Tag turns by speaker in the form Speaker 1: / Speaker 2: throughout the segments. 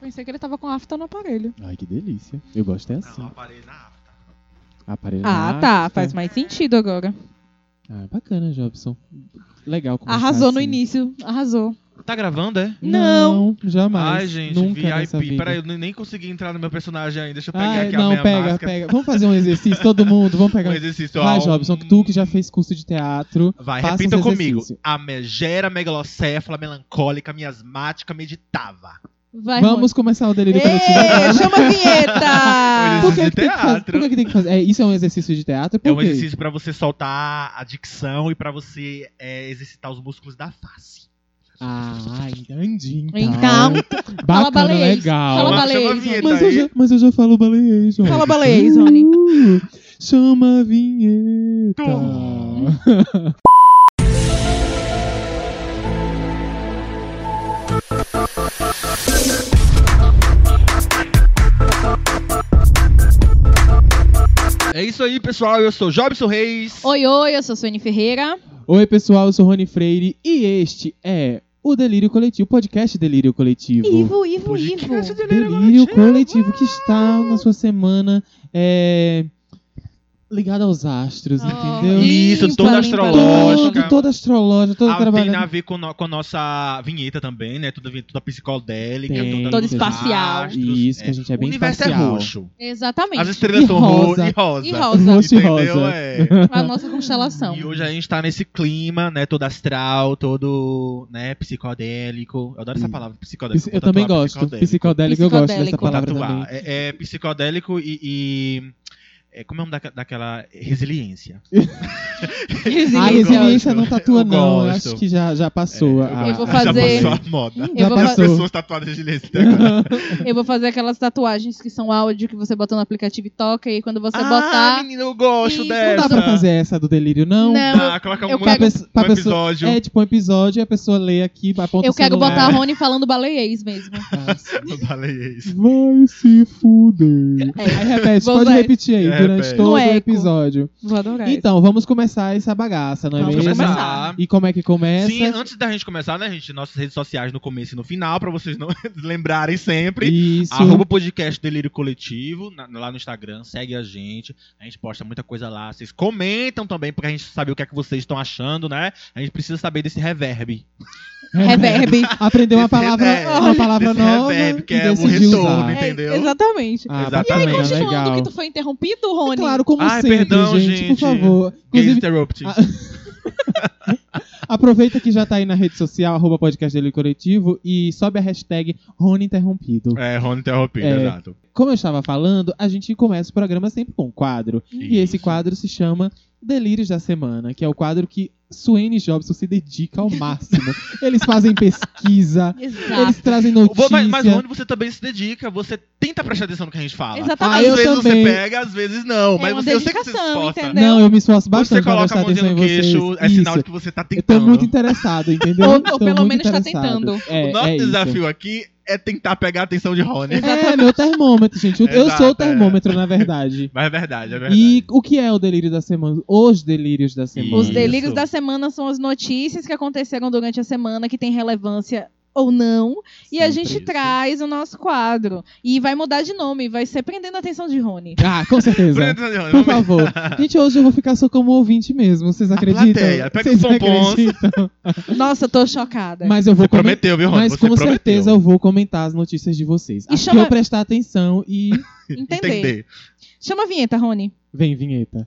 Speaker 1: pensei que ele tava com afta no aparelho.
Speaker 2: Ai, que delícia. Eu gosto é assim.
Speaker 3: Não, aparelho na afta.
Speaker 2: Aparelho
Speaker 1: Ah,
Speaker 2: na
Speaker 1: tá.
Speaker 2: afta.
Speaker 1: Faz mais sentido agora.
Speaker 2: Ah, bacana, Jobson. Legal começar
Speaker 1: Arrasou no
Speaker 2: assim.
Speaker 1: início. Arrasou.
Speaker 3: Tá gravando, é?
Speaker 1: Não.
Speaker 2: Não, jamais.
Speaker 3: Ai, gente,
Speaker 2: Nunca nessa
Speaker 3: VIP.
Speaker 2: vida.
Speaker 3: Peraí, eu nem nem consegui entrar no meu personagem ainda. Deixa eu pegar
Speaker 2: Ai,
Speaker 3: aqui a
Speaker 2: não,
Speaker 3: minha
Speaker 2: pega,
Speaker 3: máscara.
Speaker 2: pega. Vamos fazer um exercício, todo mundo. Vamos pegar.
Speaker 3: Um exercício,
Speaker 2: Vai,
Speaker 3: ó,
Speaker 2: Jobson,
Speaker 3: um-
Speaker 2: que tu que já fez curso de teatro.
Speaker 3: Vai,
Speaker 2: faça
Speaker 3: repita
Speaker 2: uns
Speaker 3: comigo.
Speaker 2: exercícios.
Speaker 3: A megera megalocéfala melancólica miasmática meditava.
Speaker 1: Vai,
Speaker 2: Vamos começar o delírio coletivo
Speaker 1: Ei,
Speaker 2: agora.
Speaker 1: chama a vinheta!
Speaker 2: Por que,
Speaker 3: de
Speaker 2: que tem que fazer?
Speaker 3: teatro.
Speaker 2: Por que, que tem que fazer? É, isso é um exercício de teatro? Por
Speaker 3: É um
Speaker 2: quê?
Speaker 3: exercício pra você soltar a dicção e pra você é, exercitar os músculos da face.
Speaker 2: Ah, entendi. Então.
Speaker 1: Então, fala
Speaker 2: Bacana,
Speaker 1: baleês.
Speaker 2: legal.
Speaker 1: Fala
Speaker 3: Chama a
Speaker 1: baleês.
Speaker 3: vinheta.
Speaker 2: então. Mas
Speaker 3: Tá
Speaker 2: eu,
Speaker 3: aí.
Speaker 2: já, mas eu já falo baleijo.
Speaker 1: Fala baleias, Rony.
Speaker 2: chama a vinheta.
Speaker 3: É isso aí, pessoal. Eu sou Jobson Reis.
Speaker 1: Oi, oi, eu sou a Suene Ferreira.
Speaker 2: Oi, pessoal, eu sou Rony Freire e este é o Delírio Coletivo, podcast Delírio Coletivo.
Speaker 1: Ivo, Ivo, Ivo.
Speaker 3: Podcast de Leila
Speaker 2: Delírio
Speaker 3: Galantino.
Speaker 2: Coletivo que está na sua semana é, ligada aos astros,
Speaker 1: Oh.
Speaker 2: entendeu?
Speaker 3: Isso, toda astrológica.
Speaker 2: Todo, toda astrológica, toda
Speaker 3: Ah, tem
Speaker 2: trabalhada.
Speaker 3: a ver com, no- com a nossa vinheta também, né? Toda, vi- toda psicodélica,
Speaker 2: Tem,
Speaker 3: toda,
Speaker 1: Toda
Speaker 3: nos
Speaker 1: espacial.
Speaker 3: astros,
Speaker 2: Isso,
Speaker 3: é.
Speaker 2: que a gente é
Speaker 3: o
Speaker 2: bem
Speaker 3: universo é
Speaker 2: espacial.
Speaker 3: roxo.
Speaker 1: Exatamente.
Speaker 3: As estrelas
Speaker 2: E
Speaker 3: são
Speaker 2: rosa.
Speaker 3: roxas e rosa.
Speaker 1: E rosa.
Speaker 2: Roxo e
Speaker 3: Entendeu?
Speaker 2: rosa. Então.
Speaker 3: É.
Speaker 1: A nossa constelação.
Speaker 3: E hoje a gente tá nesse clima, né? Todo astral, todo, né, psicodélico. Eu adoro essa
Speaker 2: Hum.
Speaker 3: palavra,
Speaker 2: Pis-
Speaker 3: psicodélico.
Speaker 2: Eu também
Speaker 3: Tatuar,
Speaker 2: gosto. Psicodélico, eu gosto dessa
Speaker 1: Psicodélico.
Speaker 2: palavra
Speaker 3: Tatuar.
Speaker 2: também.
Speaker 3: É, é psicodélico e... e- é, como é o nome daque- daquela, resiliência?
Speaker 2: A
Speaker 3: Eu
Speaker 2: resiliência
Speaker 3: gosto.
Speaker 2: não tatua,
Speaker 3: Eu
Speaker 2: não. Eu
Speaker 3: gosto.
Speaker 2: acho que já, já passou.
Speaker 3: É,
Speaker 2: a-
Speaker 1: Eu vou
Speaker 2: a-
Speaker 3: Já
Speaker 1: fazer-
Speaker 3: passou a moda.
Speaker 1: Eu
Speaker 2: Já
Speaker 1: vou fa-
Speaker 3: As
Speaker 2: passou.
Speaker 3: pessoas tatuadas de né? resiliência até
Speaker 2: Uhum.
Speaker 3: agora.
Speaker 1: Eu vou fazer aquelas tatuagens que são áudio que você bota no aplicativo e toca, e quando você
Speaker 3: ah,
Speaker 1: botar.
Speaker 3: menina, eu gosto
Speaker 1: Isso,
Speaker 3: dessa.
Speaker 2: Não dá pra fazer essa do delírio, não.
Speaker 1: Não,
Speaker 3: Ah, coloca
Speaker 1: eu
Speaker 3: um,
Speaker 2: Pra
Speaker 1: quero-
Speaker 2: pesso- pra
Speaker 3: um
Speaker 2: pessoa-
Speaker 3: episódio.
Speaker 2: É, tipo um episódio e a pessoa lê aqui, aponta
Speaker 1: Eu
Speaker 2: o
Speaker 1: quero
Speaker 2: celular.
Speaker 1: botar a Rony falando baleiês mesmo.
Speaker 2: é
Speaker 3: Eu falei isso.
Speaker 2: Vai se fuder.
Speaker 1: É.
Speaker 2: Aí repete,
Speaker 1: Vou
Speaker 2: pode
Speaker 1: usar-
Speaker 2: repetir aí
Speaker 3: É,
Speaker 2: durante
Speaker 3: repete.
Speaker 2: todo
Speaker 1: No
Speaker 2: o
Speaker 1: eco.
Speaker 2: episódio.
Speaker 1: Vou adorar.
Speaker 2: Então, vamos começar essa bagaça, não é
Speaker 1: Vamos
Speaker 2: mesmo?
Speaker 1: começar.
Speaker 2: E como é que começa?
Speaker 3: Sim, antes da gente começar, né, gente? Nossas redes sociais no começo e no final, pra vocês não lembrarem sempre.
Speaker 2: Isso.
Speaker 3: Arroba o podcast Delírio Coletivo, na- lá no Instagram, segue a gente. A gente posta muita coisa lá. Vocês comentam também pra gente saber o que é que vocês estão achando, né? A gente precisa saber desse reverb.
Speaker 1: Reverb.
Speaker 2: Aprendeu uma
Speaker 3: Desse
Speaker 2: palavra,
Speaker 3: reverb.
Speaker 2: uma palavra
Speaker 3: Desse
Speaker 2: nova
Speaker 3: reverb, que
Speaker 2: e
Speaker 3: é o
Speaker 2: decidiu
Speaker 3: retorno,
Speaker 2: usar.
Speaker 3: hein? Entendeu?
Speaker 1: É, exatamente.
Speaker 2: Ah,
Speaker 3: Exatamente.
Speaker 1: E aí,
Speaker 2: bacana,
Speaker 1: continuando
Speaker 2: legal. É
Speaker 1: que tu foi interrompido, Rony.
Speaker 2: Claro, como
Speaker 3: Ai,
Speaker 2: sempre,
Speaker 3: perdão,
Speaker 2: gente,
Speaker 3: gente.
Speaker 2: por favor. Inclusive,
Speaker 3: é Interrupt.
Speaker 2: Ah. aproveita que já tá aí na rede social, arroba podcast Delírio Coletivo, e sobe a hashtag Rony Interrompido.
Speaker 3: É, Rony interrompido,
Speaker 2: É.
Speaker 3: exato.
Speaker 2: Como eu estava falando, a gente começa o programa sempre com um quadro. E esse
Speaker 3: Isso.
Speaker 2: quadro se chama Delírios da Semana, que é o quadro que Suene e Jobson se dedica ao máximo. Eles fazem pesquisa, eles
Speaker 1: Exato.
Speaker 2: trazem
Speaker 3: Bom,
Speaker 2: notícias.
Speaker 3: Mas, mas onde você também se dedica, você tenta prestar atenção no que a gente fala.
Speaker 2: Ah,
Speaker 1: Exatamente.
Speaker 2: eu
Speaker 3: às vezes
Speaker 2: também. É
Speaker 3: você pega, às vezes não. Mas
Speaker 1: uma
Speaker 3: você, eu sei que você se
Speaker 1: dedicação,
Speaker 3: esforça.
Speaker 1: entendeu?
Speaker 2: Não, eu me esforço
Speaker 3: Quando
Speaker 2: bastante
Speaker 3: você
Speaker 2: pra
Speaker 3: coloca
Speaker 2: prestar
Speaker 3: a
Speaker 2: atenção
Speaker 3: mãozinha
Speaker 2: em
Speaker 3: no
Speaker 2: vocês.
Speaker 3: queixo, é
Speaker 2: Isso.
Speaker 3: sinal de que você tá
Speaker 2: Eu
Speaker 3: tentando.
Speaker 2: tô muito interessado, entendeu?
Speaker 1: Ou- ou
Speaker 2: Tô
Speaker 1: pelo
Speaker 2: muito
Speaker 1: menos tá
Speaker 2: interessado.
Speaker 1: tentando.
Speaker 2: É,
Speaker 3: o nosso
Speaker 2: é isso.
Speaker 3: desafio aqui é tentar pegar a atenção de Rony.
Speaker 2: É, meu termômetro, gente. Eu, eu sou o
Speaker 3: Exato, é.
Speaker 2: termômetro, na verdade.
Speaker 3: Mas é verdade, é verdade.
Speaker 2: E o que é o delírio da semana? Os delírios da semana.
Speaker 1: Os
Speaker 3: Isso.
Speaker 1: delírios da semana são as notícias que aconteceram durante a semana que tem relevância ou não. E a
Speaker 2: Sempre
Speaker 1: gente
Speaker 2: isso.
Speaker 1: traz o nosso quadro. E vai mudar de nome, vai ser Prendendo a Atenção de Rony.
Speaker 2: Ah, com certeza.
Speaker 3: Presta atenção,
Speaker 2: Por
Speaker 3: vamos-
Speaker 2: favor. Gente, hoje eu vou ficar só como ouvinte mesmo. Vocês acreditam?
Speaker 3: né? plateia. Pega
Speaker 2: Vocês
Speaker 3: os bombons.
Speaker 2: acreditam?
Speaker 1: Nossa, tô chocada.
Speaker 2: Mas eu vou
Speaker 3: Você
Speaker 2: comentar.
Speaker 3: prometeu, viu, Rony?
Speaker 2: Mas
Speaker 3: Você
Speaker 2: com
Speaker 3: prometeu.
Speaker 2: certeza eu vou comentar as notícias de vocês.
Speaker 1: E
Speaker 2: Acho
Speaker 1: chama-
Speaker 2: que eu prestar atenção e.
Speaker 1: Entender.
Speaker 3: Entender.
Speaker 1: Chama a vinheta, Rony.
Speaker 2: Vem, vinheta.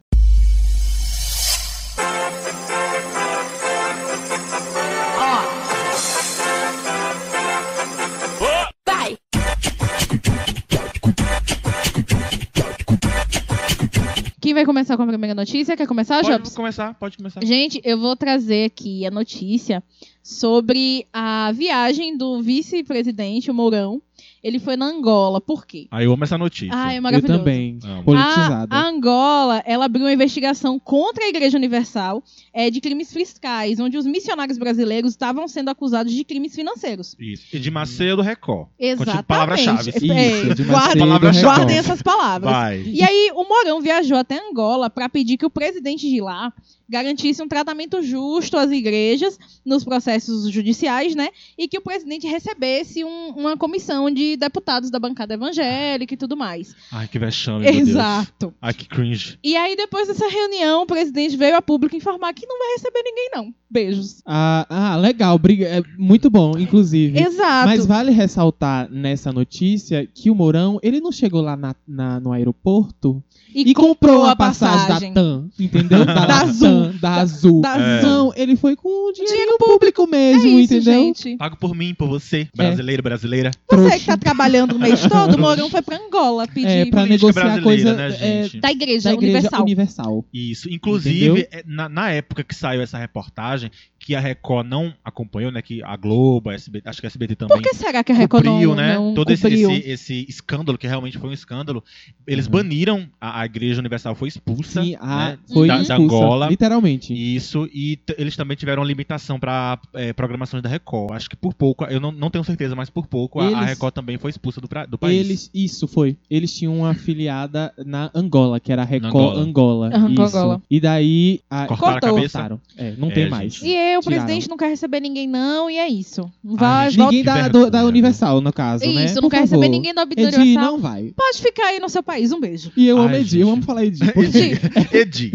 Speaker 1: Quem vai começar com a primeira notícia? Quer começar,
Speaker 3: Pode
Speaker 1: Jobs?
Speaker 3: começar, pode começar.
Speaker 1: Gente, eu vou trazer aqui a notícia sobre a viagem do vice-presidente, o Mourão. Ele foi na Angola. Por quê?
Speaker 3: Aí eu amo essa notícia.
Speaker 1: Ah, é
Speaker 2: Eu
Speaker 1: maravilhoso.
Speaker 2: também.
Speaker 3: Amo.
Speaker 1: A,
Speaker 2: Politizada.
Speaker 1: a Angola, ela abriu uma investigação contra a Igreja Universal eh, de crimes fiscais, onde os missionários brasileiros estavam sendo acusados de crimes financeiros.
Speaker 3: Isso. E de Macedo Record.
Speaker 1: Exatamente.
Speaker 3: palavra-chave.
Speaker 1: É,
Speaker 2: Isso, de
Speaker 1: guardem,
Speaker 3: Palavra-chave.
Speaker 1: guardem
Speaker 2: Ah,
Speaker 1: essas palavras.
Speaker 3: Vai.
Speaker 1: E aí, o Morão viajou até Angola para pedir que o presidente de lá garantisse um tratamento justo às igrejas nos processos judiciais, né? E que o presidente recebesse um- uma comissão de deputados da bancada evangélica e tudo mais.
Speaker 3: Ai, que vexame, meu Deus.
Speaker 1: Exato.
Speaker 3: Ai, que cringe.
Speaker 1: E aí, depois dessa reunião, o presidente veio a público informar que não vai receber ninguém, não. Beijos.
Speaker 2: Ah, ah, legal, briga, é muito bom, inclusive.
Speaker 1: Exato.
Speaker 2: Mas vale ressaltar nessa notícia que o Mourão, ele não chegou lá na- na- no aeroporto e, comprou a passagem, da TAM, entendeu? Da,
Speaker 1: Da
Speaker 2: Azul. Da Azul.
Speaker 1: da
Speaker 3: É.
Speaker 1: Azul.
Speaker 2: Não, ele foi com o dinheiro,
Speaker 1: Dinheiro
Speaker 2: público mesmo,
Speaker 1: é isso,
Speaker 2: entendeu?
Speaker 1: gente.
Speaker 3: Pago por mim, por
Speaker 2: É.
Speaker 3: você, brasileiro, brasileira.
Speaker 1: Você
Speaker 2: Trouxa.
Speaker 1: que tá trabalhando o mês todo, o Mourão foi pra Angola pedir
Speaker 2: É, pra
Speaker 1: política
Speaker 2: negociar
Speaker 3: brasileira,
Speaker 2: coisa
Speaker 3: né,
Speaker 2: é,
Speaker 3: gente?
Speaker 1: da igreja,
Speaker 2: da Igreja
Speaker 1: universal.
Speaker 2: Universal.
Speaker 3: Isso. Inclusive,
Speaker 2: Entendeu?
Speaker 3: é, na, na época que saiu essa reportagem, que a Record não acompanhou, né? Que a Globo, a SBT, acho que a SBT também.
Speaker 1: Por que será que a Record
Speaker 3: cobriu,
Speaker 1: não,
Speaker 3: né?
Speaker 1: não
Speaker 3: Todo esse,
Speaker 1: cobriu?
Speaker 3: esse- esse escândalo, que realmente foi um escândalo, eles
Speaker 2: Uhum.
Speaker 3: baniram, a, a Igreja Universal foi expulsa.
Speaker 2: Sim, a,
Speaker 3: né?
Speaker 2: foi
Speaker 3: Da- da
Speaker 2: expulsa,
Speaker 3: Angola.
Speaker 2: literalmente.
Speaker 3: Isso, e t- eles também tiveram limitação para programações da Record. Acho que por pouco, eu não, não tenho certeza, mas por pouco a- a,
Speaker 2: Eles-
Speaker 3: Record também foi expulsa do, pra- do país.
Speaker 2: Eles, isso foi. Eles tinham uma afiliada na Angola, que era a Record
Speaker 3: Angola.
Speaker 2: Angola.
Speaker 1: Aham,
Speaker 2: isso.
Speaker 1: Angola.
Speaker 2: E daí. A,
Speaker 3: Cortaram
Speaker 1: Cortou.
Speaker 3: a cabeça.
Speaker 2: cortaram. É, não
Speaker 3: É,
Speaker 2: tem
Speaker 3: gente.
Speaker 2: mais.
Speaker 1: E aí, o
Speaker 2: Tiraram.
Speaker 1: presidente não quer receber ninguém, não, e é isso. Vai,
Speaker 3: gente,
Speaker 1: volta.
Speaker 2: Ninguém da,
Speaker 3: Que
Speaker 2: do- da
Speaker 3: vergonha,
Speaker 2: Universal, no caso, né?
Speaker 1: Isso,
Speaker 2: Por
Speaker 1: não quer
Speaker 2: favor.
Speaker 1: receber ninguém da Obituário
Speaker 2: Edi,
Speaker 1: Universal.
Speaker 2: não vai.
Speaker 1: Pode ficar aí no seu país, um beijo.
Speaker 2: E eu
Speaker 3: Ai,
Speaker 2: amo Edi,
Speaker 3: gente.
Speaker 2: eu amo falar Edi. Porque,
Speaker 1: Edi.
Speaker 3: Edi,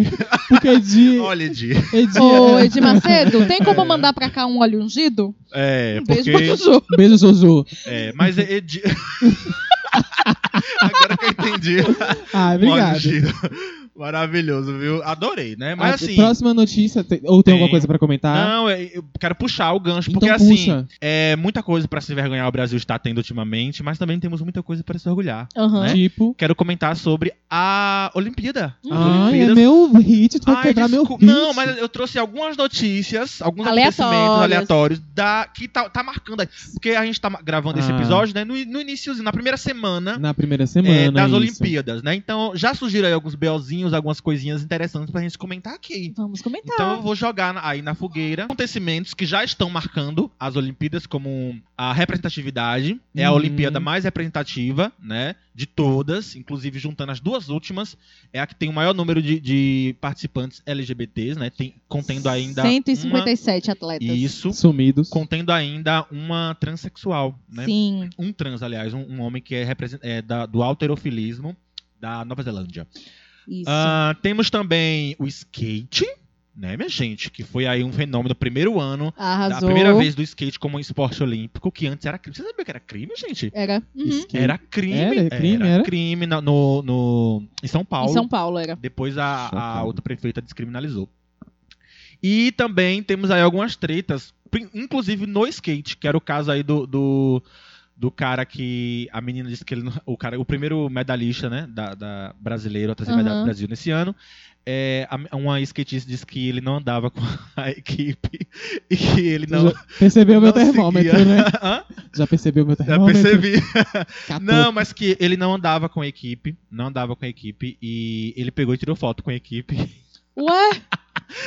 Speaker 2: porque Edi.
Speaker 3: olha Edi.
Speaker 2: Edi
Speaker 1: Ô,
Speaker 2: é-
Speaker 1: Ed Macedo, tem como mandar pra cá um óleo ungido?
Speaker 3: É,
Speaker 1: Um beijo pra
Speaker 3: porque...
Speaker 1: Juju.
Speaker 2: Beijo, Jojo.
Speaker 3: É, mas é Edi... Agora que eu entendi.
Speaker 2: Ah, obrigado.
Speaker 3: Olha, Giro. Maravilhoso, viu? Adorei, né? Mas
Speaker 2: Ah,
Speaker 3: assim...
Speaker 2: próxima notícia. tem- ou tem alguma
Speaker 3: Tem.
Speaker 2: coisa pra comentar?
Speaker 3: Não, é- eu quero puxar o gancho,
Speaker 2: então
Speaker 3: porque assim,
Speaker 2: puxa.
Speaker 3: é muita coisa pra se envergonhar o Brasil está tendo ultimamente, mas também temos muita coisa pra se orgulhar.
Speaker 1: Aham.
Speaker 3: né?
Speaker 2: Tipo.
Speaker 3: Quero comentar sobre a Olimpíada. As
Speaker 2: Ai, é
Speaker 3: Olimpíadas.
Speaker 2: meu hit, tu vai
Speaker 3: Ai,
Speaker 2: quebrar meu
Speaker 3: desculpa.
Speaker 2: hit.
Speaker 3: Não, mas eu trouxe algumas notícias, alguns
Speaker 1: Aleatórias.
Speaker 3: acontecimentos aleatórios da, que tá, tá marcando aí. Porque a gente tá ma- gravando esse
Speaker 2: Ah.
Speaker 3: episódio, né? No, no iníciozinho, na primeira semana
Speaker 2: Na primeira
Speaker 3: é,
Speaker 2: semana.
Speaker 3: das
Speaker 2: isso.
Speaker 3: Olimpíadas, né? Então já surgiram aí alguns BOzinhos, algumas coisinhas interessantes pra gente comentar aqui.
Speaker 1: Vamos comentar.
Speaker 3: Então eu vou jogar na- aí na fogueira acontecimentos que já estão marcando as Olimpíadas como a representatividade. É a
Speaker 2: Uhum.
Speaker 3: Olimpíada mais representativa, né? De todas, inclusive juntando as duas últimas. É a que tem o maior número de, de participantes LGBTs, né? Tem, contendo ainda.
Speaker 1: 157
Speaker 3: uma-
Speaker 1: atletas.
Speaker 3: Isso.
Speaker 2: Sumidos.
Speaker 3: Contendo ainda uma transexual, né?
Speaker 1: Sim.
Speaker 3: Um trans, aliás, um, um homem que é, represen- é da- do alterofilismo da Nova Zelândia.
Speaker 1: Isso.
Speaker 3: Ah, temos também o skate, né, minha gente? Que foi aí um fenômeno do primeiro ano.
Speaker 1: Arrasou.
Speaker 3: Da primeira vez do skate como um esporte olímpico, que antes era crime. Você sabia que era crime, gente?
Speaker 1: Era. Uhum.
Speaker 2: Skate.
Speaker 3: Era crime.
Speaker 2: Era crime, era?
Speaker 3: crime na- no, no, em São Paulo.
Speaker 1: Em São Paulo era.
Speaker 3: Depois a, a
Speaker 2: Chocado.
Speaker 3: outra prefeita descriminalizou. E também temos aí algumas tretas, prin- inclusive no skate, que era o caso aí do, do, do cara que a menina disse que ele, não- o cara, o primeiro medalhista, né, da, da brasileiro a trazer
Speaker 1: Aham.
Speaker 3: medalha do Brasil nesse ano, é, a- uma skatista disse que ele não andava com a equipe e que ele não,
Speaker 2: Já percebeu meu
Speaker 3: não seguia.
Speaker 2: termômetro, né?
Speaker 3: Hã?
Speaker 2: Já percebeu meu
Speaker 3: Já
Speaker 2: termômetro? Tá
Speaker 3: percebi.
Speaker 2: Catou.
Speaker 3: Não, mas que ele não andava com a equipe, não andava com a equipe e ele pegou e tirou foto com a equipe
Speaker 1: Ué?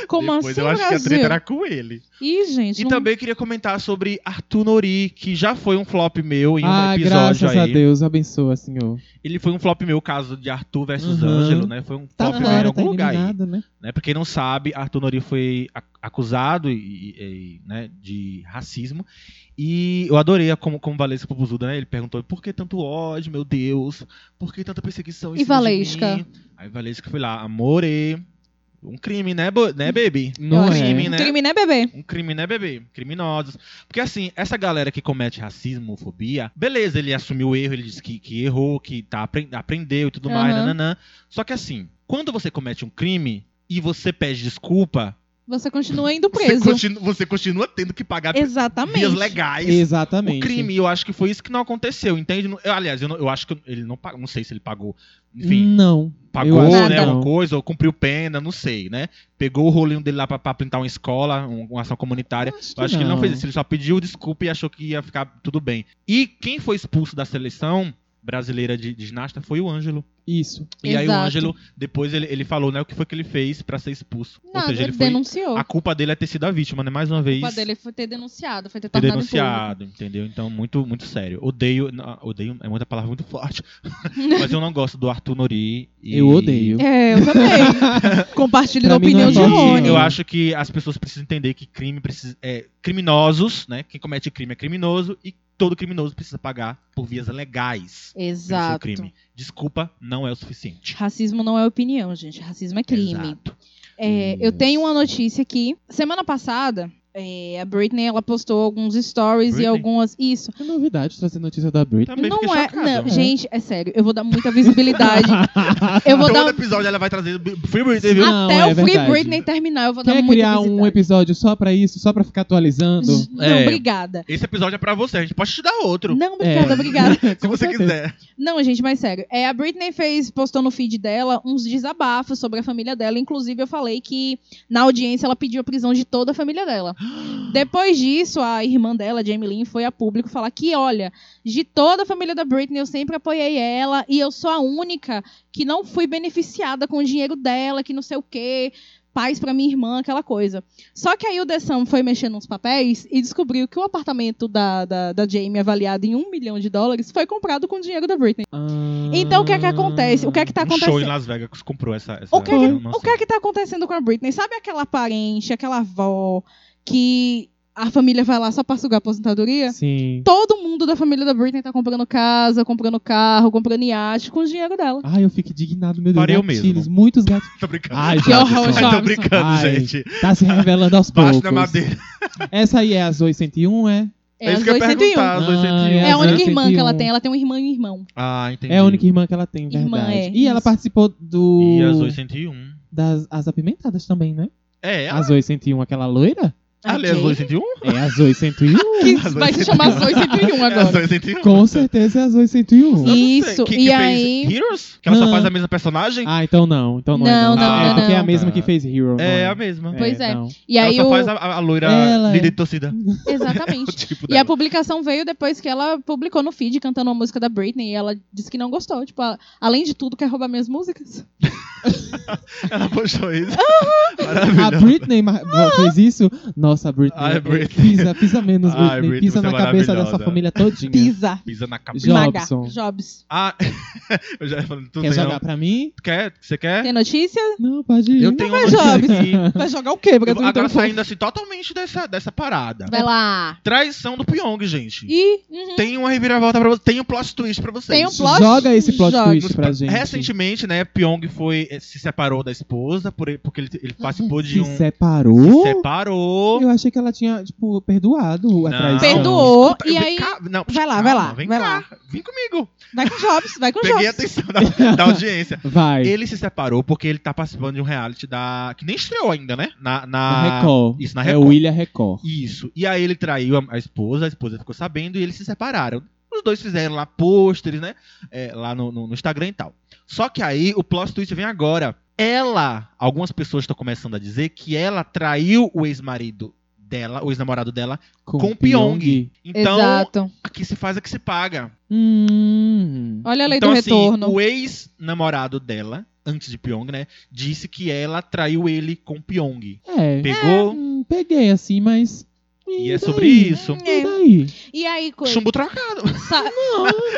Speaker 1: Como
Speaker 3: Depois
Speaker 1: assim,
Speaker 3: eu acho que a
Speaker 1: Brasil?
Speaker 3: treta era com ele.
Speaker 1: Ih, gente.
Speaker 3: E
Speaker 1: não-
Speaker 3: também eu queria comentar sobre Arthur Nori, que já foi um flop meu em um
Speaker 2: ah,
Speaker 3: episódio
Speaker 2: graças a
Speaker 3: aí.
Speaker 2: Deus, abençoa, senhor.
Speaker 3: Ele foi um flop meu, o caso de Arthur versus
Speaker 2: Uhum.
Speaker 3: Ângelo, né? Foi um
Speaker 2: Tá
Speaker 3: flop
Speaker 1: Aham.
Speaker 3: meu em
Speaker 2: fora,
Speaker 3: algum
Speaker 2: tá
Speaker 3: lugar aí.
Speaker 2: eliminado, né?
Speaker 3: Né? Pra quem não sabe, Arthur Nori foi ac- acusado e- e- e, né, de racismo. E eu adorei a como, como Valesca Popozuda, né? Ele perguntou, por que tanto ódio, meu Deus? Por que tanta perseguição em
Speaker 1: E
Speaker 3: cima de
Speaker 1: Valesca?
Speaker 3: mim?" Aí Valesca foi lá, amore. Um crime, né, bo- né baby?
Speaker 2: Não
Speaker 1: Eu
Speaker 2: é.
Speaker 1: acho que-
Speaker 3: Crime, né?
Speaker 1: Crime, né, bebê?
Speaker 3: Um crime, né, bebê? Criminosos. Porque, assim, essa galera que comete racismo, homofobia, beleza, ele assumiu o erro, ele disse que, que errou, que tá, apren- aprendeu e tudo mais,
Speaker 1: Aham.
Speaker 3: nananã. Só que, assim, quando você comete um crime e você pede desculpa,
Speaker 1: Você continua indo
Speaker 3: você,
Speaker 1: preso.
Speaker 3: continu- você continua tendo que pagar
Speaker 1: Exatamente.
Speaker 3: vias legais. O
Speaker 2: Exatamente.
Speaker 3: crime, eu acho que foi isso que não aconteceu, entende? Eu, aliás, eu, não- eu acho que ele não pagou, não sei se ele pagou, enfim,
Speaker 2: Não.
Speaker 3: pagou,
Speaker 2: acho
Speaker 1: Hum, que
Speaker 3: né,
Speaker 2: não.
Speaker 3: alguma coisa, ou cumpriu pena, não sei, né? Pegou o rolinho dele lá pra, pra pintar uma escola, um- uma ação comunitária.
Speaker 2: Acho
Speaker 3: Eu acho que ele não fez isso, ele só pediu desculpa e achou que ia ficar tudo bem. E quem foi expulso da seleção brasileira de, de ginasta foi o Ângelo.
Speaker 2: Isso.
Speaker 3: E aí o
Speaker 1: Exato.
Speaker 3: Ângelo, depois ele, ele falou, né, o que foi que ele fez pra ser expulso. Ou
Speaker 1: Nada,
Speaker 3: seja, ele
Speaker 1: ele
Speaker 3: foi.
Speaker 1: denunciou.
Speaker 3: A culpa dele é ter sido a vítima, né? Mais uma
Speaker 1: A
Speaker 3: vez.
Speaker 1: culpa dele foi ter denunciado, foi ter
Speaker 3: ter
Speaker 1: tornado
Speaker 3: denunciado, entendeu? Então, muito, muito sério. Odeio. não, Odeio é muita palavra muito forte. mas eu não gosto do Arthur Nori. e-
Speaker 2: Eu odeio.
Speaker 1: em público. É, eu também. Compartilho da
Speaker 2: Pra mim não é
Speaker 1: opinião de
Speaker 2: bom.
Speaker 1: Rony.
Speaker 3: E eu acho que as pessoas precisam entender que crime precisa, é, criminosos, né? Quem comete crime é criminoso e todo criminoso precisa pagar por vias legais pelo seu
Speaker 1: Exato.
Speaker 3: é um crime. Desculpa, não é o suficiente.
Speaker 1: Racismo não é opinião, gente. Racismo é crime.
Speaker 3: Exato.
Speaker 1: É, eu
Speaker 3: Isso.
Speaker 1: tenho uma notícia aqui. Semana passada, é, a Britney ela postou alguns stories
Speaker 3: Britney?
Speaker 1: e algumas. Isso.
Speaker 2: É novidade trazer notícia da Britney.
Speaker 3: Também
Speaker 1: não
Speaker 3: fiquei Uhum.
Speaker 1: é.
Speaker 3: chocado.
Speaker 1: não, gente, é sério. Eu vou dar muita visibilidade. eu vou
Speaker 3: Todo
Speaker 1: dar. um-
Speaker 3: Então, episódio ela vai trazer Free Britney, viu?
Speaker 2: Não,
Speaker 1: até
Speaker 2: é
Speaker 1: o Free
Speaker 2: verdade.
Speaker 1: Britney terminar, eu vou dar
Speaker 3: é
Speaker 2: Quer
Speaker 1: muita
Speaker 2: criar um
Speaker 1: visibilidade.
Speaker 2: episódio só pra isso, só pra ficar atualizando?
Speaker 1: Não,
Speaker 3: É.
Speaker 1: obrigada.
Speaker 3: Esse episódio é pra você, a gente pode te dar outro.
Speaker 1: Não, obrigada,
Speaker 2: É.
Speaker 1: obrigada.
Speaker 3: se você
Speaker 2: certeza.
Speaker 3: quiser.
Speaker 1: Não, gente, mas sério. É, a Britney fez, postou no feed dela uns desabafos sobre a família dela. Inclusive, eu falei que na audiência ela pediu a prisão de toda a família dela. Depois disso, a irmã dela, Jamie Lynn, foi a público falar que, olha, de toda a família da Britney, eu sempre apoiei ela e eu sou a única que não fui beneficiada com o dinheiro dela, que não sei o quê. Paz pra minha irmã, aquela coisa. Só que aí o The Sun foi mexendo nos papéis e descobriu que o apartamento da, da, da Jamie, avaliado em um milhão de dólares, foi comprado com o dinheiro da Britney.
Speaker 2: Ah.
Speaker 1: Então o que é que acontece? O que é que tá
Speaker 3: um show em
Speaker 1: acontecendo?
Speaker 3: Las Vegas comprou essa. essa
Speaker 1: O que, é que,
Speaker 3: noção.
Speaker 1: o que é que tá acontecendo com a Britney? Sabe aquela parente, aquela avó que a família vai lá só pra sugar a aposentadoria?
Speaker 2: Sim.
Speaker 1: Todo mundo da família da Britney tá comprando casa, comprando carro, comprando iate com o dinheiro dela.
Speaker 2: Ai, eu fico indignado, meu Deus.
Speaker 3: Faria eu
Speaker 2: gatilhos,
Speaker 3: mesmo.
Speaker 2: muitos gatilhos.
Speaker 3: Tô brincando.
Speaker 2: Ai,
Speaker 1: Que horror,
Speaker 2: Jadson.
Speaker 1: Jadson.
Speaker 3: tô brincando,
Speaker 2: Ai,
Speaker 3: gente.
Speaker 2: Tá se revelando aos
Speaker 3: Baixo
Speaker 2: poucos.
Speaker 3: da madeira.
Speaker 2: Essa aí é a Zoe 101, é?
Speaker 1: É, as
Speaker 3: isso que eu ia
Speaker 1: 201.
Speaker 3: perguntar, as 201.
Speaker 2: Ah,
Speaker 1: É a
Speaker 2: as
Speaker 1: única
Speaker 2: 201.
Speaker 1: irmã que ela tem. Ela tem uma irmã e um irmão.
Speaker 3: Ah, entendi.
Speaker 2: É a única irmã que ela tem, verdade.
Speaker 1: Irmã, é,
Speaker 2: e ela
Speaker 1: isso.
Speaker 2: participou do...
Speaker 3: E um. as 801.
Speaker 2: Das as apimentadas também, né?
Speaker 3: É, ela.
Speaker 2: A Zoe 101, aquela loira?
Speaker 3: Ali,
Speaker 1: Ok.
Speaker 3: as 801?
Speaker 2: É a Zoe 101?
Speaker 1: Que
Speaker 3: As
Speaker 1: vai se chamar 201
Speaker 3: É as
Speaker 1: agora.
Speaker 3: 801?
Speaker 2: Com certeza é a Zoe 101.
Speaker 3: Eu não sei.
Speaker 1: Isso,
Speaker 3: Quem
Speaker 1: e
Speaker 3: que fez
Speaker 1: aí-
Speaker 3: Heroes? Que ela só
Speaker 2: Não.
Speaker 3: faz a mesma personagem?
Speaker 2: Ah, então não. Então não, é,
Speaker 1: Não,
Speaker 3: não,
Speaker 2: É
Speaker 3: não,
Speaker 2: porque é a
Speaker 1: não.
Speaker 2: mesma que fez Hero. não Então,
Speaker 3: é a mesma.
Speaker 1: Pois é.
Speaker 2: não.
Speaker 1: E
Speaker 3: ela
Speaker 1: aí
Speaker 3: só
Speaker 1: o...
Speaker 3: faz a, a loira
Speaker 2: Ela é.
Speaker 3: líder de torcida. O
Speaker 1: Exatamente.
Speaker 3: tipo
Speaker 1: E a
Speaker 3: dela.
Speaker 1: publicação veio depois que ela publicou no feed cantando uma música da Britney e ela disse que não gostou. Tipo, a- além de tudo, quer roubar minhas músicas.
Speaker 3: Ela postou isso.
Speaker 2: A
Speaker 3: Maravilhoso.
Speaker 2: Britney mar-
Speaker 1: Ah!
Speaker 2: fez isso? Nossa, a Britney. eh,
Speaker 3: Ai, Britney.
Speaker 2: Pisa, pisa menos,
Speaker 3: Ai,
Speaker 2: Britney.
Speaker 3: Britney,
Speaker 2: pisa na
Speaker 3: você é
Speaker 2: cabeça dessa
Speaker 3: maravilhosa.
Speaker 2: família todinha.
Speaker 1: Pisa.
Speaker 3: Pisa na cabeça.
Speaker 2: Já- Jobson.
Speaker 1: Maga. Jobs.
Speaker 3: Ah, eu já ia falando. Tu
Speaker 2: Quer
Speaker 3: tem
Speaker 2: jogar
Speaker 3: um-
Speaker 2: pra mim?
Speaker 3: Quer? Você quer?
Speaker 1: Tem notícia?
Speaker 2: Não, pode ir.
Speaker 3: Eu tenho uma
Speaker 1: Vai,
Speaker 3: notícia
Speaker 1: Jobs.
Speaker 3: aqui.
Speaker 1: Vai jogar o quê,
Speaker 3: Eu-
Speaker 1: Brasil?
Speaker 3: Agora saindo assim totalmente dessa, dessa parada.
Speaker 1: Vai lá.
Speaker 3: Traição do Pyong, gente.
Speaker 1: E uhum,
Speaker 3: Tem uma reviravolta pra vocês. Tem um plot twist pra vocês.
Speaker 1: tem um plot.
Speaker 2: Joga esse plot
Speaker 1: Joga.
Speaker 2: twist pra gente.
Speaker 3: Então, Recentemente, né, Pyong foi, eh, se separou da esposa, por, porque ele,
Speaker 1: Ah,
Speaker 3: ele participou de
Speaker 2: Se
Speaker 3: um.
Speaker 2: separou?
Speaker 3: se separou.
Speaker 2: Eu achei que ela tinha, tipo, perdoado a
Speaker 3: Não.
Speaker 2: traição.
Speaker 1: Perdoou.
Speaker 3: Escuta,
Speaker 1: e
Speaker 3: vem
Speaker 1: aí,
Speaker 3: cá, não,
Speaker 1: Vai lá,
Speaker 3: calma,
Speaker 1: vai lá,
Speaker 3: Vem
Speaker 1: vai
Speaker 3: cá. Vem comigo.
Speaker 1: vai com Jobs. Vai com
Speaker 3: Peguei a
Speaker 1: Jobs.
Speaker 3: atenção da, da audiência.
Speaker 2: Vai.
Speaker 3: Ele se separou porque ele tá participando de um reality da. Que nem estreou ainda, né?
Speaker 2: Na
Speaker 3: Na. na...
Speaker 2: Record.
Speaker 3: Ah, Isso, na
Speaker 2: É
Speaker 3: Record.
Speaker 2: o William Record.
Speaker 3: Isso. E aí ele traiu a, a esposa, a esposa ficou sabendo e eles se separaram. Os dois fizeram lá pôsteres, né? É, lá no, no- no Instagram e tal. Só que aí o plot twist vem agora. Ela, algumas pessoas estão começando a dizer que ela traiu o ex-marido dela, o ex-namorado dela, com o Pyong. Então,
Speaker 1: Exato.
Speaker 3: a que se faz é que se paga.
Speaker 2: Hum.
Speaker 1: Olha É a lei
Speaker 3: então,
Speaker 1: do
Speaker 3: assim,
Speaker 1: retorno.
Speaker 3: o ex-namorado dela, antes de Pyong, né? Disse que ela traiu ele com Pyong.
Speaker 2: É.
Speaker 3: Pegou?
Speaker 2: Hum, peguei assim, mas.
Speaker 3: E
Speaker 2: daí?
Speaker 3: é sobre isso.
Speaker 2: E
Speaker 1: É.
Speaker 2: daí?
Speaker 1: E aí, coisa.
Speaker 3: Chumbo trocado.
Speaker 1: Sa...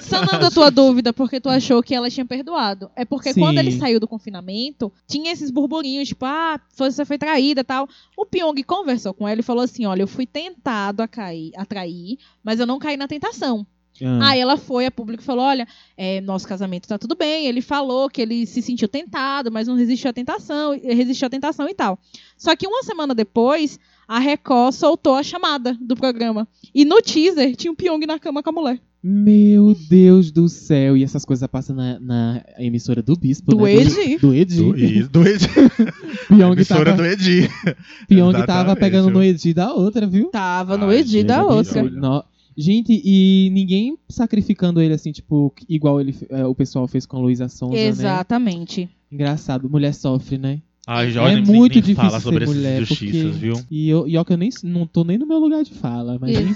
Speaker 1: Sanando a tua dúvida, porque tu achou que ela tinha perdoado. É porque
Speaker 2: Sim.
Speaker 1: quando ele saiu do confinamento, tinha esses burburinhos, tipo, ah, você foi traída e tal. O Pyong conversou com ela e falou assim: olha, eu fui tentado a, cair, a trair, mas eu não caí na tentação.
Speaker 2: Ah,
Speaker 1: Aí ela foi a público e falou: olha, é, nosso casamento tá tudo bem. Ele falou que ele se sentiu tentado, mas não resistiu à tentação, e- resistiu à tentação e tal. Só que uma semana depois, a Record soltou a chamada do programa. E no teaser tinha o Pyong na cama com a mulher.
Speaker 2: Meu Deus do céu. E essas coisas passam na, na emissora do Bispo.
Speaker 1: Do
Speaker 2: né?
Speaker 1: Edi.
Speaker 2: Do Edi.
Speaker 3: Do, isso, do Edi.
Speaker 2: Pyong
Speaker 3: Emissora
Speaker 2: tava,
Speaker 3: do Edi.
Speaker 2: Pyong tava
Speaker 3: Exatamente.
Speaker 2: pegando no Edi da outra, viu?
Speaker 1: Tava no
Speaker 3: Ai,
Speaker 1: Edi
Speaker 3: gente,
Speaker 1: da
Speaker 3: eu vi
Speaker 1: outra.
Speaker 3: isso.
Speaker 2: No- Gente, e ninguém sacrificando ele assim, tipo, igual ele, eh, o pessoal fez com a Luísa Sonza, né?
Speaker 1: Exatamente.
Speaker 2: Engraçado. Mulher sofre, né?
Speaker 3: Ai,
Speaker 2: é
Speaker 3: Jordan, nem-
Speaker 2: muito
Speaker 3: nem
Speaker 2: difícil
Speaker 3: fala
Speaker 2: ser
Speaker 3: sobre
Speaker 2: mulher,
Speaker 3: essas injustiças,
Speaker 2: porque-
Speaker 3: viu?
Speaker 2: E, eu, e ó, que eu nem não tô nem no meu lugar de fala, mas. enfim.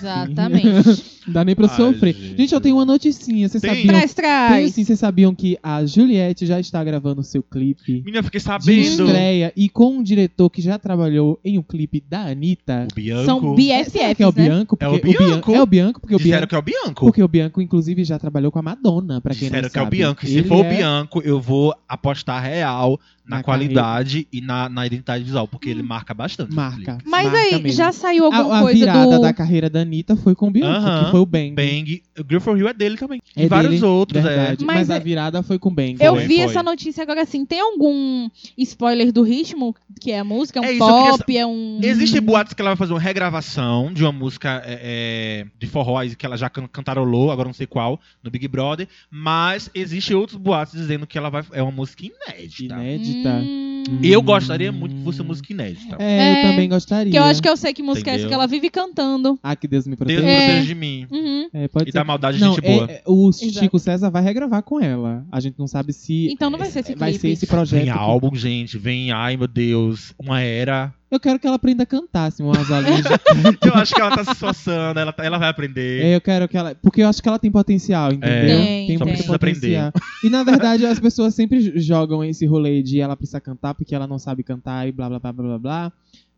Speaker 1: Exatamente.
Speaker 2: Não dá nem pra eu
Speaker 3: Ai,
Speaker 2: sofrer.
Speaker 3: gente.
Speaker 2: Gente. eu tenho uma noticinha. Vocês
Speaker 3: Tem?
Speaker 2: sabiam?
Speaker 1: Traz,
Speaker 2: Tem,
Speaker 1: traz.
Speaker 2: sim, vocês sabiam que a Juliette já está gravando seu clipe
Speaker 3: Menina, eu fiquei
Speaker 2: de
Speaker 3: sabendo.
Speaker 2: estreia e com um diretor que já trabalhou em um clipe da Anitta.
Speaker 3: O Bianco.
Speaker 1: São
Speaker 2: Será
Speaker 1: BFFs,
Speaker 2: que é o
Speaker 1: né?
Speaker 2: Bianco?
Speaker 3: É o
Speaker 2: Porque Bian-
Speaker 3: Bianco.
Speaker 2: É o Bianco, porque o
Speaker 3: Disseram
Speaker 2: Bianco.
Speaker 3: que é o Bianco.
Speaker 2: Porque o Bianco, inclusive, já trabalhou com a Madonna, pra quem
Speaker 3: Disseram
Speaker 2: não
Speaker 3: que é o
Speaker 2: sabe.
Speaker 3: Bianco. E se
Speaker 2: Ele
Speaker 3: for
Speaker 2: é-
Speaker 3: o Bianco, eu vou apostar real na,
Speaker 2: Na
Speaker 3: qualidade e na, na identidade visual, porque ele marca bastante.
Speaker 2: Marca.
Speaker 1: Mas
Speaker 2: marca
Speaker 1: aí,
Speaker 2: mesmo.
Speaker 1: já saiu alguma
Speaker 2: a, a
Speaker 1: coisa
Speaker 2: virada
Speaker 1: do.
Speaker 2: da carreira da Anitta foi com o Bianco,
Speaker 3: Aham.
Speaker 2: que foi o Bang.
Speaker 3: Bang. O Grill for Hill é dele também.
Speaker 2: É
Speaker 3: e vários
Speaker 2: dele,
Speaker 3: outros, é.
Speaker 2: verdade.
Speaker 1: é.
Speaker 2: Mas,
Speaker 1: Mas
Speaker 2: a
Speaker 1: é-
Speaker 2: virada foi com o Bang. né?
Speaker 1: Eu
Speaker 3: Foi,
Speaker 1: vi
Speaker 3: foi.
Speaker 1: essa notícia agora assim. Tem algum spoiler do ritmo, que é a música? É um
Speaker 3: É isso, eu queria
Speaker 1: pop? É um.
Speaker 3: Existem boatos que ela vai fazer uma regravação de uma música é, é, de forró aí que ela já can- cantarolou, agora não sei qual, no Big Brother. Mas existem outros boatos dizendo que ela vai, é uma música inédita.
Speaker 2: Inédita.
Speaker 1: Hum,
Speaker 3: Eu
Speaker 2: Hum.
Speaker 3: gostaria muito que fosse uma música inédita.
Speaker 2: É, eu
Speaker 1: É,
Speaker 2: também gostaria.
Speaker 1: Que eu acho que eu
Speaker 2: né?
Speaker 1: sei que música é essa
Speaker 3: Entendeu?
Speaker 1: que ela vive cantando.
Speaker 2: Ah, que Deus me proteja.
Speaker 3: Deus me
Speaker 1: É.
Speaker 3: proteja de mim.
Speaker 1: Uhum.
Speaker 2: É, pode
Speaker 3: E
Speaker 2: ser.
Speaker 3: da maldade,
Speaker 2: Não,
Speaker 3: gente
Speaker 2: é-
Speaker 3: boa.
Speaker 2: é- o
Speaker 1: Exato.
Speaker 2: Chico César vai regravar com ela. A gente não sabe se
Speaker 1: Então não vai ser esse
Speaker 2: é, vai
Speaker 1: clipe.
Speaker 2: ser esse um projeto.
Speaker 3: Vem
Speaker 2: que-
Speaker 3: álbum, gente. Vem, ai meu Deus, uma era.
Speaker 2: Eu quero que ela aprenda a cantar, assim, umas aulinhas de
Speaker 3: Eu acho que ela tá se esforçando, ela, tá- ela vai aprender.
Speaker 2: É, eu quero que ela. Porque eu acho que ela tem potencial, entendeu?
Speaker 1: Tem,
Speaker 2: tem
Speaker 1: Só
Speaker 2: muito
Speaker 3: É, precisa
Speaker 2: potencial. E na verdade, as pessoas sempre j- jogam esse rolê de ela precisa cantar porque ela não sabe cantar e blá blá blá blá blá blá.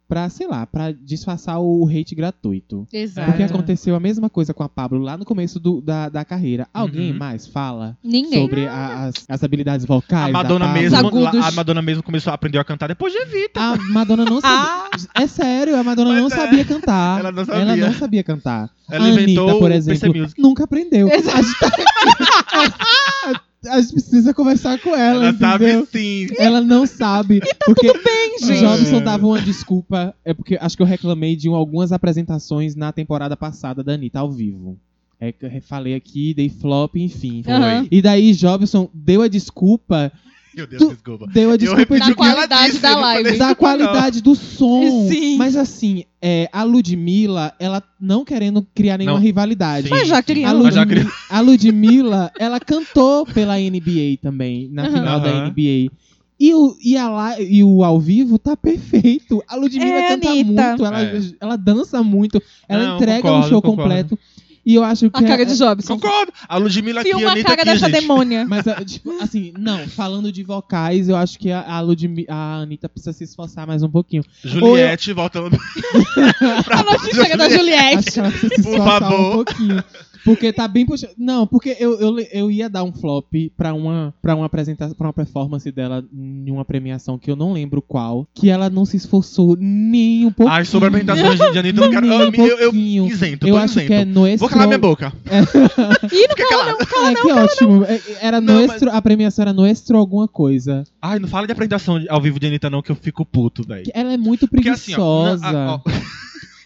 Speaker 2: Pra, sei lá, pra disfarçar o hate gratuito.
Speaker 1: Exato.
Speaker 2: Porque é aconteceu a mesma coisa com a Pablo lá no começo do- da, da carreira. Alguém
Speaker 3: Uhum.
Speaker 2: mais fala
Speaker 1: Ninguém.
Speaker 2: sobre a- as, as habilidades vocais?
Speaker 3: A
Speaker 2: da
Speaker 3: Madonna
Speaker 2: Pablo?
Speaker 3: mesmo,
Speaker 1: Os agudos.
Speaker 3: a Madonna mesmo começou a aprender a cantar depois de Evita.
Speaker 2: A Madonna não sabia.
Speaker 1: Ah.
Speaker 2: É sério, a Madonna
Speaker 3: Mas
Speaker 2: não
Speaker 3: é.
Speaker 2: sabia cantar.
Speaker 3: Ela não
Speaker 2: Ela
Speaker 3: sabia.
Speaker 2: não sabia cantar.
Speaker 3: Ela
Speaker 2: a
Speaker 3: inventou
Speaker 2: Anitta, por
Speaker 3: o
Speaker 2: exemplo,
Speaker 3: PC Music.
Speaker 2: nunca aprendeu.
Speaker 1: Exato.
Speaker 2: A gente, tá- a gente precisa conversar com ela,
Speaker 3: Ela
Speaker 2: entendeu?
Speaker 3: sabe sim.
Speaker 2: Ela não sabe. porque
Speaker 1: tá Bem,
Speaker 2: o
Speaker 1: gente.
Speaker 2: Jobson dava uma desculpa. É porque acho que eu reclamei de um- algumas apresentações na temporada passada da Anitta ao vivo. É que eu falei aqui, dei flop, enfim.
Speaker 3: Foi.
Speaker 1: Aham.
Speaker 2: E daí Jobson deu a desculpa,
Speaker 3: Meu Deus,
Speaker 2: Tu-
Speaker 3: desculpa.
Speaker 2: deu a desculpa
Speaker 3: repeti
Speaker 2: de
Speaker 1: Da
Speaker 3: o que ela
Speaker 1: qualidade
Speaker 3: disse,
Speaker 1: da
Speaker 3: eu não
Speaker 1: live.
Speaker 3: falei
Speaker 2: da
Speaker 3: desculpa, não.
Speaker 2: qualidade do som.
Speaker 1: Sim.
Speaker 2: Mas assim, é, a Ludmilla, ela não querendo criar nenhuma
Speaker 3: Não.
Speaker 2: rivalidade.
Speaker 3: Sim,
Speaker 1: Mas já
Speaker 3: sim.
Speaker 2: A,
Speaker 1: criou.
Speaker 3: Mas já
Speaker 2: Ludmi-
Speaker 3: criou.
Speaker 2: a Ludmilla, ela cantou pela NBA também, na
Speaker 1: Aham.
Speaker 2: final da
Speaker 3: Aham.
Speaker 2: NBA. E o, e, a la- e o ao vivo tá perfeito. A Ludmilla
Speaker 1: É,
Speaker 2: canta
Speaker 1: Anitta.
Speaker 2: muito, ela,
Speaker 3: É.
Speaker 2: ela dança muito, ela
Speaker 3: Não,
Speaker 2: entrega
Speaker 3: concordo,
Speaker 2: um show
Speaker 3: concordo.
Speaker 2: completo. E eu acho que.
Speaker 1: A cara
Speaker 2: é-
Speaker 1: de Jobson.
Speaker 3: Concordo. A Ludmilla aqui,
Speaker 1: Filma
Speaker 3: a
Speaker 1: a
Speaker 3: Anitta
Speaker 1: cara
Speaker 3: aqui,
Speaker 1: dessa
Speaker 3: gente.
Speaker 1: demônia.
Speaker 2: Mas, ah, tipo, assim, não, falando de vocais, eu acho que a, a, Ludmi- a Anitta precisa se esforçar mais um pouquinho.
Speaker 3: Juliette voltando.
Speaker 1: A notícia da
Speaker 2: Acho que
Speaker 1: Juliette.
Speaker 2: ela precisa se
Speaker 3: Por
Speaker 2: esforçar um
Speaker 3: favor.
Speaker 2: pouquinho. Porque tá bem puxado. Não, porque eu, eu, eu ia dar um flop pra uma, pra uma apresentação, pra uma performance dela em uma premiação que eu não lembro qual, que ela não se esforçou nem um pouquinho.
Speaker 3: Ai, sobre a apresentação de- de Anitta, eu não quero.
Speaker 2: Nem um
Speaker 3: Eu, eu, eu
Speaker 2: pouquinho.
Speaker 3: isento,
Speaker 2: Eu
Speaker 3: tô
Speaker 2: acho que é
Speaker 3: isento.
Speaker 2: Noestro.
Speaker 3: Vou calar minha boca.
Speaker 1: Ih, não tá-
Speaker 3: Fica calada.
Speaker 2: É, que ótimo. É, Era
Speaker 3: Não, mas-
Speaker 2: Noestro, a premiação era Noestro alguma coisa.
Speaker 3: Ai, não fala de apresentação de- ao vivo de Anitta, não, que eu fico puto, velho.
Speaker 2: Que Ela é muito
Speaker 3: Porque assim, ó.
Speaker 2: preguiçosa.
Speaker 3: na- a- ó,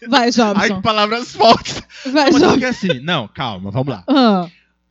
Speaker 1: Vai,
Speaker 3: ai, que
Speaker 1: Jobson.
Speaker 3: palavras fortes.
Speaker 1: Vai,
Speaker 3: Mas
Speaker 1: Jobson.
Speaker 3: porque assim, não, calma, vamos lá.
Speaker 1: Ah.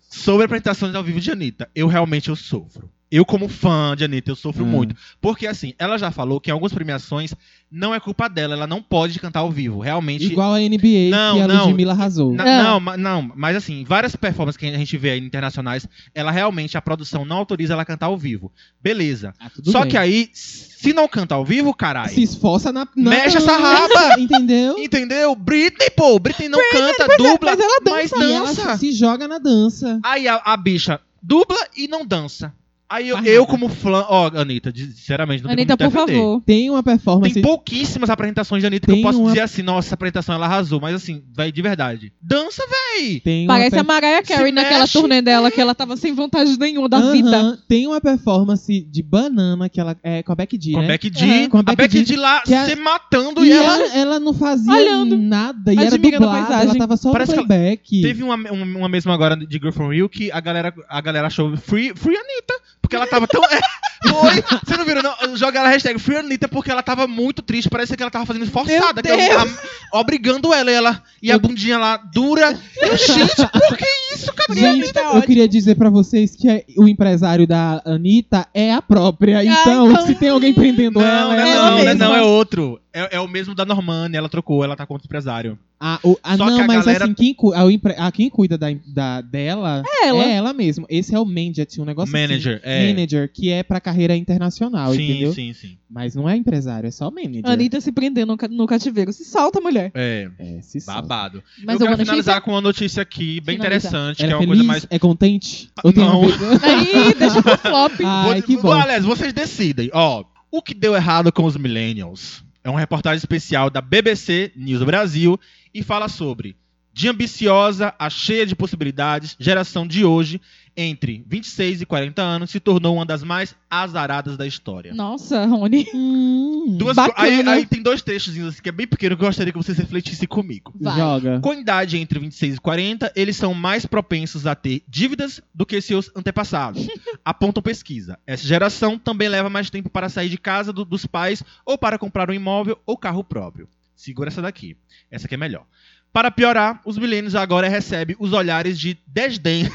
Speaker 3: Sobre apresentações ao vivo de Anitta, eu realmente eu sofro. Eu, como fã de Anitta, eu sofro
Speaker 2: Ah.
Speaker 3: muito. Porque, assim, ela já falou que em algumas premiações não é culpa dela, ela não pode cantar ao vivo. Realmente.
Speaker 2: Igual a NBA
Speaker 3: Não,
Speaker 2: que a
Speaker 3: não.
Speaker 2: Ludmilla arrasou.
Speaker 3: Na-
Speaker 1: É.
Speaker 3: não, ma- não, mas assim, várias performances que a gente vê aí internacionais, ela realmente, a produção não autoriza ela a cantar ao vivo. Beleza.
Speaker 2: Ah, tudo
Speaker 3: Só
Speaker 2: bem.
Speaker 3: que aí, se não canta ao vivo, caralho.
Speaker 2: Se esforça na. na
Speaker 3: Mexe essa raba!
Speaker 2: Entendeu?
Speaker 3: Entendeu? Britney, pô, Britney não canta,
Speaker 2: é,
Speaker 3: dubla,
Speaker 1: mas ela dança.
Speaker 3: mas
Speaker 2: E ela
Speaker 3: dança.
Speaker 2: se- se joga na dança.
Speaker 3: Aí a, a bicha dubla e não dança. Aí eu,
Speaker 2: Faz
Speaker 3: eu
Speaker 2: nada.
Speaker 3: como fã. Ó, Anitta, de- sinceramente, não tem
Speaker 1: Anitta,
Speaker 3: como
Speaker 1: por
Speaker 3: te defender.
Speaker 1: favor.
Speaker 2: Tem uma
Speaker 3: Tem
Speaker 2: performance.
Speaker 3: pouquíssimas apresentações de Anitta que
Speaker 2: assim? Tem
Speaker 3: eu posso
Speaker 2: uma-
Speaker 3: dizer assim, nossa, essa apresentação ela arrasou. Mas assim, vai de verdade. Dança, véi!
Speaker 2: tem uma
Speaker 1: Parece a
Speaker 2: per-
Speaker 1: Mariah Carey
Speaker 3: Se
Speaker 1: naquela
Speaker 3: mexe.
Speaker 1: turnê dela, que ela tava sem vontade nenhuma da
Speaker 2: Aham,
Speaker 1: vida.
Speaker 2: Tem uma performance de banana que ela. É com a Beck D,
Speaker 3: Com a
Speaker 2: né?
Speaker 3: Beck D,
Speaker 1: Aham.
Speaker 2: Com a
Speaker 3: a
Speaker 2: Beck
Speaker 3: Beck
Speaker 2: D,
Speaker 3: D lá
Speaker 2: que a-
Speaker 3: se matando
Speaker 2: E
Speaker 3: e
Speaker 2: ela,
Speaker 3: ela.
Speaker 2: ela não fazia
Speaker 1: Olhando.
Speaker 2: nada. E era
Speaker 1: Admirando a
Speaker 2: dublada. Ela
Speaker 1: paisagem.
Speaker 2: tava só
Speaker 3: Parece que
Speaker 2: no
Speaker 3: ela-
Speaker 2: playback.
Speaker 3: Teve uma, uma, uma mesma agora de Girl From Rio que a galera, a galera achou Free, free Anitta, porque ela tava tão. É, foi! Você não viram? Não, jogaram a hashtag Free Anitta porque ela tava muito triste, parecia que ela tava fazendo isso forçada, que
Speaker 1: Meu
Speaker 3: ela- a- obrigando ela e ela. E a bundinha lá dura. Eu, gente, por que isso, cara?
Speaker 2: Gente,
Speaker 1: Anitta é
Speaker 3: né?
Speaker 2: eu queria dizer pra vocês que é- o empresário da Anitta é a própria. Então,
Speaker 1: então-
Speaker 2: se tem alguém prendendo
Speaker 3: Não,
Speaker 2: ela,
Speaker 3: não,
Speaker 2: é
Speaker 3: é
Speaker 1: ela
Speaker 3: não, não, é
Speaker 1: mesma.
Speaker 3: não, é outro. É, é o mesmo da Normani, ela trocou, ela tá com outro empresário.
Speaker 2: Ah, o- ah,
Speaker 3: Só
Speaker 2: não,
Speaker 3: que a
Speaker 2: mas
Speaker 3: galera-
Speaker 2: assim, quem, cu- a o empre- ah, quem cuida da, da- dela
Speaker 1: É ela.
Speaker 2: mesmo. Esse é o manager, tinha um negócio assim.
Speaker 3: Manager, é.
Speaker 2: Manager, que é pra carreira internacional,
Speaker 3: sim,
Speaker 2: entendeu?
Speaker 3: sim, sim.
Speaker 2: Mas não é empresário, é só manager.
Speaker 1: Anitta se prendeu no, ca- no cativeiro. Se solta, mulher.
Speaker 3: É,
Speaker 2: É, se solta.
Speaker 3: babado.
Speaker 1: Mas
Speaker 3: eu
Speaker 1: eu
Speaker 3: quero
Speaker 1: vou
Speaker 3: finalizar com uma notícia aqui bem
Speaker 1: Finalizar.
Speaker 3: interessante,
Speaker 2: Ela
Speaker 3: que é
Speaker 2: é
Speaker 3: uma
Speaker 2: feliz?
Speaker 3: coisa mais. Ah,
Speaker 2: É contente? Ou tem
Speaker 3: Não.
Speaker 2: uma coisa-
Speaker 1: Aí, deixa pro flop.
Speaker 2: Ai,
Speaker 3: Vou-
Speaker 2: Ah, é que bom.
Speaker 3: Aliás, vocês decidem. Ó, o que deu errado com os millennials? É uma reportagem especial da BBC News Brasil e fala sobre de ambiciosa a cheia de possibilidades, geração de hoje, entre 26 e 40 anos, se tornou uma das mais azaradas da história.
Speaker 1: Nossa, Rony.
Speaker 2: Hum,
Speaker 3: Duas co-
Speaker 1: Bacana.
Speaker 3: aí, aí tem dois trechos assim, que é bem pequeno que eu gostaria que vocês refletissem comigo.
Speaker 1: Vai.
Speaker 2: Joga.
Speaker 3: Com idade entre 26 e 40, eles são mais propensos a ter dívidas do que seus antepassados, apontam pesquisa. Essa geração também leva mais tempo para sair de casa do- dos pais ou para comprar um imóvel ou carro próprio. Segura essa daqui. Essa aqui é melhor. Para piorar, os milênios agora recebem os olhares de desdém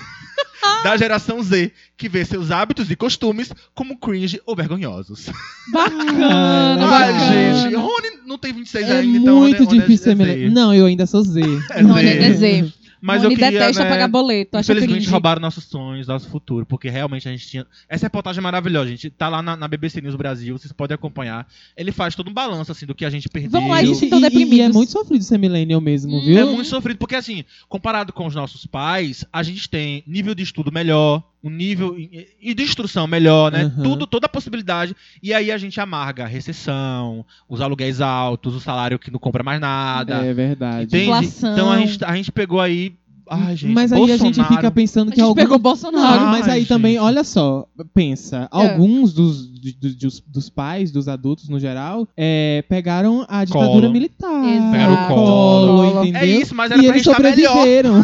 Speaker 2: Ah!
Speaker 3: da geração Z, que vê seus hábitos e costumes como cringe ou vergonhosos.
Speaker 1: Bacana.
Speaker 3: Ai,
Speaker 2: Bacana.
Speaker 3: gente, Rony não tem 26
Speaker 2: É
Speaker 3: ainda, então...
Speaker 2: muito
Speaker 3: né, Rony é
Speaker 2: difícil ser
Speaker 3: Z.
Speaker 2: milênio. Não, eu ainda sou Z.
Speaker 3: É
Speaker 1: Rony
Speaker 3: Z.
Speaker 1: é Z.
Speaker 3: Mas
Speaker 1: Rony
Speaker 3: eu queria,
Speaker 1: detesta
Speaker 3: né,
Speaker 1: pagar boleto. Acha
Speaker 3: Infelizmente
Speaker 1: cringe.
Speaker 3: roubaram nossos sonhos, nosso futuro, porque realmente a gente tinha. Essa reportagem é maravilhosa, gente. Tá lá na, na BBC News Brasil, vocês podem acompanhar. Ele faz todo um balanço, assim, do que a gente perdeu.
Speaker 1: Vão lá
Speaker 2: Gente,
Speaker 1: eles ficam
Speaker 2: e- e,
Speaker 1: tá
Speaker 2: é
Speaker 1: deprimidos.
Speaker 2: muito sofrido ser millennial mesmo,
Speaker 1: Hum.
Speaker 2: viu?
Speaker 3: É muito sofrido, porque assim, comparado com os nossos pais, a gente tem nível de estudo melhor, um nível e e de instrução melhor, né?
Speaker 2: Uhum.
Speaker 3: Tudo, toda a possibilidade. E aí a gente amarga a recessão, os aluguéis altos, o salário que não compra mais nada.
Speaker 2: É verdade.
Speaker 3: Entende?
Speaker 1: Inflação.
Speaker 3: Então a gente, a gente pegou aí. Ai, gente,
Speaker 2: mas aí a gente
Speaker 3: Bolsonaro.
Speaker 2: fica pensando
Speaker 1: A
Speaker 2: que
Speaker 1: gente
Speaker 2: é algum
Speaker 1: pegou Bolsonaro.
Speaker 2: Claro, mas
Speaker 3: Ai,
Speaker 2: aí
Speaker 3: gente.
Speaker 2: também, olha só,
Speaker 1: É.
Speaker 2: pensa, alguns dos, do- dos, dos pais, dos adultos no geral, é, pegaram a ditadura
Speaker 3: Colo.
Speaker 2: militar.
Speaker 1: Exato.
Speaker 3: Pegaram o colo.
Speaker 2: colo, entendeu?
Speaker 3: É isso, mas era
Speaker 2: e
Speaker 3: pra
Speaker 2: eles
Speaker 3: gente estar melhor.
Speaker 2: sobreviveram.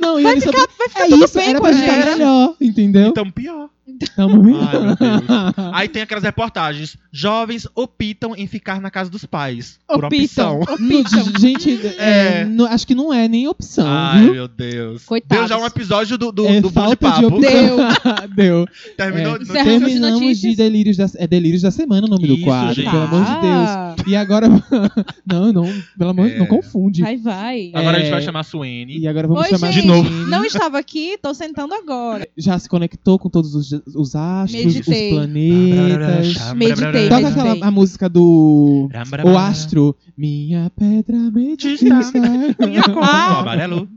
Speaker 2: Não, e eles sobreviveram. É
Speaker 1: tudo
Speaker 2: isso,
Speaker 1: bem
Speaker 2: era
Speaker 1: com
Speaker 2: pra
Speaker 1: a
Speaker 2: gente estar
Speaker 1: gente.
Speaker 2: melhor, entendeu?
Speaker 3: Então, pior.
Speaker 2: Tamo
Speaker 3: Ai, meu
Speaker 2: melhor.
Speaker 3: Deus. Aí tem aquelas reportagens. Jovens optam em ficar na casa dos pais. Ah, Por
Speaker 1: Optam.
Speaker 3: opção.
Speaker 2: No- gente,
Speaker 3: É.
Speaker 2: é, no- acho que não é nem opção,
Speaker 3: Ai,
Speaker 2: viu?
Speaker 3: meu Deus.
Speaker 1: Coitados.
Speaker 3: Deu já um episódio do, do,
Speaker 2: É
Speaker 3: do Bom de
Speaker 2: falta de
Speaker 3: Papo.
Speaker 2: opção. Deu.
Speaker 3: Terminou
Speaker 2: É.
Speaker 3: de
Speaker 1: Encerra- Terminamos
Speaker 2: Terminamos
Speaker 1: de
Speaker 2: de Delírios da, é Delírios da Semana o nome
Speaker 3: Isso,
Speaker 2: do quadro,
Speaker 3: gente.
Speaker 2: pelo amor de Deus.
Speaker 1: Ah,
Speaker 2: E agora. não, não, pelo amor de Deus,
Speaker 3: É.
Speaker 2: não confunde.
Speaker 1: Vai, vai.
Speaker 3: Agora a gente
Speaker 2: É.
Speaker 3: vai chamar a Suene.
Speaker 2: E agora vamos
Speaker 1: Oi,
Speaker 2: chamar
Speaker 1: gente.
Speaker 3: De novo.
Speaker 1: Não estava aqui, tô sentando agora.
Speaker 2: Já se conectou com todos os, os astros,
Speaker 1: Meditei.
Speaker 2: os planetas.
Speaker 1: Meditei.
Speaker 2: Toca aquela a música do. O astro, minha pedra
Speaker 3: Está.
Speaker 2: medita.
Speaker 3: Minha cor.
Speaker 2: Ah.
Speaker 3: Amarelo.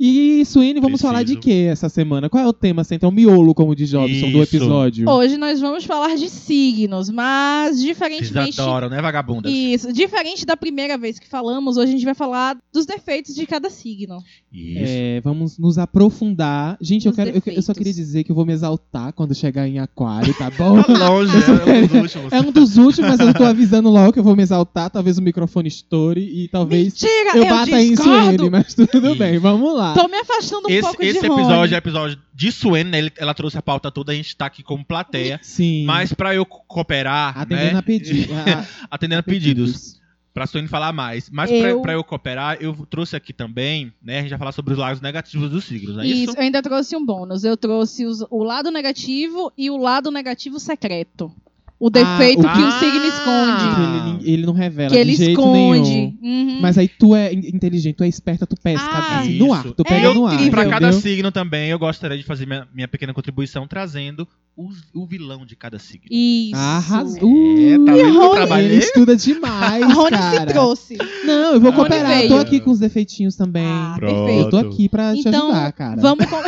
Speaker 2: E Suene, vamos
Speaker 3: Preciso.
Speaker 2: falar de quê essa semana? Qual é o tema central? Miolo, como diz Jobson, do
Speaker 3: Isso.
Speaker 2: episódio.
Speaker 1: Hoje nós vamos falar de signos, mas
Speaker 3: Vocês
Speaker 1: diferentemente.
Speaker 3: adoram, né, vagabundas?
Speaker 1: Isso, diferente da primeira vez que falamos, hoje a gente vai falar dos defeitos de cada signo.
Speaker 3: Isso.
Speaker 2: É, vamos nos aprofundar. Gente, eu,
Speaker 1: Os
Speaker 2: quero, eu, eu só
Speaker 1: defeitos.
Speaker 2: queria dizer que eu vou me exaltar quando chegar em Aquário, tá bom?
Speaker 3: Tá longe, é um dos últimos.
Speaker 2: É um dos últimos, mas eu tô avisando logo que eu vou me exaltar. Talvez o microfone estoure e talvez
Speaker 1: Mentira!
Speaker 2: eu,
Speaker 1: Eu,
Speaker 2: bata em
Speaker 1: discordo!
Speaker 2: Suene, mas tudo
Speaker 3: Isso.
Speaker 2: bem, vamos lá.
Speaker 1: Tô me afastando um
Speaker 3: Esse,
Speaker 1: pouco
Speaker 3: esse
Speaker 1: de
Speaker 3: episódio
Speaker 1: Rony.
Speaker 3: é episódio de Suene, né? ele- Ela trouxe a pauta toda, a gente tá aqui como plateia.
Speaker 2: Sim. Ah,
Speaker 3: Mas pra eu co- cooperar,
Speaker 2: Atendendo
Speaker 3: né?
Speaker 2: a pedido. Ah, a-
Speaker 3: Atendendo a
Speaker 2: a
Speaker 3: pedidos. Pra Sony falar mais. Mas pra-
Speaker 1: Eu-
Speaker 3: pra eu cooperar, eu trouxe aqui também, né? A gente vai falar sobre os lados negativos dos signos, não é
Speaker 1: Isso,
Speaker 3: isso?
Speaker 1: eu ainda trouxe um bônus. Eu trouxe os- o lado negativo e o lado negativo secreto. O defeito
Speaker 2: o-
Speaker 1: que o
Speaker 3: Ah!
Speaker 1: signo esconde.
Speaker 2: Que ele, ele não revela
Speaker 1: que ele
Speaker 2: de jeito nenhum.
Speaker 1: esconde. Uhum.
Speaker 2: Mas aí tu é in- inteligente, tu é esperta, tu pesca
Speaker 1: Ah,
Speaker 2: assim, no ar.
Speaker 3: Isso.
Speaker 2: Tu
Speaker 1: É
Speaker 2: pega no ar.
Speaker 1: incrível.
Speaker 3: Pra
Speaker 2: entendeu?
Speaker 3: cada signo também, eu gostaria de fazer minha, minha pequena contribuição trazendo os- o vilão de cada signo.
Speaker 1: Isso.
Speaker 2: Arrasou.
Speaker 3: É, tá vendo que eu
Speaker 1: Rony-
Speaker 2: ele
Speaker 3: trabalhei?
Speaker 2: estuda demais,
Speaker 1: A Rony se
Speaker 2: cara.
Speaker 1: trouxe.
Speaker 2: Não, eu vou
Speaker 1: Rony
Speaker 2: cooperar. Eu
Speaker 1: veio.
Speaker 2: tô aqui com os defeitinhos também.
Speaker 1: Ah,
Speaker 3: Pronto.
Speaker 1: perfeito.
Speaker 2: eu tô aqui pra te
Speaker 1: Então,
Speaker 2: ajudar, cara.
Speaker 1: Vamos. com-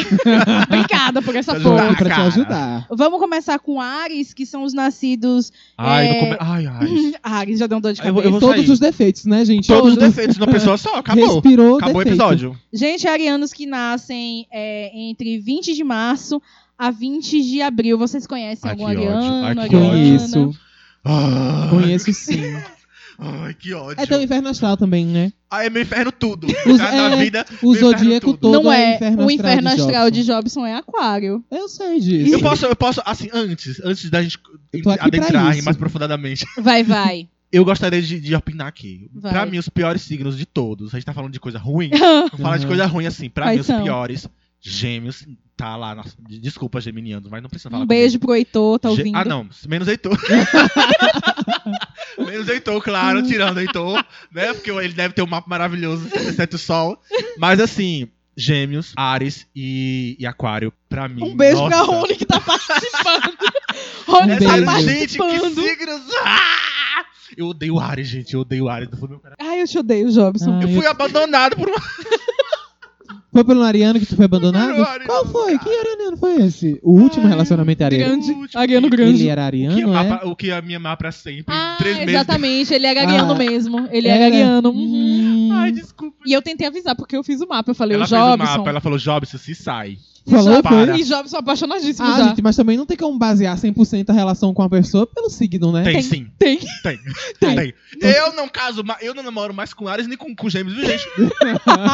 Speaker 1: Obrigada por essa
Speaker 3: Te
Speaker 2: Tô
Speaker 3: ajudar.
Speaker 1: porra.
Speaker 2: aqui pra
Speaker 3: cara.
Speaker 2: te ajudar.
Speaker 1: Vamos começar com Ares, que são os nascidos.
Speaker 3: Ai,
Speaker 1: É.
Speaker 3: não come... ai, ai.
Speaker 1: Ares já deu um dor
Speaker 2: Ah,
Speaker 1: de
Speaker 3: Eu vou-
Speaker 1: cabeça.
Speaker 3: eu vou-
Speaker 2: Todos
Speaker 3: sair.
Speaker 2: os defeitos, Uhum. né, gente?
Speaker 3: Todos os defeitos de uma pessoa só, acabou.
Speaker 2: Respirou,
Speaker 3: Acabou o
Speaker 2: defeito.
Speaker 3: episódio.
Speaker 1: Gente, arianos que nascem é, entre 20 de março a 20 de abril. Vocês conhecem
Speaker 3: Ai,
Speaker 1: algum
Speaker 3: que ódio.
Speaker 1: ariano?
Speaker 3: Ai, que ódio.
Speaker 1: ariana?
Speaker 2: Conheço,
Speaker 3: Né? Ai,
Speaker 2: conheço sim.
Speaker 3: ai, que ódio.
Speaker 2: É teu inferno astral também, né?
Speaker 3: Ai, é meu inferno tudo.
Speaker 2: Os-
Speaker 3: Na- Na
Speaker 2: é.
Speaker 3: vida.
Speaker 2: O
Speaker 3: Meu inferno
Speaker 2: zodíaco
Speaker 3: tudo.
Speaker 2: todo
Speaker 1: Não é.
Speaker 2: é,
Speaker 3: um
Speaker 2: inferno
Speaker 1: O
Speaker 2: astral
Speaker 1: inferno
Speaker 2: de
Speaker 1: astral de
Speaker 2: Jobson.
Speaker 1: Jobson é aquário.
Speaker 2: Eu sei disso.
Speaker 3: Eu posso, eu posso, assim, antes, antes da gente
Speaker 2: Eu tô aqui pra
Speaker 3: adentrar
Speaker 2: isso.
Speaker 3: mais profundamente,
Speaker 1: Vai, vai.
Speaker 3: eu gostaria de, de opinar aqui.
Speaker 1: Vai.
Speaker 3: Pra mim, os piores signos de todos. A gente tá falando de coisa ruim. Vou falar de
Speaker 2: Uhum.
Speaker 3: coisa ruim assim. Pra
Speaker 1: Quais
Speaker 3: mim, os
Speaker 1: são?
Speaker 3: piores. Gêmeos, tá lá. Nossa, de- desculpa, geminianos, mas não precisa falar.
Speaker 1: um beijo pro Heitor, tá
Speaker 3: Ge-
Speaker 1: ouvindo?
Speaker 3: Ah, não. Menos Heitor. Menos Heitor, claro, tirando Heitor, né? Porque ele deve ter um mapa maravilhoso, exceto o sol. Mas assim, Gêmeos, Ares e, e Aquário. Pra mim.
Speaker 1: Um beijo pra
Speaker 3: nossa.
Speaker 1: Rony que tá participando. Rony
Speaker 2: Um
Speaker 1: tá
Speaker 2: beijo.
Speaker 3: Gente, que
Speaker 1: participando.
Speaker 3: signos! Ah! Eu odeio Ares, gente. Eu odeio Ares do fundo do meu coração.
Speaker 1: Ai, eu te odeio, Jobson.
Speaker 2: Ah,
Speaker 3: Eu
Speaker 2: eu-
Speaker 3: fui abandonado por um
Speaker 2: Foi pelo Ariano que tu foi abandonado?
Speaker 3: Pelo Ariano,
Speaker 2: Qual foi?
Speaker 3: cara.
Speaker 2: Que Ariano foi esse? O último
Speaker 3: Ai,
Speaker 2: relacionamento é Ariano.
Speaker 1: grande.
Speaker 3: último
Speaker 1: Ariano
Speaker 3: que-
Speaker 1: Grande.
Speaker 2: Ele era Ariano,
Speaker 3: que amar
Speaker 2: é?
Speaker 3: pra- o que ia me amar pra sempre.
Speaker 1: Ah,
Speaker 3: três meses.
Speaker 1: exatamente. Ele é gariano
Speaker 2: Ah.
Speaker 1: mesmo. Ele é
Speaker 2: Era.
Speaker 1: gariano. Uhum.
Speaker 2: Hum,
Speaker 3: Ai, desculpa.
Speaker 1: E eu tentei avisar, porque eu fiz o mapa. Eu falei,
Speaker 3: ela
Speaker 1: o
Speaker 3: fez o
Speaker 1: Jobson.
Speaker 3: mapa, ela falou, Jobson, se sai.
Speaker 2: Falou,
Speaker 3: Para.
Speaker 2: foi?
Speaker 1: E Jobson apaixonadíssimo
Speaker 2: Ah,
Speaker 1: já.
Speaker 2: gente, mas também não tem como basear 100% a relação com a pessoa pelo signo, né?
Speaker 3: Tem,
Speaker 1: Tem.
Speaker 3: sim,
Speaker 1: Tem.
Speaker 3: tem.
Speaker 2: Tem.
Speaker 3: tem. Eu não caso, ma- eu não namoro mais com Ares nem com, com Gêmeos, viu, gente?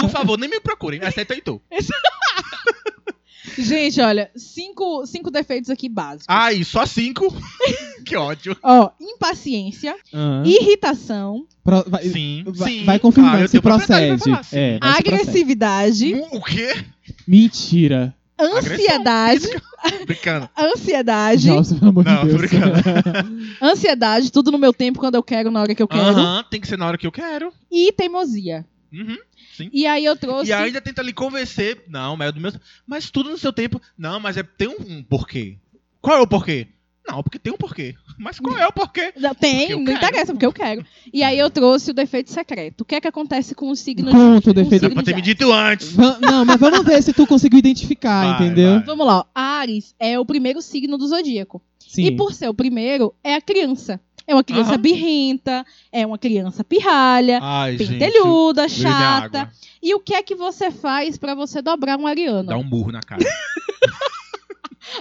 Speaker 3: Por favor, nem me procurem, é exceto Heitor.
Speaker 1: Gente, olha, cinco, cinco defeitos aqui básicos.
Speaker 3: Ai, só cinco? que ódio.
Speaker 1: Ó, impaciência,
Speaker 2: Aham.
Speaker 1: irritação,
Speaker 2: Pro- vai,
Speaker 3: Sim,
Speaker 2: vai,
Speaker 3: sim.
Speaker 2: vai confirmando
Speaker 3: claro, eu
Speaker 2: se
Speaker 3: tenho propriedade pra Hum?
Speaker 2: procede.
Speaker 3: falar, sim.
Speaker 2: É, vai se procede.
Speaker 1: agressividade,
Speaker 3: O quê?
Speaker 2: Mentira.
Speaker 1: ansiedade,
Speaker 3: Brincando.
Speaker 1: ansiedade,
Speaker 2: Nossa, pelo amor de
Speaker 3: Não, tô
Speaker 2: Deus.
Speaker 3: brincando.
Speaker 1: ansiedade, tudo no meu tempo, quando eu quero, na hora que eu quero,
Speaker 3: Aham, tem que ser na hora que eu quero.
Speaker 1: e teimosia.
Speaker 3: Uhum.
Speaker 1: E aí eu trouxe...
Speaker 3: E ainda tenta lhe convencer. Não, mas é do meu. Mas tudo no seu tempo. Não, mas é, tem um, um porquê. Qual é o porquê? Não, porque tem um porquê. Mas qual é o porquê?
Speaker 1: Não, Tem,
Speaker 3: Porque eu
Speaker 1: não
Speaker 3: quero.
Speaker 1: interessa, porque eu quero. E aí eu trouxe o defeito secreto. O que é que acontece com os signos
Speaker 2: Conta o
Speaker 1: com os
Speaker 2: defeito-
Speaker 3: Dá
Speaker 1: signos
Speaker 3: pra ter
Speaker 1: de
Speaker 3: me
Speaker 1: ar?
Speaker 3: dito antes.
Speaker 2: Va- Não, mas vamos ver se tu conseguiu identificar,
Speaker 3: Vai,
Speaker 2: entendeu?
Speaker 3: vai.
Speaker 1: Vamos lá, ó. Ares é o primeiro signo do zodíaco.
Speaker 2: Sim.
Speaker 1: E por ser o primeiro, é a criança. É uma criança
Speaker 3: Aham.
Speaker 1: birrenta, é uma criança pirralha,
Speaker 3: Ah. Ai,
Speaker 1: pentelhuda,
Speaker 3: bebi minha
Speaker 1: chata.
Speaker 3: água.
Speaker 1: E o que é que você faz pra você dobrar um ariano?
Speaker 3: Dá um burro na cara.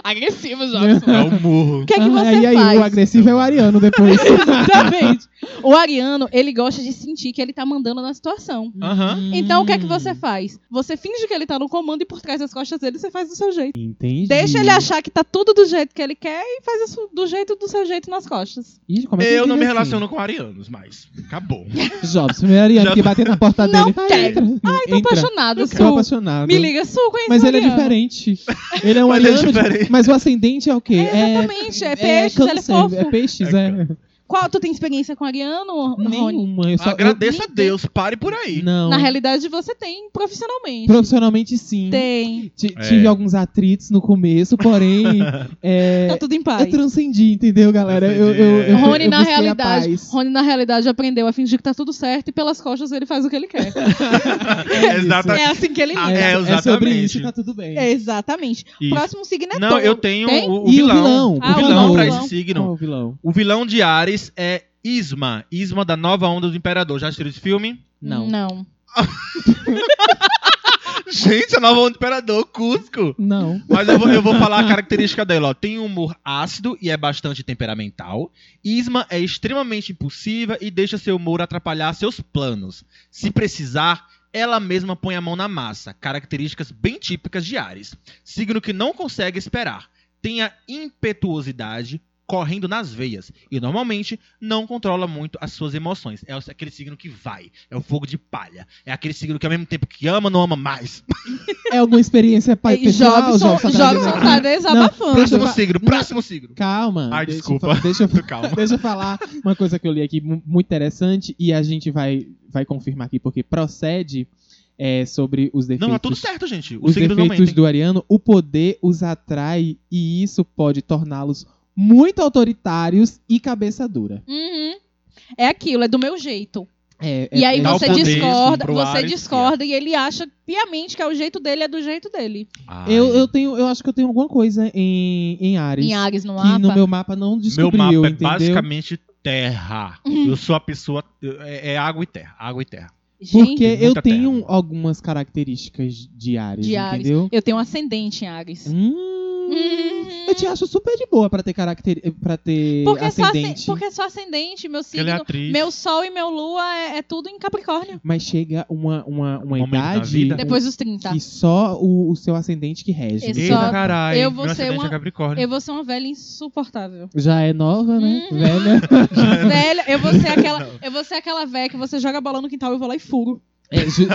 Speaker 1: Agressivo, Jobson.
Speaker 3: Dá um burro.
Speaker 1: O que é que
Speaker 2: Né? Ah,
Speaker 1: você
Speaker 2: e aí,
Speaker 1: faz?
Speaker 2: o agressivo é o Ariano depois.
Speaker 1: Exatamente. O ariano, ele gosta de sentir que ele tá mandando na situação.
Speaker 3: Aham.
Speaker 1: Então, o que é
Speaker 2: Hum.
Speaker 1: que você faz? Você finge que ele tá no comando e por trás das costas dele você faz do seu jeito.
Speaker 2: Entendi.
Speaker 1: Deixa ele achar que tá tudo do jeito que ele quer e faz isso do jeito do seu jeito nas costas.
Speaker 2: Ih, como é que
Speaker 3: Eu não me
Speaker 2: diz assim?
Speaker 3: relaciono com arianos, mas acabou.
Speaker 2: Jobs, primeiro Ariano
Speaker 3: Já-
Speaker 2: que bater na porta
Speaker 1: Não
Speaker 2: dele. Vai,
Speaker 1: quero.
Speaker 2: entra.
Speaker 1: Ai, tô
Speaker 2: entra.
Speaker 1: apaixonada,
Speaker 2: Tô
Speaker 1: Su.
Speaker 2: apaixonado.
Speaker 1: Me liga, Su, conhece
Speaker 2: Mas
Speaker 1: o
Speaker 2: ele é
Speaker 1: Ariano.
Speaker 2: diferente. Ele é um
Speaker 3: Mas ele é
Speaker 2: Ariano. de-
Speaker 3: diferente.
Speaker 2: Mas o ascendente é o quê?
Speaker 1: É,
Speaker 2: É,
Speaker 1: exatamente, é, peixe, ele é
Speaker 2: câncer,
Speaker 1: fofo.
Speaker 2: é peixes,
Speaker 3: É
Speaker 2: é.
Speaker 1: Qual, tu tem experiência com Ariano, Rony?
Speaker 2: Nenhuma. Eu É só,
Speaker 3: Agradeço a
Speaker 1: nem-
Speaker 3: Deus, pare por aí.
Speaker 2: eu, não.
Speaker 1: Na realidade, você tem profissionalmente.
Speaker 2: Profissionalmente, sim.
Speaker 1: Tem.
Speaker 2: Ti-
Speaker 3: É.
Speaker 2: Tive alguns atritos no começo, porém. é,
Speaker 1: Tá tudo em paz.
Speaker 2: eu transcendi, entendeu, galera? Eu,
Speaker 3: Transcendi,
Speaker 2: eu, eu,
Speaker 3: é.
Speaker 1: Rony,
Speaker 2: eu
Speaker 1: na
Speaker 2: busquei a
Speaker 1: realidade,
Speaker 2: paz.
Speaker 1: Rony, na realidade, aprendeu a fingir que tá tudo certo e pelas costas ele faz o que ele quer.
Speaker 2: isso.
Speaker 3: Exatamente.
Speaker 1: é assim que ele
Speaker 3: Ah,
Speaker 1: lida.
Speaker 3: é,
Speaker 2: é sobre
Speaker 3: exatamente.
Speaker 2: isso, tá tudo bem.
Speaker 1: É, exatamente.
Speaker 3: Isso.
Speaker 1: Próximo signo é
Speaker 3: Não,
Speaker 1: touro.
Speaker 3: eu tenho
Speaker 1: Tem?
Speaker 3: o, o
Speaker 2: E o vilão?
Speaker 3: vilão. O vilão,
Speaker 1: Ah, o vilão,
Speaker 3: pra
Speaker 1: o vilão.
Speaker 3: esse signo.
Speaker 2: Qual o vilão?
Speaker 3: O vilão de Ares é Isma. Isma da nova onda do Imperador. Já assistiu esse filme?
Speaker 2: Não.
Speaker 1: Não.
Speaker 3: Gente, a nova onda do Imperador, Cusco.
Speaker 2: Não.
Speaker 3: Mas eu vou, eu vou falar a característica dela. Ó. Tem um humor ácido e é bastante temperamental. Isma é extremamente impulsiva e deixa seu humor atrapalhar seus planos. Se precisar, ela mesma põe a mão na massa. Características bem típicas de Ares. Signo que não consegue esperar. Tem a impetuosidade correndo nas veias e normalmente não controla muito as suas emoções. É aquele signo que vai, é o fogo de palha, é aquele signo que ao mesmo tempo que ama, não ama mais.
Speaker 2: É alguma experiência pa-
Speaker 1: E
Speaker 2: pessoal?
Speaker 1: Jobson,
Speaker 2: Jobson tá
Speaker 1: Jobson
Speaker 2: dizendo-
Speaker 1: tá desabafando.
Speaker 2: deixa eu
Speaker 3: Próximo
Speaker 2: fa-
Speaker 3: signo, próximo signo.
Speaker 2: Calma.
Speaker 3: Ai,
Speaker 2: deixa eu
Speaker 3: desculpa.
Speaker 2: fa- Deixa eu,
Speaker 3: Tô calmo.
Speaker 2: Deixa eu falar uma coisa que eu li aqui mu- muito interessante e a gente vai, vai confirmar aqui porque procede é, sobre os defeitos.
Speaker 3: Não, tá tudo certo, gente. Os,
Speaker 2: Os
Speaker 3: signos não
Speaker 2: defeitos
Speaker 3: mentem.
Speaker 2: do Ariano, o poder os atrai e isso pode torná-los muito autoritários e cabeça dura.
Speaker 1: Uhum. É aquilo, é do meu jeito.
Speaker 2: É,
Speaker 1: e aí
Speaker 3: dá o
Speaker 1: você
Speaker 3: poder
Speaker 1: discorda,
Speaker 3: pro
Speaker 1: você
Speaker 3: Ares,
Speaker 1: discorda e ele acha piamente que é o jeito dele, é do jeito dele.
Speaker 3: Ai.
Speaker 2: Eu, eu tenho, eu acho que eu tenho alguma coisa em, em Ares.
Speaker 1: Em Ares no
Speaker 2: que
Speaker 1: mapa.
Speaker 2: no meu mapa não
Speaker 3: Meu
Speaker 2: descobriu,
Speaker 3: mapa é
Speaker 2: entendeu?
Speaker 3: basicamente terra.
Speaker 1: Uhum.
Speaker 3: Eu sou a pessoa. É, é água e terra. Água e terra.
Speaker 1: Gente,
Speaker 2: Porque eu
Speaker 3: muita terra.
Speaker 2: tenho algumas características de Ares,
Speaker 1: De Ares.
Speaker 2: entendeu?
Speaker 1: eu tenho um ascendente em Ares.
Speaker 2: Hum,
Speaker 1: Hum.
Speaker 2: Eu te acho super de boa pra ter caracter... para ter
Speaker 1: Porque só,
Speaker 2: ascendente.
Speaker 1: ascen- porque só ascendente, meu
Speaker 3: Ela é
Speaker 1: signo,
Speaker 3: atriz.
Speaker 1: meu sol e meu lua é, é tudo em Capricórnio.
Speaker 2: Mas chega uma, uma, uma
Speaker 3: Momento da
Speaker 2: idade
Speaker 3: vida.
Speaker 2: um-
Speaker 1: Depois dos 30.
Speaker 2: que só o, o seu ascendente que rege.
Speaker 1: Tá. Exato.
Speaker 2: né?
Speaker 3: Eita,
Speaker 1: só-
Speaker 3: caralho.
Speaker 1: eu vou
Speaker 3: meu
Speaker 1: ser
Speaker 3: ascendente
Speaker 1: uma-
Speaker 3: é Capricórnio.
Speaker 1: Eu vou ser uma velha insuportável.
Speaker 2: Já é nova, né?
Speaker 1: Uhum.
Speaker 2: Velha.
Speaker 1: velha, eu vou ser aquela,
Speaker 3: Não.
Speaker 1: eu vou ser aquela velha que você joga bola no quintal e eu vou lá e furo.
Speaker 2: É, ju-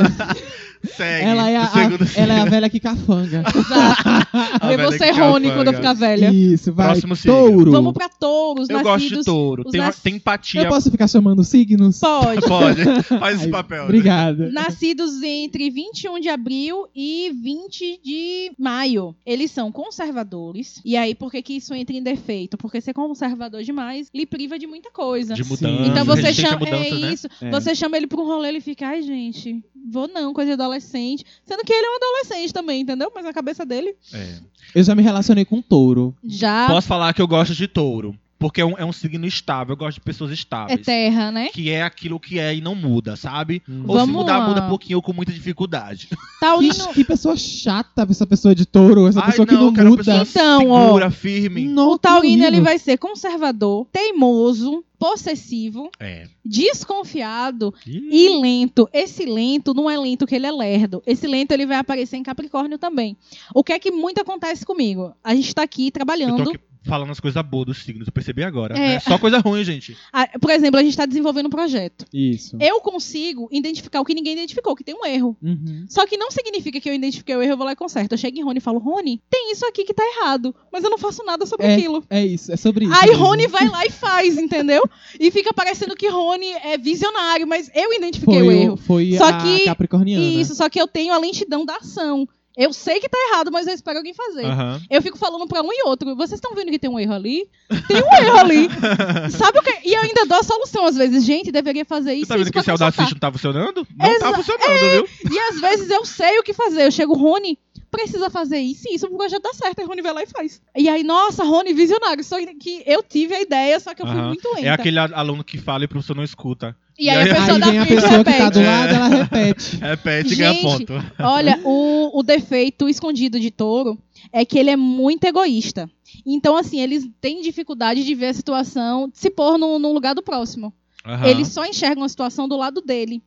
Speaker 3: Segue.
Speaker 2: ela, é a,
Speaker 3: o segundo
Speaker 2: a- ela é a velha que cafanga.
Speaker 1: Exato.
Speaker 3: A
Speaker 1: Ah, Eu vou
Speaker 3: velha
Speaker 1: ser
Speaker 3: Ah, que
Speaker 1: Rony
Speaker 3: cafanga.
Speaker 1: quando eu ficar velha.
Speaker 2: Isso, vai.
Speaker 3: Próximo signo.
Speaker 2: touro.
Speaker 1: Vamos pra touros,
Speaker 3: Eu
Speaker 1: nascidos.
Speaker 3: gosto de touro.
Speaker 1: os
Speaker 3: Tem, uma-
Speaker 1: nas-
Speaker 3: tem
Speaker 2: Eu
Speaker 3: empatia.
Speaker 2: posso ficar chamando signos?
Speaker 1: Pode.
Speaker 3: Pode. Faz esse
Speaker 2: Ai,
Speaker 3: papel. né?
Speaker 2: Obrigada.
Speaker 1: Nascidos entre 21 de abril e 20 de maio. Eles são conservadores. E aí, por que, que isso entra em defeito? Porque ser conservador demais lhe priva de muita coisa.
Speaker 3: De
Speaker 2: Sim.
Speaker 3: mudança.
Speaker 1: Então você
Speaker 3: resistente a
Speaker 1: chama.
Speaker 3: mudanças,
Speaker 1: é
Speaker 3: né?
Speaker 1: isso.
Speaker 2: É.
Speaker 1: Você chama ele pra um rolê, ele fica, ai, gente, vou não, coisa de adolescente. Sendo que ele é um adolescente também, entendeu? Mas na cabeça dele
Speaker 3: É.
Speaker 2: Eu já me relacionei com touro.
Speaker 1: já
Speaker 3: Posso falar que eu gosto de touro. Porque é um, é um signo estável. Eu gosto de pessoas
Speaker 1: é
Speaker 3: estáveis.
Speaker 1: terra, né?
Speaker 3: que é aquilo que é e não muda, sabe? Ou
Speaker 1: Vamos
Speaker 3: se mudar,
Speaker 1: lá.
Speaker 3: muda um pouquinho ou com muita dificuldade.
Speaker 1: Taurino.
Speaker 2: Que, que pessoa chata essa pessoa de touro, essa pessoa que não
Speaker 3: eu quero é uma
Speaker 2: muda.
Speaker 3: pessoa
Speaker 1: Então, Hum.
Speaker 3: segura, firme.
Speaker 2: Não,
Speaker 1: O taurino ele
Speaker 2: horrível.
Speaker 1: vai ser conservador, teimoso, possessivo,
Speaker 3: É.
Speaker 1: desconfiado e lento. Esse lento não é lento que ele é lerdo. Esse lento ele vai aparecer em Capricórnio também. O que é que muito acontece comigo? A gente tá aqui
Speaker 3: Eu tô
Speaker 1: trabalhando.
Speaker 3: aqui falando as coisas boas dos signos, eu percebi agora.
Speaker 1: É.
Speaker 3: É. Só coisa ruim, gente.
Speaker 1: Ah, Por exemplo, a gente tá desenvolvendo um projeto.
Speaker 2: Isso.
Speaker 1: Eu consigo identificar o que ninguém identificou, que tem um erro.
Speaker 2: Uhum.
Speaker 1: Só que não significa que eu identifiquei o erro, eu vou lá e conserto. Eu chego em Rony e falo, Rony, tem isso aqui que tá errado, mas eu não faço nada sobre
Speaker 2: É,
Speaker 1: aquilo.
Speaker 2: É isso, é sobre isso.
Speaker 1: Aí
Speaker 2: mesmo.
Speaker 1: Rony vai lá e faz, entendeu? E fica parecendo que Rony é visionário, mas eu identifiquei
Speaker 2: foi
Speaker 1: o erro.
Speaker 2: Foi
Speaker 1: Só
Speaker 2: a
Speaker 1: que-
Speaker 3: né?
Speaker 2: Capricorniana.
Speaker 1: E isso, só que eu tenho a lentidão da ação. Eu sei que tá errado, mas eu espero alguém fazer.
Speaker 3: Aham.
Speaker 1: Eu fico falando pra um e outro. Vocês estão vendo que tem um erro ali? Tem um erro ali.
Speaker 3: tá
Speaker 1: Sabe o que? E eu ainda dou a solução às vezes. Gente, deveria fazer
Speaker 3: Você
Speaker 1: isso.
Speaker 3: tá vendo
Speaker 1: isso
Speaker 3: que
Speaker 1: pra
Speaker 3: esse Audacity
Speaker 1: consertar.
Speaker 3: não tá funcionando? Não
Speaker 1: Exa-
Speaker 3: tá funcionando, viu?
Speaker 1: E às vezes eu sei o que fazer. Eu chego, Rony, precisa fazer isso e isso pro projeto dar certo. Aí Rony vai lá e faz. E aí, nossa, Rony, visionário. Só que eu tive a ideia, só que eu fui
Speaker 3: Aham.
Speaker 1: muito lenta.
Speaker 3: É aquele a- aluno que fala e o professor não escuta.
Speaker 1: E aí a
Speaker 3: Aí
Speaker 1: pessoa
Speaker 2: Aí
Speaker 1: da
Speaker 2: vem a
Speaker 1: frente
Speaker 2: pessoa que tá
Speaker 1: repete.
Speaker 2: do lado, ela repete.
Speaker 3: Repete e ganha
Speaker 1: Gente,
Speaker 3: ponto.
Speaker 1: Olha, o, o defeito escondido de touro é que ele é muito egoísta. Então, assim, eles têm dificuldade de ver a situação, de se pôr no, no lugar do próximo.
Speaker 3: Aham.
Speaker 1: Eles só enxergam a situação do lado dele.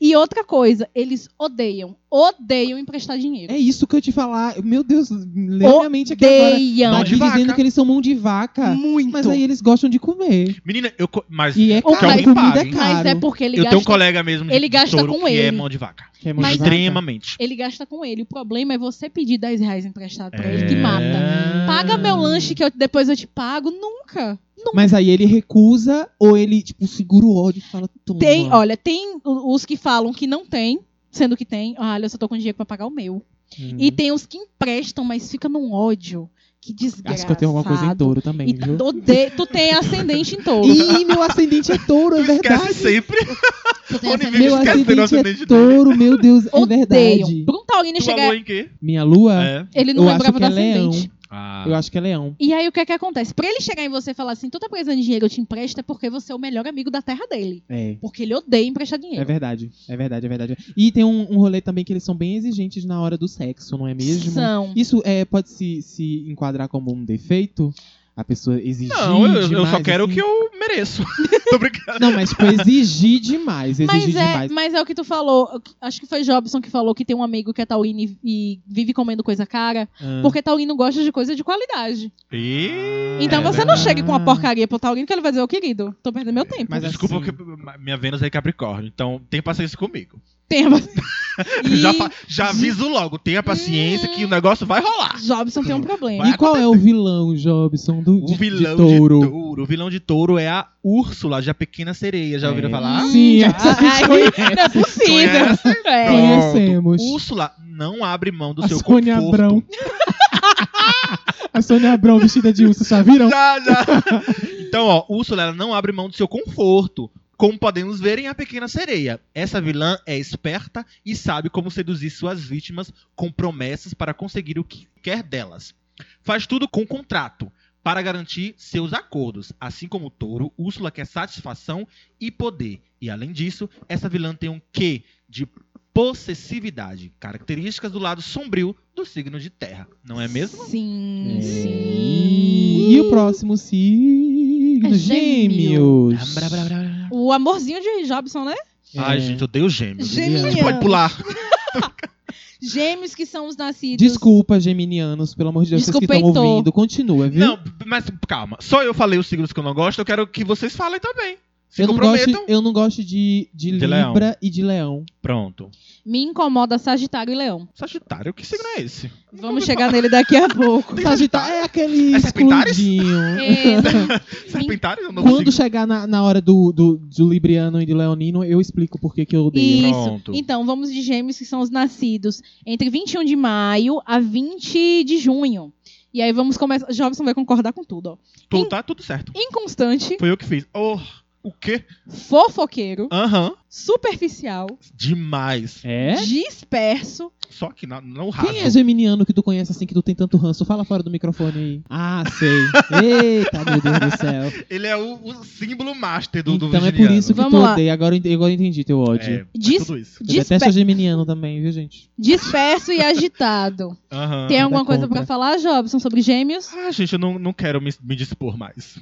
Speaker 1: E outra coisa, eles odeiam, odeiam emprestar dinheiro.
Speaker 2: É isso que eu te falar. Meu Deus, leu
Speaker 1: Oh,
Speaker 2: minha mente aqui agora.
Speaker 1: odeiam
Speaker 2: Tá
Speaker 3: Mão
Speaker 2: aqui
Speaker 3: de vaca.
Speaker 2: dizendo que eles são mão de vaca.
Speaker 1: muito.
Speaker 2: Mas é aí eles gostam de comer.
Speaker 3: Menina, eu. co- Mas
Speaker 2: E é
Speaker 1: Ou
Speaker 2: caro,
Speaker 1: mais-
Speaker 2: comida é
Speaker 1: Mas
Speaker 3: Mas
Speaker 2: caro.
Speaker 1: é porque ele
Speaker 3: eu tenho um
Speaker 1: gasta,
Speaker 3: colega mesmo de,
Speaker 1: ele
Speaker 3: de
Speaker 1: gasta
Speaker 3: touro
Speaker 1: com
Speaker 3: que é
Speaker 1: ele.
Speaker 3: mão de vaca.
Speaker 2: Que é mão de vaca.
Speaker 3: Extremamente.
Speaker 1: ele gasta com ele. O problema é você pedir 10 reais emprestado pra ele
Speaker 3: É.
Speaker 1: que mata. Paga meu lanche que eu- depois eu te pago. Nunca.
Speaker 2: Mas aí ele recusa ou ele, tipo, segura o ódio e fala, toma.
Speaker 1: Tem, olha, tem o- os que falam que não tem, sendo que tem, Ah, olha, eu só tô com dinheiro pra pagar o meu.
Speaker 2: Hum.
Speaker 1: E tem os que emprestam, mas fica num ódio. Que desgraça.
Speaker 2: Acho que eu tenho alguma coisa em touro também,
Speaker 1: E
Speaker 2: viu?
Speaker 1: tu, ode- tu tem ascendente em touro.
Speaker 2: Ih, meu ascendente é touro, é
Speaker 3: Tu esquece
Speaker 2: verdade.
Speaker 3: sempre.
Speaker 1: Tu tem
Speaker 3: Rony
Speaker 1: ascendente-
Speaker 2: Meu
Speaker 3: Esquece do nosso
Speaker 2: ascendente é
Speaker 3: ascendente.
Speaker 2: touro, meu Deus, é
Speaker 1: Odeiam.
Speaker 2: verdade.
Speaker 1: Pra um taurino
Speaker 3: Tu falou
Speaker 1: chegar,
Speaker 3: em quê?
Speaker 2: Minha
Speaker 1: Ah.
Speaker 2: lua,
Speaker 3: É.
Speaker 1: ele não
Speaker 2: eu acho
Speaker 1: lembrava do
Speaker 2: que é leão.
Speaker 1: ascendente.
Speaker 3: Ah.
Speaker 2: Eu acho que é leão.
Speaker 1: E aí o que é que acontece? Pra ele chegar em você e falar assim, tu tá precisando de dinheiro, eu te empresto, é porque você é o melhor amigo da terra dele.
Speaker 2: É.
Speaker 1: Porque ele odeia emprestar
Speaker 2: É
Speaker 1: dinheiro.
Speaker 2: verdade, é verdade, é verdade. E tem um, um rolê também que eles são bem exigentes na hora do sexo, não é mesmo?
Speaker 1: São.
Speaker 2: Isso é, pode se, se enquadrar como um defeito? A pessoa exigir
Speaker 3: Não, eu, eu
Speaker 2: demais,
Speaker 3: só quero o
Speaker 2: assim?
Speaker 3: que eu mereço. Tô brincando.
Speaker 2: Não, mas tipo, exigir demais,
Speaker 1: Mas
Speaker 2: exigir
Speaker 1: é,
Speaker 2: demais.
Speaker 1: mas é o que tu falou. Acho que foi Jobson que falou que tem um amigo que é taurino e, e vive comendo coisa cara.
Speaker 2: Ah.
Speaker 1: Porque taurino gosta de coisa de qualidade.
Speaker 3: E...
Speaker 1: Então
Speaker 3: É
Speaker 1: você não
Speaker 3: verdade. é-
Speaker 1: chega com uma porcaria pro taurino que ele vai dizer, ô querido, tô perdendo meu tempo.
Speaker 2: Mas
Speaker 3: Desculpa,
Speaker 2: assim-
Speaker 3: que minha Vênus é Capricórnio, então tenha paciência comigo.
Speaker 1: Tema. E
Speaker 3: Já, fa- já aviso logo, tenha paciência que o negócio vai rolar.
Speaker 1: Jobson tem um problema.
Speaker 2: E qual é o vilão, Jobson, do, de,
Speaker 3: O vilão
Speaker 2: de touro?
Speaker 3: O vilão de touro é a Úrsula, de A Pequena Sereia. Já ouviram
Speaker 2: É.
Speaker 3: falar?
Speaker 2: Sim,
Speaker 1: já-
Speaker 2: essa a gente
Speaker 1: Ai,
Speaker 2: conhece.
Speaker 1: Não é possível. É.
Speaker 3: Pronto.
Speaker 2: Conhecemos.
Speaker 3: Úrsula não abre mão do
Speaker 2: a
Speaker 3: seu
Speaker 2: Sônia
Speaker 3: conforto.
Speaker 2: Abrão. a Sônia Abrão vestida de urso, já viram?
Speaker 3: Já, já. Então, ó, Úrsula ela não abre mão do seu conforto. Como podemos ver em A Pequena Sereia. Essa vilã é esperta e sabe como seduzir suas vítimas com promessas para conseguir o que quer delas. Faz tudo com contrato, para garantir seus acordos. Assim como o touro, Úrsula quer satisfação e poder. E além disso, essa vilã tem um quê de possessividade, características do lado sombrio do signo de terra. Não é mesmo? É.
Speaker 1: Sim, Hum, sim.
Speaker 2: E o próximo signo,
Speaker 1: É gêmeo.
Speaker 2: gêmeos.
Speaker 3: Ah,
Speaker 1: O amorzinho de Jobson, né?
Speaker 3: Ai,
Speaker 2: É.
Speaker 3: gente, eu odeio gêmeos.
Speaker 1: Gêmeos.
Speaker 3: é. Pode pular.
Speaker 1: Gêmeos que são os nascidos.
Speaker 2: Desculpa, geminianos, pelo amor de Deus, vocês que
Speaker 1: Desculpa,
Speaker 2: estão
Speaker 1: Heitor.
Speaker 2: ouvindo. Continua, viu?
Speaker 3: Não, mas calma. Só eu falei os signos que eu não gosto, eu quero que vocês falem também. Se
Speaker 2: eu, não gosto,
Speaker 3: comprometam.
Speaker 2: eu não gosto de, de,
Speaker 3: De leão.
Speaker 2: Libra e de Leão.
Speaker 3: Pronto.
Speaker 1: Me incomoda Sagitário e Leão.
Speaker 3: Sagitário, que signo é esse?
Speaker 1: Vamos chegar nele daqui a pouco.
Speaker 2: Sagitário é aquele
Speaker 3: É Sagitários?
Speaker 2: excluidinho.
Speaker 1: Esse.
Speaker 3: Serpentário? Eu não
Speaker 2: Quando
Speaker 3: consigo.
Speaker 2: chegar na, na hora do, do, do Libriano e do Leonino, eu explico por que que eu odeio.
Speaker 1: Isso.
Speaker 3: Pronto.
Speaker 1: Então, vamos de gêmeos que são os nascidos entre 21 de maio a 20 de junho. E aí vamos começar. Jobson vai concordar com tudo, ó.
Speaker 3: Tudo, tá tudo certo.
Speaker 1: Inconstante,
Speaker 3: Foi eu que fiz. Oh, o quê?
Speaker 1: fofoqueiro,
Speaker 3: Aham.
Speaker 1: superficial,
Speaker 3: Demais.
Speaker 2: É?
Speaker 1: disperso,
Speaker 3: Só que na, não raso.
Speaker 2: Quem é geminiano que tu conhece assim, que tu tem tanto ranço? Fala fora do microfone aí. Ah, sei. Eita, meu Deus do céu.
Speaker 3: Ele é o, o símbolo master do, do
Speaker 2: então é por
Speaker 3: virginiano.
Speaker 2: isso que
Speaker 1: Vamos
Speaker 2: tu
Speaker 1: lá.
Speaker 2: odeia. Agora eu ent- agora eu entendi teu
Speaker 3: É,
Speaker 2: ódio.
Speaker 3: é
Speaker 1: Diz-
Speaker 3: tudo isso.
Speaker 2: Eu
Speaker 1: dispe-
Speaker 2: detesto geminiano também, viu, gente?
Speaker 1: disperso e agitado.
Speaker 3: Aham.
Speaker 1: Tem alguma
Speaker 2: nada
Speaker 1: coisa
Speaker 2: contra.
Speaker 1: pra falar, Jobson, sobre gêmeos?
Speaker 2: um-
Speaker 3: Ah, gente, eu não, não quero me, me dispor mais.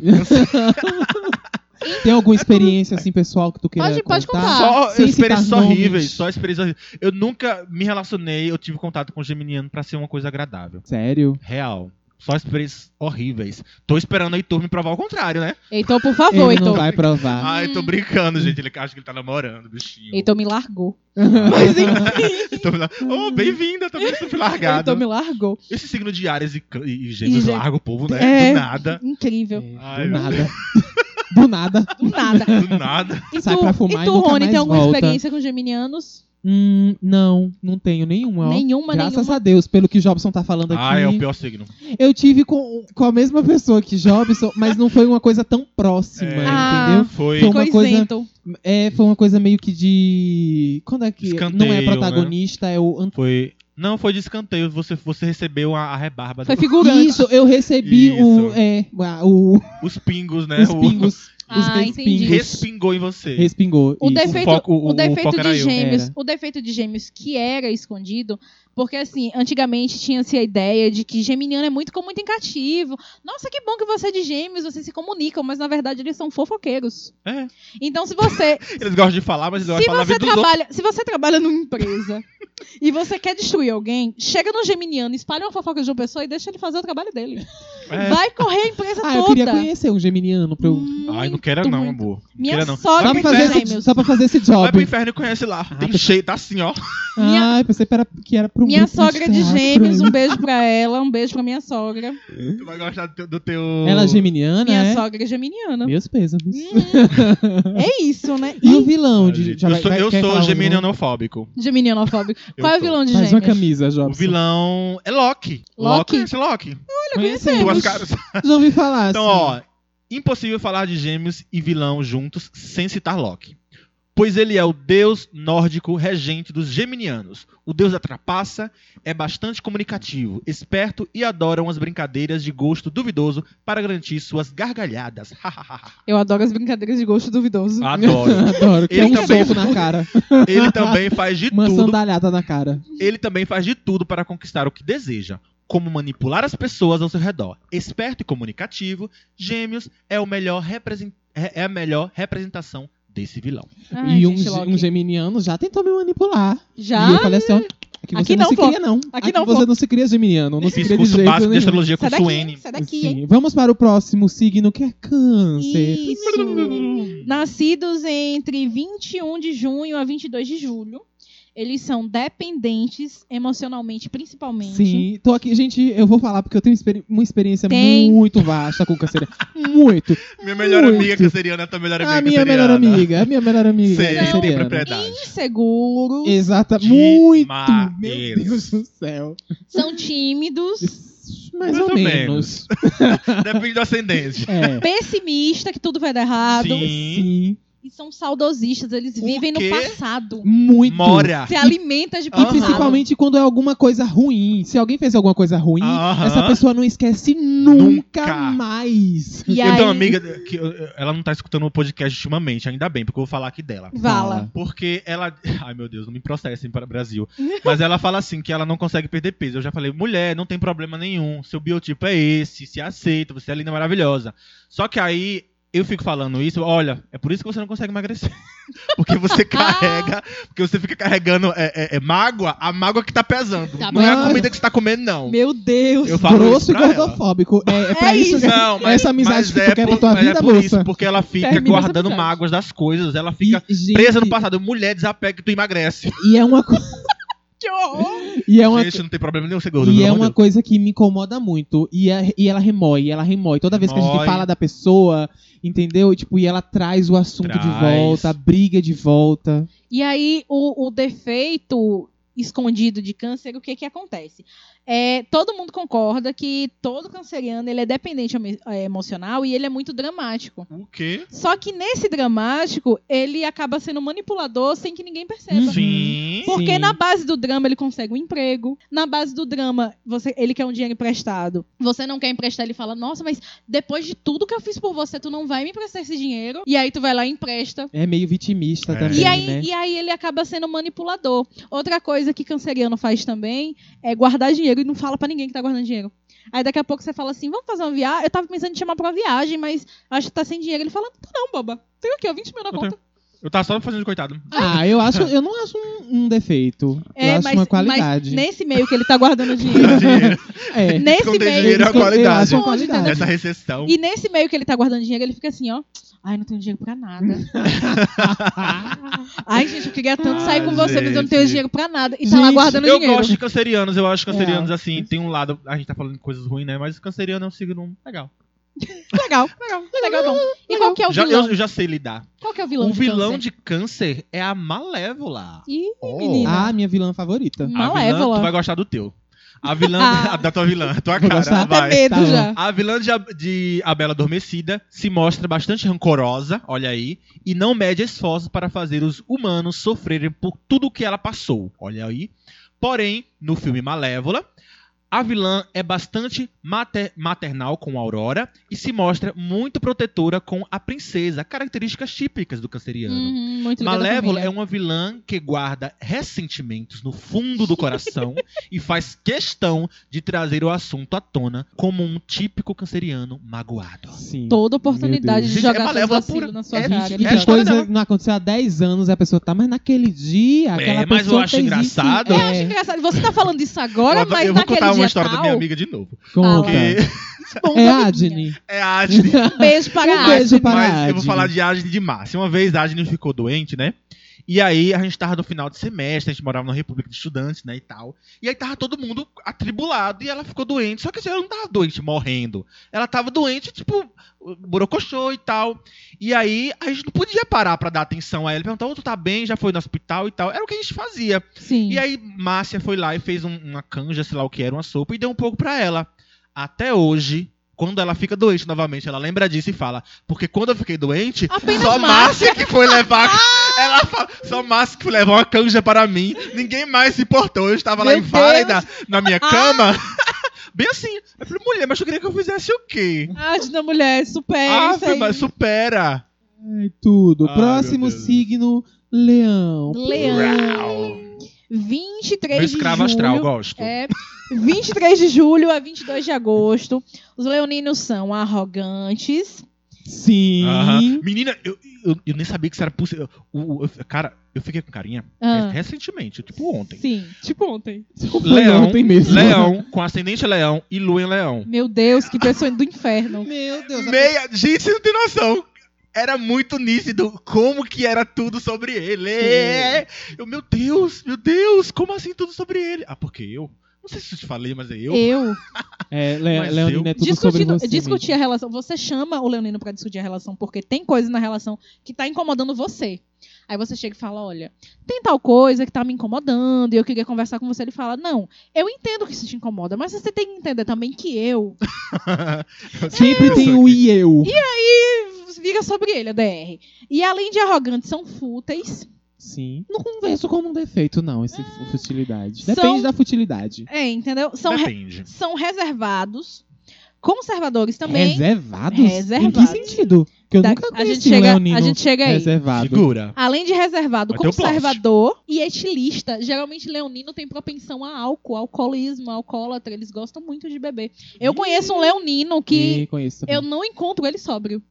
Speaker 2: Tem alguma experiência assim, pessoal, que tu queira
Speaker 1: É Pode- pode
Speaker 2: contar?
Speaker 1: contar.
Speaker 3: só
Speaker 2: sem citar
Speaker 3: experiências
Speaker 2: nomes.
Speaker 3: horríveis, só experiências horríveis. Eu nunca me relacionei, eu tive contato com geminiano pra ser uma coisa agradável.
Speaker 2: Sério?
Speaker 3: Real. Só experiências horríveis. Tô esperando o Heitor me provar o contrário, né?
Speaker 1: Heitor, por favor,
Speaker 2: Ele não
Speaker 1: Heitor.
Speaker 2: vai provar.
Speaker 3: Ai, tô brincando, gente. Ele acha que ele tá namorando, bichinho.
Speaker 1: Ah. Heitor me largou. Mas enfim,
Speaker 3: Então, lá- oh, bem-vinda, também fui largado.
Speaker 1: Heitor me largou.
Speaker 3: Esse signo de Ares e, can- e Gêmeos
Speaker 1: E gê-
Speaker 3: larga o povo, né?
Speaker 1: É.
Speaker 3: Do nada.
Speaker 1: Incrível.
Speaker 2: É,
Speaker 3: Ai,
Speaker 2: do
Speaker 3: meu
Speaker 2: nada. Do nada.
Speaker 1: Do nada.
Speaker 3: Do nada.
Speaker 1: E
Speaker 2: Sai
Speaker 1: tu,
Speaker 2: pra fumar
Speaker 1: e
Speaker 2: e
Speaker 1: tu
Speaker 2: nunca
Speaker 1: Rony,
Speaker 2: mais
Speaker 1: tem alguma
Speaker 2: volta.
Speaker 1: experiência com geminianos?
Speaker 2: Hum, não, não tenho nenhuma. ó.
Speaker 1: Nenhuma,
Speaker 2: Graças
Speaker 1: nenhuma.
Speaker 2: a Deus, pelo que Jobson tá falando aqui.
Speaker 3: Ah, é o pior signo.
Speaker 2: Eu tive com, com a mesma pessoa que Jobson, mas não foi uma coisa tão próxima,
Speaker 3: É.
Speaker 1: Ah.
Speaker 2: entendeu?
Speaker 3: Foi.
Speaker 2: Então, Uma
Speaker 1: Ficou
Speaker 2: coisa-
Speaker 1: isento.
Speaker 2: É, foi uma coisa meio que de. Quando é que. não é
Speaker 3: Escanteio, né?
Speaker 2: protagonista, é o. an-
Speaker 3: Foi. Não, foi de escanteio. Você, você recebeu a, a rebarba,
Speaker 1: Foi
Speaker 3: do-
Speaker 1: figurante.
Speaker 2: Isso, eu recebi o.
Speaker 3: Isso.
Speaker 2: É, a- o,
Speaker 3: os pingos, né?
Speaker 2: os
Speaker 3: O-
Speaker 2: pingos. os
Speaker 1: Ah, entendi.
Speaker 2: respingos.
Speaker 3: Respingou em você.
Speaker 2: Respingou.
Speaker 1: O
Speaker 2: isso.
Speaker 1: defeito,
Speaker 3: O foco- o-
Speaker 1: o
Speaker 3: o
Speaker 1: defeito
Speaker 3: foco era
Speaker 1: de
Speaker 3: eu.
Speaker 1: gêmeos,
Speaker 2: um Era.
Speaker 1: o defeito de gêmeos que era escondido, porque assim, antigamente tinha-se a ideia de que geminiano é muito como muito encativo. Nossa, que bom que você é de gêmeos, vocês se comunicam, mas na verdade eles são fofoqueiros.
Speaker 3: É.
Speaker 1: Então se você,
Speaker 3: Eles gostam de falar, mas eles gostam
Speaker 1: se
Speaker 3: de falar a
Speaker 1: você
Speaker 3: vida dos outros.
Speaker 1: trabalha, se você trabalha numa empresa e você quer destruir alguém, chega no geminiano, espalha uma fofoca de uma pessoa e deixa ele fazer o trabalho dele.
Speaker 3: É.
Speaker 1: Vai correr a empresa
Speaker 2: Ah,
Speaker 1: toda.
Speaker 2: eu queria conhecer um geminiano pra eu.
Speaker 3: Ai, não quero não,
Speaker 1: muito.
Speaker 3: amor. Não
Speaker 1: Minha
Speaker 3: quero não.
Speaker 1: sogra
Speaker 2: Só
Speaker 3: Vai
Speaker 1: que
Speaker 2: pra,
Speaker 3: pro
Speaker 2: fazer
Speaker 1: faz
Speaker 3: inferno.
Speaker 2: esse,
Speaker 1: gêmeos.
Speaker 2: só pra fazer esse
Speaker 3: Vai pro
Speaker 2: job.
Speaker 3: inferno e conhece lá. Tem
Speaker 2: tá-
Speaker 3: cheio, tá assim, ó.
Speaker 1: Minha-
Speaker 2: Ah, eu pensei que era, que era pro
Speaker 1: Minha
Speaker 2: grupo
Speaker 1: sogra de
Speaker 2: teatro. né?
Speaker 1: gêmeos, um beijo pra ela, um beijo pra minha sogra.
Speaker 3: Tu vai gostar do teu. do teu-
Speaker 2: Ela é geminiana,
Speaker 1: Minha
Speaker 2: é?
Speaker 1: sogra Hum. é geminiana.
Speaker 2: Meus pesos.
Speaker 1: Hum, é isso, né?
Speaker 2: E o vilão
Speaker 3: Ah,
Speaker 2: de.
Speaker 3: gente,
Speaker 2: já
Speaker 3: Eu
Speaker 2: vai-
Speaker 3: sou,
Speaker 2: vai-
Speaker 3: eu
Speaker 2: quer
Speaker 3: sou
Speaker 2: falar um o vilão?
Speaker 3: geminianofóbico.
Speaker 1: Geminianofóbico.
Speaker 3: Eu
Speaker 1: Qual é o
Speaker 3: sou.
Speaker 1: vilão de
Speaker 2: Faz uma
Speaker 1: gêmeos?
Speaker 2: camisa, Jobson.
Speaker 3: O vilão é Loki.
Speaker 1: Loki?
Speaker 3: Loki? Esse Loki.
Speaker 2: Conhecemos.
Speaker 3: Duas caras.
Speaker 2: Já ouvi falar.
Speaker 3: Então,
Speaker 2: assim.
Speaker 3: ó, impossível falar de gêmeos e vilão juntos sem citar Loki. Pois ele é o deus nórdico regente dos geminianos. O deus da trapaça é bastante comunicativo, esperto e adora umas brincadeiras de gosto duvidoso para garantir suas gargalhadas.
Speaker 1: Eu adoro as brincadeiras de gosto duvidoso.
Speaker 2: Ah,
Speaker 3: Adoro.
Speaker 2: Adoro. Que é
Speaker 3: Ele
Speaker 2: um
Speaker 3: também-
Speaker 2: soco na cara.
Speaker 3: Ele também faz de
Speaker 2: Uma
Speaker 3: tudo
Speaker 2: sandalhada na cara.
Speaker 3: Ele também faz de tudo para conquistar o que deseja, como manipular as pessoas ao seu redor. Esperto e comunicativo, Gêmeos é, o melhor represen- é a melhor representação desse vilão.
Speaker 1: Ai,
Speaker 2: e um,
Speaker 1: gente,
Speaker 2: ge-
Speaker 1: Loki.
Speaker 2: um geminiano já tentou me manipular.
Speaker 1: Já?
Speaker 2: E eu falei assim, ó, que você
Speaker 1: Aqui
Speaker 2: não,
Speaker 1: não,
Speaker 2: se
Speaker 1: Flo.
Speaker 2: cria, não. Aqui,
Speaker 1: não,
Speaker 2: você
Speaker 1: Flo.
Speaker 2: não se cria geminiano. Não se
Speaker 3: Fiz
Speaker 2: cria de
Speaker 3: curso
Speaker 2: jeito
Speaker 3: básico de
Speaker 2: nenhum.
Speaker 3: astrologia com
Speaker 1: Sai daqui,
Speaker 3: Suene.
Speaker 1: sai daqui, hein?
Speaker 2: Sim. Vamos para o próximo signo, que é câncer.
Speaker 1: Isso. Nascidos entre 21 de junho a 22 de julho. Eles são dependentes emocionalmente, principalmente.
Speaker 2: Sim, tô aqui, gente, eu vou falar porque eu tenho experi- uma experiência
Speaker 1: Tem.
Speaker 2: muito vasta com canceriana. muito.
Speaker 3: Minha melhor amiga
Speaker 2: Muito.
Speaker 3: canceriana, tua melhor amiga
Speaker 2: A minha melhor
Speaker 3: canceriana.
Speaker 2: amiga, a minha melhor amiga
Speaker 3: Sei,
Speaker 1: Então,
Speaker 3: tem
Speaker 2: canceriana.
Speaker 3: propriedade.
Speaker 1: Inseguros.
Speaker 2: Exata,
Speaker 3: Demais.
Speaker 2: muito. Meu Deus do céu.
Speaker 1: São tímidos.
Speaker 2: Mais, ou, menos.
Speaker 3: Depende do ascendente.
Speaker 2: É. Então,
Speaker 1: Pessimista, que tudo vai dar errado.
Speaker 3: Sim.
Speaker 2: Sim,
Speaker 1: E são saudosistas, eles
Speaker 3: O
Speaker 1: vivem no
Speaker 3: quê? Ah.
Speaker 1: passado.
Speaker 2: muito.
Speaker 3: Mora.
Speaker 1: Se alimenta de
Speaker 3: E
Speaker 1: passado.
Speaker 3: Aham.
Speaker 2: Ah, Principalmente quando é alguma coisa ruim. Se alguém fez alguma coisa ruim,
Speaker 3: Aham.
Speaker 2: essa pessoa não esquece nunca,
Speaker 3: Nunca.
Speaker 2: mais.
Speaker 1: E
Speaker 3: eu tenho uma
Speaker 1: aí-
Speaker 3: amiga que eh, ela não tá escutando o podcast ultimamente, ainda bem, porque eu vou falar aqui dela.
Speaker 1: Vala.
Speaker 3: Porque ela. Ai, meu Deus, não me processem para o Brasil. Mas ela fala assim que ela não consegue perder peso. Eu já falei, mulher, não tem problema nenhum. Seu biotipo é esse, se aceita, você é linda, maravilhosa. Só que aí Eu fico falando isso, olha, é por isso que você não consegue emagrecer. porque
Speaker 2: Ah!
Speaker 3: você carrega, porque você fica carregando é, é- é mágoa, a mágoa que tá pesando.
Speaker 1: Tá
Speaker 3: não é a
Speaker 2: bom.
Speaker 3: comida que você tá comendo, não.
Speaker 1: Meu Deus.
Speaker 3: Eu falo
Speaker 2: Grosso
Speaker 3: isso
Speaker 2: e
Speaker 3: pra ela.
Speaker 2: gordofóbico. É, é pra
Speaker 1: É
Speaker 2: isso,
Speaker 1: isso.
Speaker 2: que
Speaker 3: Não, mas-
Speaker 2: essa amizade
Speaker 3: Mas
Speaker 2: que tu quer pra tua
Speaker 3: mas é
Speaker 2: vida,
Speaker 3: por
Speaker 2: moça.
Speaker 3: isso, porque ela fica
Speaker 1: Termina essa
Speaker 3: guardando
Speaker 1: amizade.
Speaker 3: mágoas das coisas, ela fica
Speaker 2: E, gente,
Speaker 3: presa no passado. Mulher desapega que tu emagrece.
Speaker 2: E é uma, co-
Speaker 1: Que horror.
Speaker 2: e é uma,
Speaker 3: Gente, não tem problema nenhum ser gordo.
Speaker 2: e
Speaker 3: pelo
Speaker 2: é
Speaker 3: amor de
Speaker 2: uma
Speaker 3: Deus.
Speaker 2: coisa que me incomoda muito. E, é- e ela remói, ela remói. Toda vez que a gente
Speaker 3: Remói.
Speaker 2: fala da pessoa, entendeu? E, tipo, e ela traz o assunto de
Speaker 3: Traz.
Speaker 2: volta, a briga de volta.
Speaker 1: E aí, o, o defeito escondido de câncer, o que que acontece? É, todo mundo concorda que todo canceriano ele é dependente emo- é, emocional e ele é muito dramático.
Speaker 3: O quê?
Speaker 1: Só que nesse dramático, ele acaba sendo manipulador sem que ninguém perceba.
Speaker 2: Uhum.
Speaker 3: Sim.
Speaker 1: Porque
Speaker 2: Sim.
Speaker 1: na base do drama ele consegue um emprego. Na base do drama, você, ele quer um dinheiro emprestado. Você não quer emprestar, ele fala: Nossa, mas depois de tudo que eu fiz por você, tu não vai me emprestar esse dinheiro. E aí tu vai lá e empresta.
Speaker 2: É meio vitimista
Speaker 3: É.
Speaker 2: também,
Speaker 1: E aí,
Speaker 2: né?
Speaker 1: e aí ele acaba sendo manipulador. Outra coisa que canceriano faz também é guardar dinheiro e não fala pra ninguém que tá guardando dinheiro. Aí daqui a pouco você fala assim, vamos fazer uma viagem. Eu tava pensando em te chamar pra uma viagem, mas acho que tá sem dinheiro. Ele fala, "Tô não, boba. Tem aqui, ó, 20 mil na
Speaker 3: Eu
Speaker 1: conta.
Speaker 3: Eu tava só fazendo de coitado.
Speaker 2: Ah, eu acho, eu não acho um, um defeito.
Speaker 1: É,
Speaker 2: eu acho
Speaker 1: mas-
Speaker 2: uma
Speaker 1: mas
Speaker 2: qualidade.
Speaker 1: Nesse meio que ele tá guardando dinheiro.
Speaker 3: Dinheiro.
Speaker 2: É.
Speaker 1: nesse
Speaker 3: Esconder
Speaker 1: meio.
Speaker 3: dinheiro é uma
Speaker 2: Eu acho
Speaker 3: qualidade. É, né?
Speaker 2: uma qualidade.
Speaker 3: Essa recessão.
Speaker 1: E nesse meio que ele tá guardando dinheiro, ele fica assim, ó. Ai, não tenho dinheiro pra nada. Ai, gente, eu queria tanto sair com
Speaker 3: Ah,
Speaker 1: você, mas eu não tenho
Speaker 3: gente.
Speaker 1: dinheiro pra nada. E tá lá
Speaker 2: Gente,
Speaker 1: guardando
Speaker 3: Eu
Speaker 1: dinheiro.
Speaker 3: gosto de cancerianos, eu acho cancerianos
Speaker 2: É.
Speaker 3: assim, tem um lado, a gente tá falando de coisas ruins, né? Mas canceriano é um signo legal.
Speaker 1: Legal, legal, legal, bom. E qual que é o
Speaker 3: Já,
Speaker 1: vilão?
Speaker 3: eu, eu já sei lidar.
Speaker 1: Qual que é o vilão
Speaker 3: o
Speaker 1: de
Speaker 3: vilão
Speaker 1: câncer?
Speaker 3: de câncer é a malévola.
Speaker 1: Ih,
Speaker 3: Oh.
Speaker 1: menina.
Speaker 2: Ah, minha vilã favorita.
Speaker 1: Hum.
Speaker 3: A
Speaker 1: Malévola.
Speaker 3: vilã, tu vai gostar do teu. A vilã
Speaker 1: Ah.
Speaker 3: a da tua vilã, a tua
Speaker 2: Vou
Speaker 3: cara,
Speaker 2: gostar.
Speaker 1: Até
Speaker 3: vai.
Speaker 1: medo
Speaker 2: tá bom.
Speaker 1: já.
Speaker 3: A vilã de, A- de A Bela Adormecida se mostra bastante rancorosa, olha aí, e não mede esforços para fazer os humanos sofrerem por tudo o que ela passou, olha aí. Porém, no filme Malévola, a vilã é bastante mater- maternal com Aurora e se mostra muito protetora com a princesa, características típicas do canceriano.
Speaker 1: Uhum, muito ligada à
Speaker 3: Malévola
Speaker 1: família.
Speaker 3: é uma vilã que guarda ressentimentos no fundo do coração e faz questão de trazer o assunto à tona como um típico canceriano magoado.
Speaker 2: Sim.
Speaker 1: Toda oportunidade de
Speaker 3: Gente, é
Speaker 1: jogar seus
Speaker 3: malévola
Speaker 1: vacilos
Speaker 3: pura.
Speaker 1: na sua
Speaker 3: É
Speaker 1: cara.
Speaker 3: isso,
Speaker 2: E
Speaker 1: ele
Speaker 3: é
Speaker 1: joga.
Speaker 2: que
Speaker 3: a história
Speaker 2: coisa
Speaker 3: dela.
Speaker 2: não aconteceu há 10 anos e a pessoa tá, mas naquele dia. Aquela
Speaker 3: É, mas eu
Speaker 2: pessoa
Speaker 3: acho
Speaker 2: fez isso,
Speaker 3: engraçado.
Speaker 1: Eu
Speaker 2: é.
Speaker 1: acho engraçado. Você tá falando isso agora,
Speaker 3: eu adoro-
Speaker 1: mas
Speaker 3: eu vou
Speaker 1: naquele
Speaker 3: contar uma
Speaker 1: dia
Speaker 3: história
Speaker 1: tal,
Speaker 3: da minha amiga de novo.
Speaker 2: Conta.
Speaker 3: Porque
Speaker 1: bom,
Speaker 2: É
Speaker 1: amiguinha.
Speaker 2: Adne.
Speaker 3: é a Agnes.
Speaker 1: Um beijo para
Speaker 2: Um
Speaker 1: a
Speaker 2: beijo
Speaker 1: Adne.
Speaker 2: para-
Speaker 3: mas
Speaker 2: a
Speaker 3: eu vou
Speaker 2: Agnes.
Speaker 3: falar de Agnes de Márcia. Uma vez a Agnes ficou doente, né? E aí a gente tava no final de semestre, a gente morava na República de Estudantes, né, e tal. E aí tava todo mundo atribulado e ela ficou doente. Só que assim, ela não tava doente morrendo. Ela tava doente, tipo, borocochô e tal. E aí a gente não podia parar pra dar atenção a ela. Perguntar, ô, tu tá bem? Já foi no hospital e tal. Era o que a gente fazia.
Speaker 1: Sim.
Speaker 3: E aí, Márcia foi lá e fez um- uma canja, sei lá o que era, uma sopa, e deu um pouco pra ela. Até hoje, quando ela fica doente novamente, ela lembra disso e fala: Porque quando eu fiquei doente,
Speaker 1: Apenas
Speaker 3: só
Speaker 1: Márcia.
Speaker 3: Márcia que foi levar. ela fala: Só Márcia que foi levar uma canja para mim. Ninguém mais se importou. Eu estava lá
Speaker 1: Meu Ah.
Speaker 3: inválida na minha cama. Bem assim. Eu falei: Mulher, mas tu queria que eu fizesse o quê?
Speaker 1: Adne, a mulher, supera
Speaker 3: ah,
Speaker 1: É isso aí.
Speaker 3: mas supera.
Speaker 2: Ai, tudo.
Speaker 3: Ai,
Speaker 2: Próximo
Speaker 3: meu Deus.
Speaker 2: signo, leão.
Speaker 1: Leão.
Speaker 3: Uau.
Speaker 1: 23
Speaker 3: Meu
Speaker 1: de
Speaker 3: escravo
Speaker 1: julho.
Speaker 3: astral, gosto.
Speaker 1: É, 23 de julho a 22 de agosto. Os leoninos são arrogantes.
Speaker 2: Sim.
Speaker 3: Aham. Menina, eu, eu, eu nem sabia que isso era possível. O- o- eu- cara, eu fiquei com carinha
Speaker 1: Ah.
Speaker 3: re- recentemente, tipo ontem.
Speaker 1: Sim, tipo ontem.
Speaker 2: Foi
Speaker 3: Leão,
Speaker 2: ontem mesmo.
Speaker 3: Leão, com ascendente leão e lua em leão.
Speaker 1: Meu Deus, que pessoa do inferno.
Speaker 2: Meu Deus. a
Speaker 3: Meia, gente, você não tem noção. Era muito nítido como que era tudo sobre ele. É, Eu, meu Deus, meu Deus, como assim tudo sobre ele? Ah, porque eu? Não sei se eu te falei, mas é eu.
Speaker 1: Eu.
Speaker 2: É, Le
Speaker 3: Mas
Speaker 2: Leonino
Speaker 3: eu-
Speaker 2: é tudo sobre
Speaker 1: Discutindo-
Speaker 2: você.
Speaker 1: discutir a relação. Você chama o Leonino pra discutir a relação, porque tem coisa na relação que tá incomodando você. Aí você chega e fala: olha, tem tal coisa que tá me incomodando e eu queria conversar com você. Ele fala: não, eu entendo que isso te incomoda, mas você tem que entender também que eu.
Speaker 2: mesmo. Sempre tem o e eu.
Speaker 1: E vira sobre ele, a DR. E além de arrogantes, são fúteis.
Speaker 2: Sim. Ah. Não converso como um defeito, não, esse fu- futilidade.
Speaker 1: São-
Speaker 2: Depende da futilidade.
Speaker 1: É, entendeu? São, re-
Speaker 3: Depende.
Speaker 1: são reservados, conservadores também.
Speaker 2: Reservados? Em que
Speaker 1: Reservados.
Speaker 2: sentido? Que eu
Speaker 1: Da-
Speaker 2: nunca
Speaker 1: a,
Speaker 2: conheci
Speaker 1: gente chega,
Speaker 2: um leonino
Speaker 1: a gente chega aí.
Speaker 2: reservado.
Speaker 3: Segura.
Speaker 1: Além de reservado,
Speaker 3: Vai ter o plot.
Speaker 1: conservador e etilista. Geralmente, leonino tem propensão a álcool, alcoolismo, alcoólatra. Eles gostam muito de beber. Eu conheço um leonino que
Speaker 2: Ih, conheço também.
Speaker 1: eu não encontro ele sóbrio.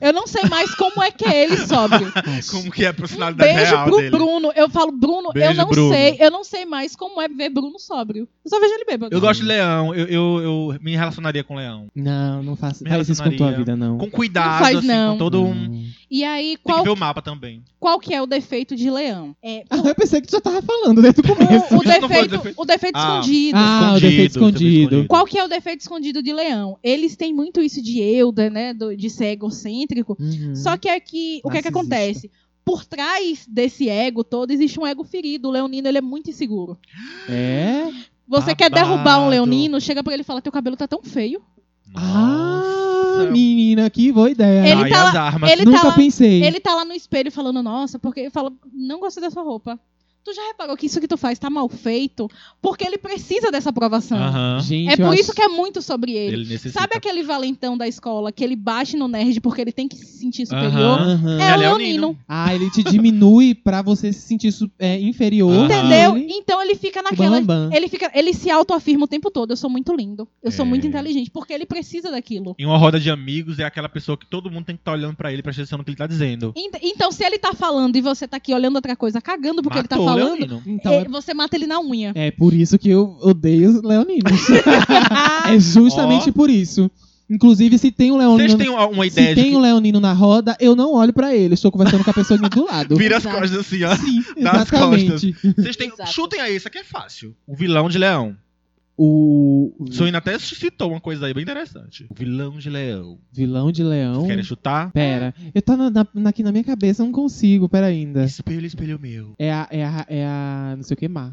Speaker 1: Eu não sei mais como é que é ele sóbrio.
Speaker 2: Acho.
Speaker 3: Como que é a
Speaker 1: Um
Speaker 3: personalidade
Speaker 1: beijo
Speaker 3: real
Speaker 1: pro
Speaker 3: dele?
Speaker 1: Bruno. Eu falo, Bruno, eu
Speaker 3: Beijo,
Speaker 1: não
Speaker 3: Bruno.
Speaker 1: sei. Eu não sei mais como é ver Bruno sóbrio. Eu só vejo ele bêbado.
Speaker 3: Eu gosto de leão, eu, eu, eu me relacionaria com leão.
Speaker 2: Não, não faço.
Speaker 3: Me
Speaker 2: Faz isso com tua
Speaker 3: relacionaria.
Speaker 2: vida, não. Hum.
Speaker 3: Com cuidado,
Speaker 1: Não faz,
Speaker 3: assim,
Speaker 1: não.
Speaker 3: com todo um...
Speaker 2: Não.
Speaker 1: E aí,
Speaker 3: Tem
Speaker 1: qual,
Speaker 3: que ver o mapa também.
Speaker 1: qual que é o defeito de leão? É
Speaker 2: Ah, eu pensei que tu já tava falando desde o começo.
Speaker 1: o, o
Speaker 3: Isso não foi o
Speaker 1: defeito,
Speaker 3: defeito.
Speaker 1: o defeito
Speaker 3: Ah.
Speaker 1: escondido.
Speaker 2: Ah, o defeito
Speaker 3: Escondido,
Speaker 2: escondido.
Speaker 1: Qual que é o defeito escondido de Leão? Eles têm muito isso de Euda, né? do- de ser egocêntrico.
Speaker 2: Uhum.
Speaker 1: Só que aqui, o que é que
Speaker 2: Narcisista.
Speaker 1: acontece? Por trás desse ego todo existe um ego ferido. O leonino ele é muito inseguro.
Speaker 2: É?
Speaker 1: Você quer
Speaker 3: Babado.
Speaker 1: derrubar um leonino, chega pra ele e fala: "Teu cabelo tá tão feio".
Speaker 2: Ah,
Speaker 3: Nossa.
Speaker 2: menina, que boa ideia.
Speaker 1: Ele
Speaker 3: Aí
Speaker 1: tá lá-
Speaker 3: as armas.
Speaker 1: ele-
Speaker 2: Nunca
Speaker 1: tá lá-
Speaker 2: pensei.
Speaker 1: Ele tá lá no espelho falando: "Nossa, porque eu falo: "Não gostei da sua roupa". Tu já reparou que isso que tu faz tá mal feito? Porque ele precisa dessa aprovação.
Speaker 3: Aham.
Speaker 2: Gente,
Speaker 1: É
Speaker 2: eu
Speaker 1: por
Speaker 2: acho-
Speaker 1: isso que é muito sobre ele.
Speaker 3: Ele necessita.
Speaker 1: Sabe aquele valentão da escola que ele bate no nerd porque ele tem que se sentir superior?
Speaker 2: Aham.
Speaker 1: É,
Speaker 3: É
Speaker 1: o
Speaker 3: leonino.
Speaker 1: leonino,
Speaker 2: Ah, ele te diminui pra você se sentir su- é, inferior.
Speaker 3: Aham.
Speaker 1: entendeu?
Speaker 2: Ele-
Speaker 1: Então ele fica
Speaker 2: o
Speaker 1: naquela.
Speaker 2: bambam.
Speaker 1: Ele, fica, ele se autoafirma o tempo todo. Eu sou muito lindo. Eu sou
Speaker 3: É.
Speaker 1: muito inteligente. Porque ele precisa daquilo.
Speaker 3: Em uma roda de amigos, é aquela pessoa que todo mundo tem que estar olhando pra ele, prestando atenção no que ele tá dizendo.
Speaker 1: Ent- Então, se ele tá falando e você tá aqui olhando outra coisa, cagando porque ele tá
Speaker 3: Matou o
Speaker 1: falando,
Speaker 3: leonino.
Speaker 2: Então,
Speaker 1: eh,
Speaker 2: é-
Speaker 1: você mata ele na unha.
Speaker 2: é... por isso que eu odeio os leoninos. é justamente por isso. Inclusive, se tem um
Speaker 3: Vocês
Speaker 2: leonino...
Speaker 3: têm uma, uma
Speaker 2: Se
Speaker 3: ideia de
Speaker 2: tem
Speaker 3: que
Speaker 2: um leonino na roda, eu não olho pra ele. Eu Estou conversando com a pessoa aqui do lado.
Speaker 3: vira as
Speaker 1: Exato.
Speaker 3: costas assim, ó.
Speaker 2: Sim,
Speaker 3: nas
Speaker 2: exatamente.
Speaker 3: Vocês têm...
Speaker 1: Exato.
Speaker 3: Chutem aí, isso aqui é fácil. O vilão de leão.
Speaker 2: O
Speaker 3: O Suíno até citou uma coisa aí bem interessante. O vilão de leão.
Speaker 2: vilão de leão...
Speaker 3: Vocês querem chutar?
Speaker 2: Pera, eu tá na- na- aqui na minha cabeça, eu não consigo, pera
Speaker 1: É.
Speaker 2: ainda.
Speaker 3: Espelho, espelho meu.
Speaker 2: É a, é a, é a não sei o que, má.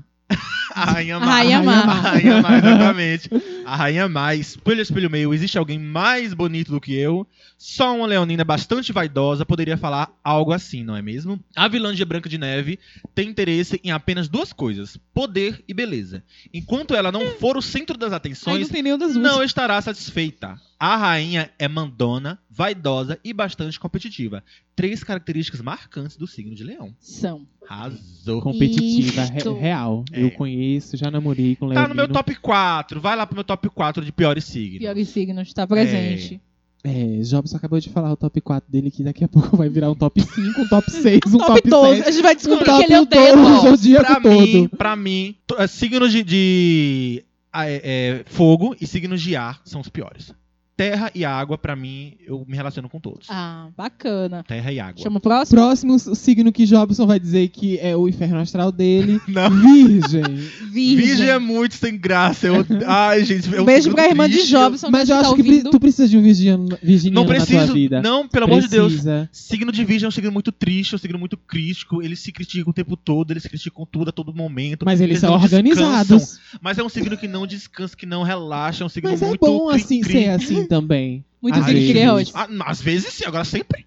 Speaker 3: A rainha
Speaker 1: A rainha
Speaker 3: má.
Speaker 1: má.
Speaker 3: A rainha má, exatamente. A rainha má, espelho, espelho meu, existe alguém mais bonito do que eu? Só uma leonina bastante vaidosa poderia falar algo assim, não é mesmo? A vilã de Branca de Neve tem interesse em apenas duas coisas, poder e beleza. Enquanto ela não for o centro das
Speaker 1: Aí não
Speaker 3: atenções,
Speaker 1: tem nenhum das duas.
Speaker 3: não estará satisfeita. A rainha é mandona, vaidosa e bastante competitiva. Três características marcantes do signo de leão.
Speaker 1: São.
Speaker 3: Arrasou.
Speaker 2: Competitiva, re-
Speaker 1: Isto.
Speaker 2: real.
Speaker 3: É.
Speaker 2: Eu conheço, já namorei com o
Speaker 3: Tá
Speaker 2: Leonino.
Speaker 3: no meu top 4. Vai lá pro meu top 4 de piores signos.
Speaker 1: Piores signos, tá presente.
Speaker 2: É, Jobs acabou de falar o top 4 dele, que daqui a pouco vai virar um top 5, um top 6, um top,
Speaker 1: top 12.
Speaker 2: 7.
Speaker 1: A gente vai
Speaker 2: Um
Speaker 1: descobrir que
Speaker 2: top
Speaker 1: ele é o dedo.
Speaker 3: ó.
Speaker 2: 12, o zodíaco
Speaker 3: Pra mim,
Speaker 2: todo.
Speaker 3: pra mim, to- é, signos de, de, ah, é, é, fogo e signos de ar são os piores. Terra e água, pra mim, eu me relaciono com todos.
Speaker 1: Ah, bacana.
Speaker 3: Terra e água.
Speaker 1: Chama o próximo?
Speaker 2: Próximo o signo que Jobson vai dizer que é o inferno astral dele,
Speaker 3: Não.
Speaker 2: Virgem.
Speaker 1: Ah. Virgem.
Speaker 3: Virgem é muito sem graça. Eu... Ai, gente. é um
Speaker 1: Beijo
Speaker 3: signo
Speaker 1: pra irmã de
Speaker 3: triste.
Speaker 1: Jobson.
Speaker 2: Mas
Speaker 1: que
Speaker 2: eu
Speaker 1: tá
Speaker 2: acho que pre-
Speaker 1: ouvindo.
Speaker 2: tu precisa de um virginiano, virginiano
Speaker 3: Não
Speaker 2: na
Speaker 3: preciso.
Speaker 2: tua vida.
Speaker 3: Não, pelo amor de Deus.
Speaker 2: precisa.
Speaker 3: Signo de virgem é um signo muito triste, é um signo muito crítico. Eles se criticam o tempo todo, eles criticam tudo a todo momento.
Speaker 2: Mas eles, são
Speaker 3: não descansam.
Speaker 2: organizados.
Speaker 3: Mas é um signo que não descansa, que não relaxa, é um signo
Speaker 2: Mas é
Speaker 3: muito
Speaker 2: bom assim
Speaker 3: cri-cri.
Speaker 2: ser assim também.
Speaker 1: Muito
Speaker 2: Às
Speaker 1: cri-cri é
Speaker 2: vezes.
Speaker 1: ótimo.
Speaker 3: Ah, Às vezes sim, agora sempre.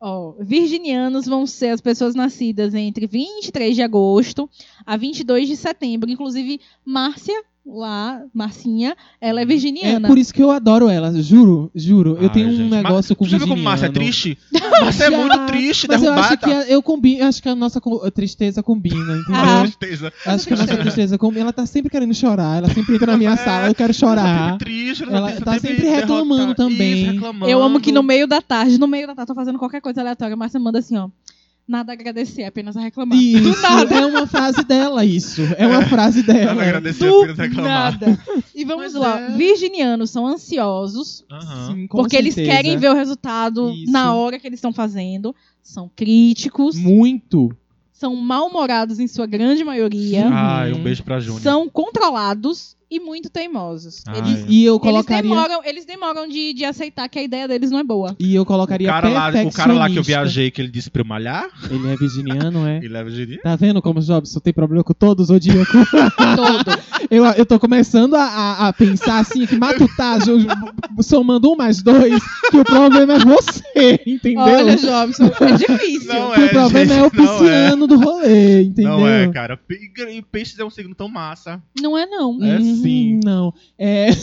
Speaker 1: Ó, virginianos vão ser as pessoas nascidas entre 23 de agosto a 22 de setembro. Inclusive, Márcia, lá, Marcinha, ela é
Speaker 2: É
Speaker 1: virginiana.
Speaker 2: por isso que eu adoro ela, juro, juro. eu
Speaker 3: Ai,
Speaker 2: tenho um
Speaker 3: gente, mas-
Speaker 2: negócio com
Speaker 3: Tu já viu
Speaker 2: virginiano.
Speaker 3: como Márcia é triste? Márcia é
Speaker 2: Já,
Speaker 3: muito triste,
Speaker 2: Mas eu acho
Speaker 3: derrubada.
Speaker 2: que a, eu combi, acho que a nossa co- a tristeza combina,
Speaker 1: Ah.
Speaker 2: entendeu?
Speaker 3: Tristeza.
Speaker 2: acho que a nossa tristeza combina. Ela tá sempre querendo chorar, ela sempre entra na minha
Speaker 3: É,
Speaker 2: sala, eu quero
Speaker 3: Ela tá
Speaker 2: chorar.
Speaker 3: sempre triste, ela,
Speaker 2: Ela tá sempre reclamando
Speaker 3: derrotada.
Speaker 2: também.
Speaker 3: Isso, reclamando.
Speaker 1: Eu amo que no meio da tarde, no meio da tarde, tô fazendo qualquer coisa aleatória, Márcia manda assim, ó. Nada a agradecer, é apenas a reclamar.
Speaker 2: Isso,
Speaker 1: Do nada.
Speaker 2: é uma frase dela, isso. É uma frase
Speaker 3: Ela
Speaker 2: dela.
Speaker 3: agradecia
Speaker 1: Do
Speaker 3: apenas
Speaker 2: Tá
Speaker 3: reclamar.
Speaker 1: nada. E vamos
Speaker 3: Mas
Speaker 1: lá.
Speaker 3: é.
Speaker 1: Virginianos são ansiosos,
Speaker 3: Aham.
Speaker 2: Sim, com
Speaker 1: porque eles
Speaker 2: certeza.
Speaker 1: querem ver o resultado
Speaker 2: Isso.
Speaker 1: na hora que eles estão fazendo. São críticos,
Speaker 2: Muito.
Speaker 1: são mal-humorados em sua grande maioria.
Speaker 2: Uhum.
Speaker 3: Ai, um beijo pra Júnior.
Speaker 1: são controlados e muito teimosos.
Speaker 3: Ai.
Speaker 1: Eles,
Speaker 2: E eu
Speaker 1: eles
Speaker 2: colocaria.
Speaker 1: demoram, eles demoram de, de aceitar que a ideia deles não é boa.
Speaker 2: E eu
Speaker 3: O
Speaker 2: colocaria
Speaker 3: cara, lá, o cara lá que
Speaker 2: perfeccionista.
Speaker 3: eu viajei, que ele disse pra eu malhar,
Speaker 2: Ele é virginiano, é?
Speaker 3: ele leva giri.
Speaker 2: Tá vendo como o Jobson tem problema com todo o zodíaco?
Speaker 1: Todo.
Speaker 2: Eu, eu tô começando a, a- a pensar assim, que matutar, jo- somando um mais dois, que o problema é você, entendeu?
Speaker 1: Olha, Jobson, é difícil.
Speaker 3: Não
Speaker 2: que
Speaker 3: é,
Speaker 2: o problema
Speaker 3: gente,
Speaker 2: é o
Speaker 3: não é.
Speaker 2: pisciano do rolê, entendeu?
Speaker 3: Não é, cara. Pe- E peixes é um signo tão massa.
Speaker 2: Uhum,
Speaker 1: Não é não.
Speaker 3: É
Speaker 2: Hum,
Speaker 3: sim. Ah.
Speaker 2: Não. É,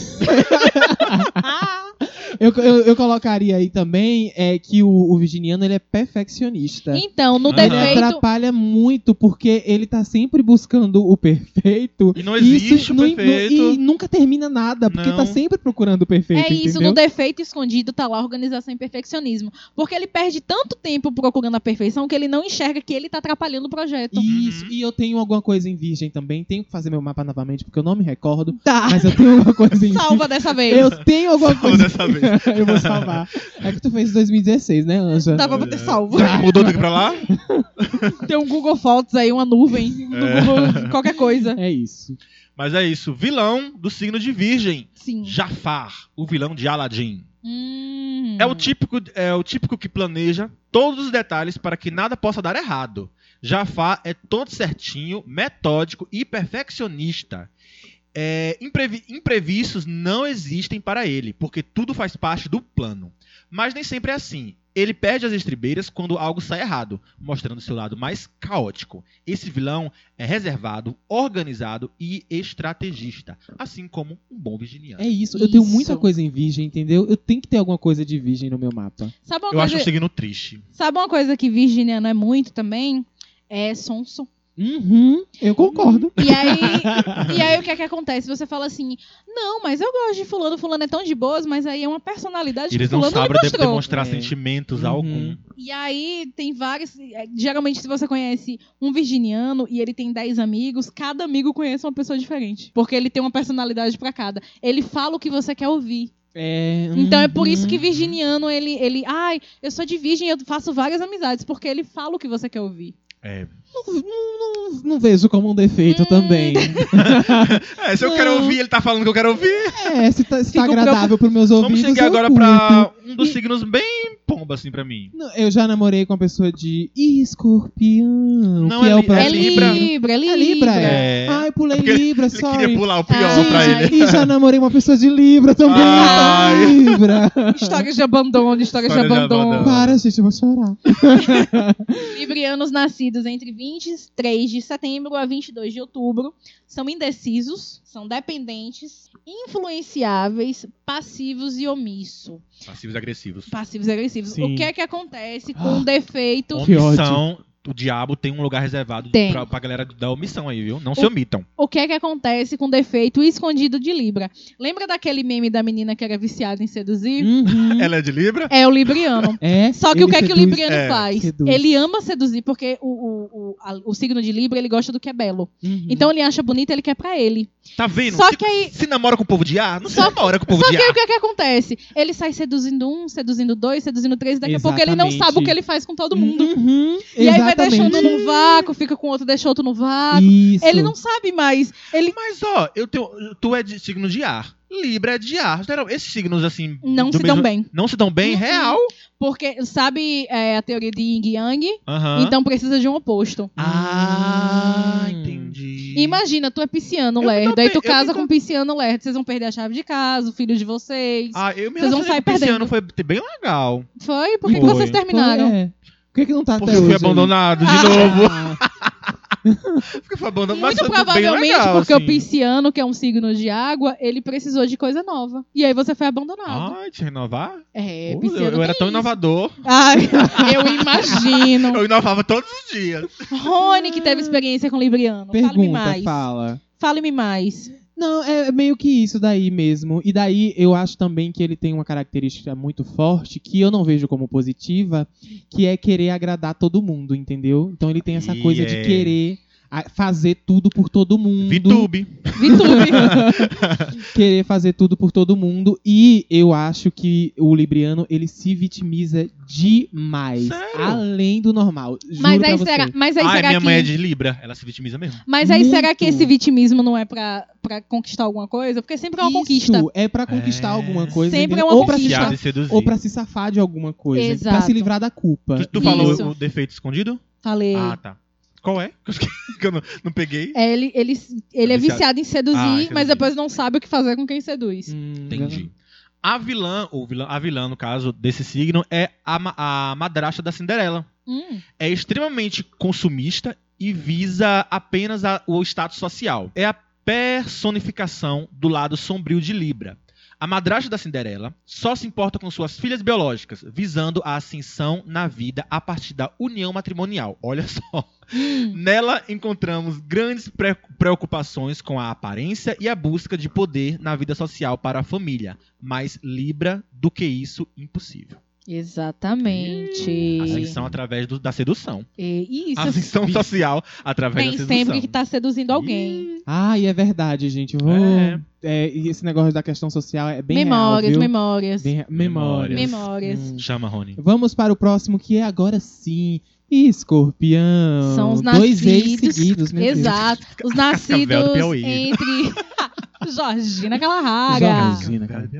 Speaker 2: Eu, eu, eu colocaria aí também é que o, o virginiano ele é perfeccionista.
Speaker 1: Então, no
Speaker 3: Ah.
Speaker 2: Ele
Speaker 1: defeito.
Speaker 2: atrapalha muito porque ele tá sempre buscando o perfeito.
Speaker 3: E não existe o
Speaker 2: nu- nu-
Speaker 3: perfeito.
Speaker 2: e nunca termina nada, porque
Speaker 3: Não.
Speaker 2: tá sempre procurando o perfeito.
Speaker 1: É isso,
Speaker 2: entendeu?
Speaker 1: no defeito escondido tá lá a organização e perfeccionismo. Porque ele perde tanto tempo procurando a perfeição que ele não enxerga que ele tá atrapalhando o projeto.
Speaker 2: Isso,
Speaker 3: Uhum.
Speaker 2: e eu tenho alguma coisa em virgem também. Tenho que fazer meu mapa novamente, porque eu não me recordo.
Speaker 1: Tá.
Speaker 2: Mas eu tenho alguma coisa em virgem.
Speaker 1: Salva dessa vez.
Speaker 2: Eu tenho alguma
Speaker 3: Salva
Speaker 2: coisa.
Speaker 3: dessa vez.
Speaker 2: eu vou salvar. É que tu fez em 2016, né, Anja?
Speaker 1: Dava Tá, pra ter salvo.
Speaker 3: Mudou daqui pra lá?
Speaker 2: Tá.
Speaker 1: Tem um Google Fotos aí, uma nuvem. no
Speaker 3: É.
Speaker 1: Google, qualquer coisa.
Speaker 2: É isso.
Speaker 3: Mas é isso. Vilão do signo de Virgem.
Speaker 1: Sim.
Speaker 3: Jafar, o vilão de Aladdin.
Speaker 1: Hum.
Speaker 3: É o típico, é o típico que planeja todos os detalhes para que nada possa dar errado. Jafar é todo certinho, metódico e perfeccionista. É, imprevi- imprevistos não existem para ele, porque tudo faz parte do plano. Mas nem sempre é assim. Ele perde as estribeiras quando algo sai errado, mostrando seu lado mais caótico. Esse vilão é reservado, organizado e estrategista, assim como um bom virginiano.
Speaker 2: É isso. Eu tenho
Speaker 1: Isso.
Speaker 2: muita coisa em virgem, entendeu? Eu tenho que ter alguma coisa de virgem no meu mapa.
Speaker 1: Sabe uma,
Speaker 3: Eu acho
Speaker 1: coisa,
Speaker 3: um signo triste.
Speaker 1: sabe uma coisa que Virginia não é muito também? É sonso.
Speaker 2: Uhum, eu concordo.
Speaker 1: E aí, e aí o que é que acontece? Você fala assim, não, mas eu gosto de fulano, fulano é tão de boas, mas aí é uma personalidade
Speaker 3: Eles
Speaker 1: que
Speaker 3: não
Speaker 1: fulano me
Speaker 3: sabem de-
Speaker 1: mostrou.
Speaker 3: demonstrar
Speaker 2: É.
Speaker 3: sentimentos
Speaker 2: Uhum.
Speaker 3: algum.
Speaker 1: E aí tem vários. é, Geralmente, se você conhece um virginiano e ele tem 10 amigos, cada amigo conhece uma pessoa diferente. Porque ele tem uma personalidade pra cada. Ele fala o que você quer ouvir.
Speaker 2: É,
Speaker 1: Então é por isso
Speaker 2: uhum.
Speaker 1: que virginiano, ele, ele. Ai, eu sou de virgem, eu faço várias amizades, porque ele fala o que você quer ouvir.
Speaker 3: É.
Speaker 2: Não, não- não- não vejo como um defeito
Speaker 1: Hum.
Speaker 2: também.
Speaker 3: se eu quero
Speaker 2: Não.
Speaker 3: ouvir, ele tá falando que eu quero ouvir.
Speaker 2: É, se tá, se tá
Speaker 1: Fico
Speaker 2: agradável pros meus ouvidos.
Speaker 3: Vamos seguir
Speaker 2: eu
Speaker 3: agora
Speaker 2: curto.
Speaker 3: pra um dos signos bem pomba, assim, pra mim.
Speaker 2: Não, Eu já namorei com uma pessoa de escorpião.
Speaker 3: Não,
Speaker 2: que
Speaker 3: é
Speaker 2: é, o
Speaker 3: li-
Speaker 1: É
Speaker 3: é
Speaker 2: próximo.
Speaker 3: Libra.
Speaker 1: Libra, é Libra.
Speaker 2: É Libra, é.
Speaker 3: É.
Speaker 2: Ai, pulei
Speaker 3: porque
Speaker 2: Libra,
Speaker 3: Ele
Speaker 2: sorry.
Speaker 3: queria pular o pior
Speaker 1: Ah.
Speaker 3: pra ele.
Speaker 2: Gente, e já namorei uma pessoa de Libra também.
Speaker 3: Ai.
Speaker 2: Libra.
Speaker 1: Histórias de abandono, histórias
Speaker 3: História
Speaker 1: de
Speaker 3: de
Speaker 1: abandono.
Speaker 3: abandono.
Speaker 2: Para, gente, eu vou chorar.
Speaker 1: Librianos nascidos entre 23 de setembro a 22 de outubro são indecisos, são dependentes, influenciáveis, passivos e omisso.
Speaker 3: Passivos e agressivos.
Speaker 1: Passivos e agressivos.
Speaker 2: Sim. Ah.
Speaker 1: O que é que acontece com o defeito?
Speaker 2: Que
Speaker 3: Omissão. O diabo tem um lugar reservado
Speaker 1: Tem.
Speaker 3: pra, pra galera da omissão aí, viu? Não se omitam.
Speaker 1: O que é que acontece com o defeito escondido de Libra? Lembra daquele meme da menina que era viciada em seduzir?
Speaker 2: Uhum.
Speaker 3: Ela é de Libra?
Speaker 1: É o Libriano.
Speaker 2: É,
Speaker 1: Só que
Speaker 2: ele
Speaker 1: o que é que o
Speaker 2: seduz-
Speaker 1: Libriano
Speaker 3: é,
Speaker 1: faz?
Speaker 2: seduz.
Speaker 1: Ele ama seduzir, porque o, o- o- a- o signo de Libra ele gosta do que é belo.
Speaker 2: Uhum.
Speaker 1: Então ele acha bonito, ele quer pra ele.
Speaker 3: Tá vendo?
Speaker 1: Só
Speaker 3: se,
Speaker 1: que aí-
Speaker 3: se namora com o povo de ar, não
Speaker 1: Só-
Speaker 3: se namora com o povo
Speaker 1: Só
Speaker 3: de
Speaker 1: que aí o
Speaker 3: ar.
Speaker 1: que, é que acontece? Ele sai seduzindo um, seduzindo dois, seduzindo três, e daqui a pouco ele não
Speaker 2: Exatamente.
Speaker 1: sabe o que ele faz com
Speaker 3: Hum,
Speaker 1: todo mundo.
Speaker 2: Uhum,
Speaker 1: E aí vai
Speaker 2: exatamente.
Speaker 1: deixando num vácuo, fica com outro, deixa outro no vácuo.
Speaker 2: Isso.
Speaker 1: Ele não sabe mais. Ele
Speaker 3: Mas ó, eu tenho, tu é de signo de ar. Libra é de ar. Geral- Esses signos assim.
Speaker 1: não
Speaker 3: do
Speaker 1: se dão
Speaker 3: mesmo-
Speaker 1: bem.
Speaker 3: Não se dão bem?
Speaker 1: Uhum.
Speaker 3: Real.
Speaker 1: Porque, sabe é, a teoria de Yin e Yang?
Speaker 3: Aham.
Speaker 1: Então precisa de um oposto.
Speaker 3: Ah,
Speaker 2: Hum.
Speaker 3: entendi.
Speaker 1: Imagina, tu é pisciano
Speaker 3: Eu me dou
Speaker 1: lerdo, aí
Speaker 3: bem,
Speaker 1: tu
Speaker 3: eu me
Speaker 1: casa
Speaker 3: dou-
Speaker 1: com um pisciano lerdo. Vocês vão perder a chave de casa, o filho de vocês.
Speaker 3: Ah, eu me
Speaker 1: Vocês vão
Speaker 3: relacionei
Speaker 1: sair
Speaker 3: com esse
Speaker 1: perdendo.
Speaker 3: ano, foi bem legal.
Speaker 1: Foi? Por que, que
Speaker 3: Foi.
Speaker 1: vocês
Speaker 2: Pô,
Speaker 1: terminaram?
Speaker 2: é. Por que, que não tá
Speaker 3: Porque
Speaker 2: até
Speaker 3: eu
Speaker 2: hoje?
Speaker 3: fui abandonado
Speaker 1: né?
Speaker 3: de novo.
Speaker 2: Ah,
Speaker 3: Porque foi abandonado. Mas
Speaker 1: Muito
Speaker 3: foi bem
Speaker 1: provavelmente
Speaker 3: legal,
Speaker 1: porque
Speaker 3: assim.
Speaker 1: o pisciano, que é um signo de água, ele precisou de coisa nova. E aí você foi abandonado.
Speaker 3: Ai, te renovar?
Speaker 1: é,
Speaker 3: Pô,
Speaker 1: pisciano.
Speaker 3: Ah? eu, eu
Speaker 1: tem
Speaker 3: era tão
Speaker 1: isso.
Speaker 3: inovador.
Speaker 1: Ai, eu imagino.
Speaker 3: Eu inovava todos os dias.
Speaker 1: Rony, que teve experiência com Libriano. Fale-me
Speaker 2: Pergunta,
Speaker 1: mais.
Speaker 2: fala.
Speaker 1: Fale-me mais.
Speaker 2: Não, é meio que isso daí mesmo. E daí eu acho também que ele tem uma característica muito forte que eu não vejo como positiva, que é querer agradar todo mundo, entendeu? Então ele tem essa
Speaker 3: E
Speaker 2: coisa
Speaker 3: é.
Speaker 2: de querer a- fazer tudo por todo mundo.
Speaker 3: VTube.
Speaker 1: Vitube.
Speaker 2: querer fazer tudo por todo mundo. E eu acho que o Libriano, ele se vitimiza demais.
Speaker 3: Sério?
Speaker 2: Além do normal. Juro
Speaker 1: mas
Speaker 2: pra
Speaker 1: aí
Speaker 2: você.
Speaker 1: será, mas aí
Speaker 3: Ai,
Speaker 1: será
Speaker 3: minha
Speaker 1: que.
Speaker 3: mãe é de Libra. Ela se vitimiza mesmo.
Speaker 1: Mas aí será que
Speaker 2: Muito.
Speaker 1: esse vitimismo não é pra, pra conquistar alguma coisa? Porque sempre é uma
Speaker 2: Isso,
Speaker 1: conquista.
Speaker 2: É pra conquistar
Speaker 3: É.
Speaker 2: alguma coisa.
Speaker 1: Sempre
Speaker 2: entendeu?
Speaker 1: é uma
Speaker 2: ou pra se
Speaker 1: conquista.
Speaker 2: safar-
Speaker 3: Viciada e seduzir.
Speaker 2: ou pra se safar de alguma coisa,
Speaker 1: Exato.
Speaker 2: pra se livrar da culpa.
Speaker 3: Tu, tu
Speaker 1: Isso.
Speaker 3: falou o defeito escondido?
Speaker 1: Falei.
Speaker 3: Ah, tá. Qual é? que eu não, não peguei.
Speaker 1: É, ele, ele, ele é viciado em seduzir,
Speaker 3: Ah, entendi.
Speaker 1: mas depois não sabe o que fazer com quem seduz.
Speaker 2: Hum,
Speaker 3: Entendi. A vilã, ou vilã, a vilã, no caso, desse signo, é a, ma- a madrasta da Cinderela.
Speaker 1: Hum.
Speaker 3: é extremamente consumista e visa apenas a- o status social. É a personificação do lado sombrio de Libra. A madrasta da Cinderela só se importa com suas filhas biológicas, visando a ascensão na vida a partir da união matrimonial. Olha só. Nela encontramos grandes pre- preocupações com a aparência e a busca de poder na vida social para a família, mas Libra do que isso impossível.
Speaker 1: Exatamente.
Speaker 3: Ascensão através do- da sedução.
Speaker 1: E, e isso
Speaker 3: Ascensão social através
Speaker 1: tem
Speaker 3: da sedução.
Speaker 1: sempre que tá seduzindo alguém.
Speaker 2: Ah, e é verdade, gente. Vou-
Speaker 3: É.
Speaker 2: é, e esse negócio da questão social é bem
Speaker 1: memórias,
Speaker 2: real, viu?
Speaker 1: memórias.
Speaker 2: Bem re- Memórias.
Speaker 1: Memórias.
Speaker 2: Hum.
Speaker 3: Chama, Rony.
Speaker 2: Vamos para o próximo, que é agora sim. Escorpião.
Speaker 1: São os
Speaker 2: Hum. Dois ex
Speaker 1: nascidos.
Speaker 2: seguidos, meu Deus.
Speaker 1: Exato. Os
Speaker 3: Cascavel do
Speaker 1: nascidos
Speaker 3: Piauí.
Speaker 1: entre. Jorgina Calarraga.
Speaker 2: Jorgina, cara.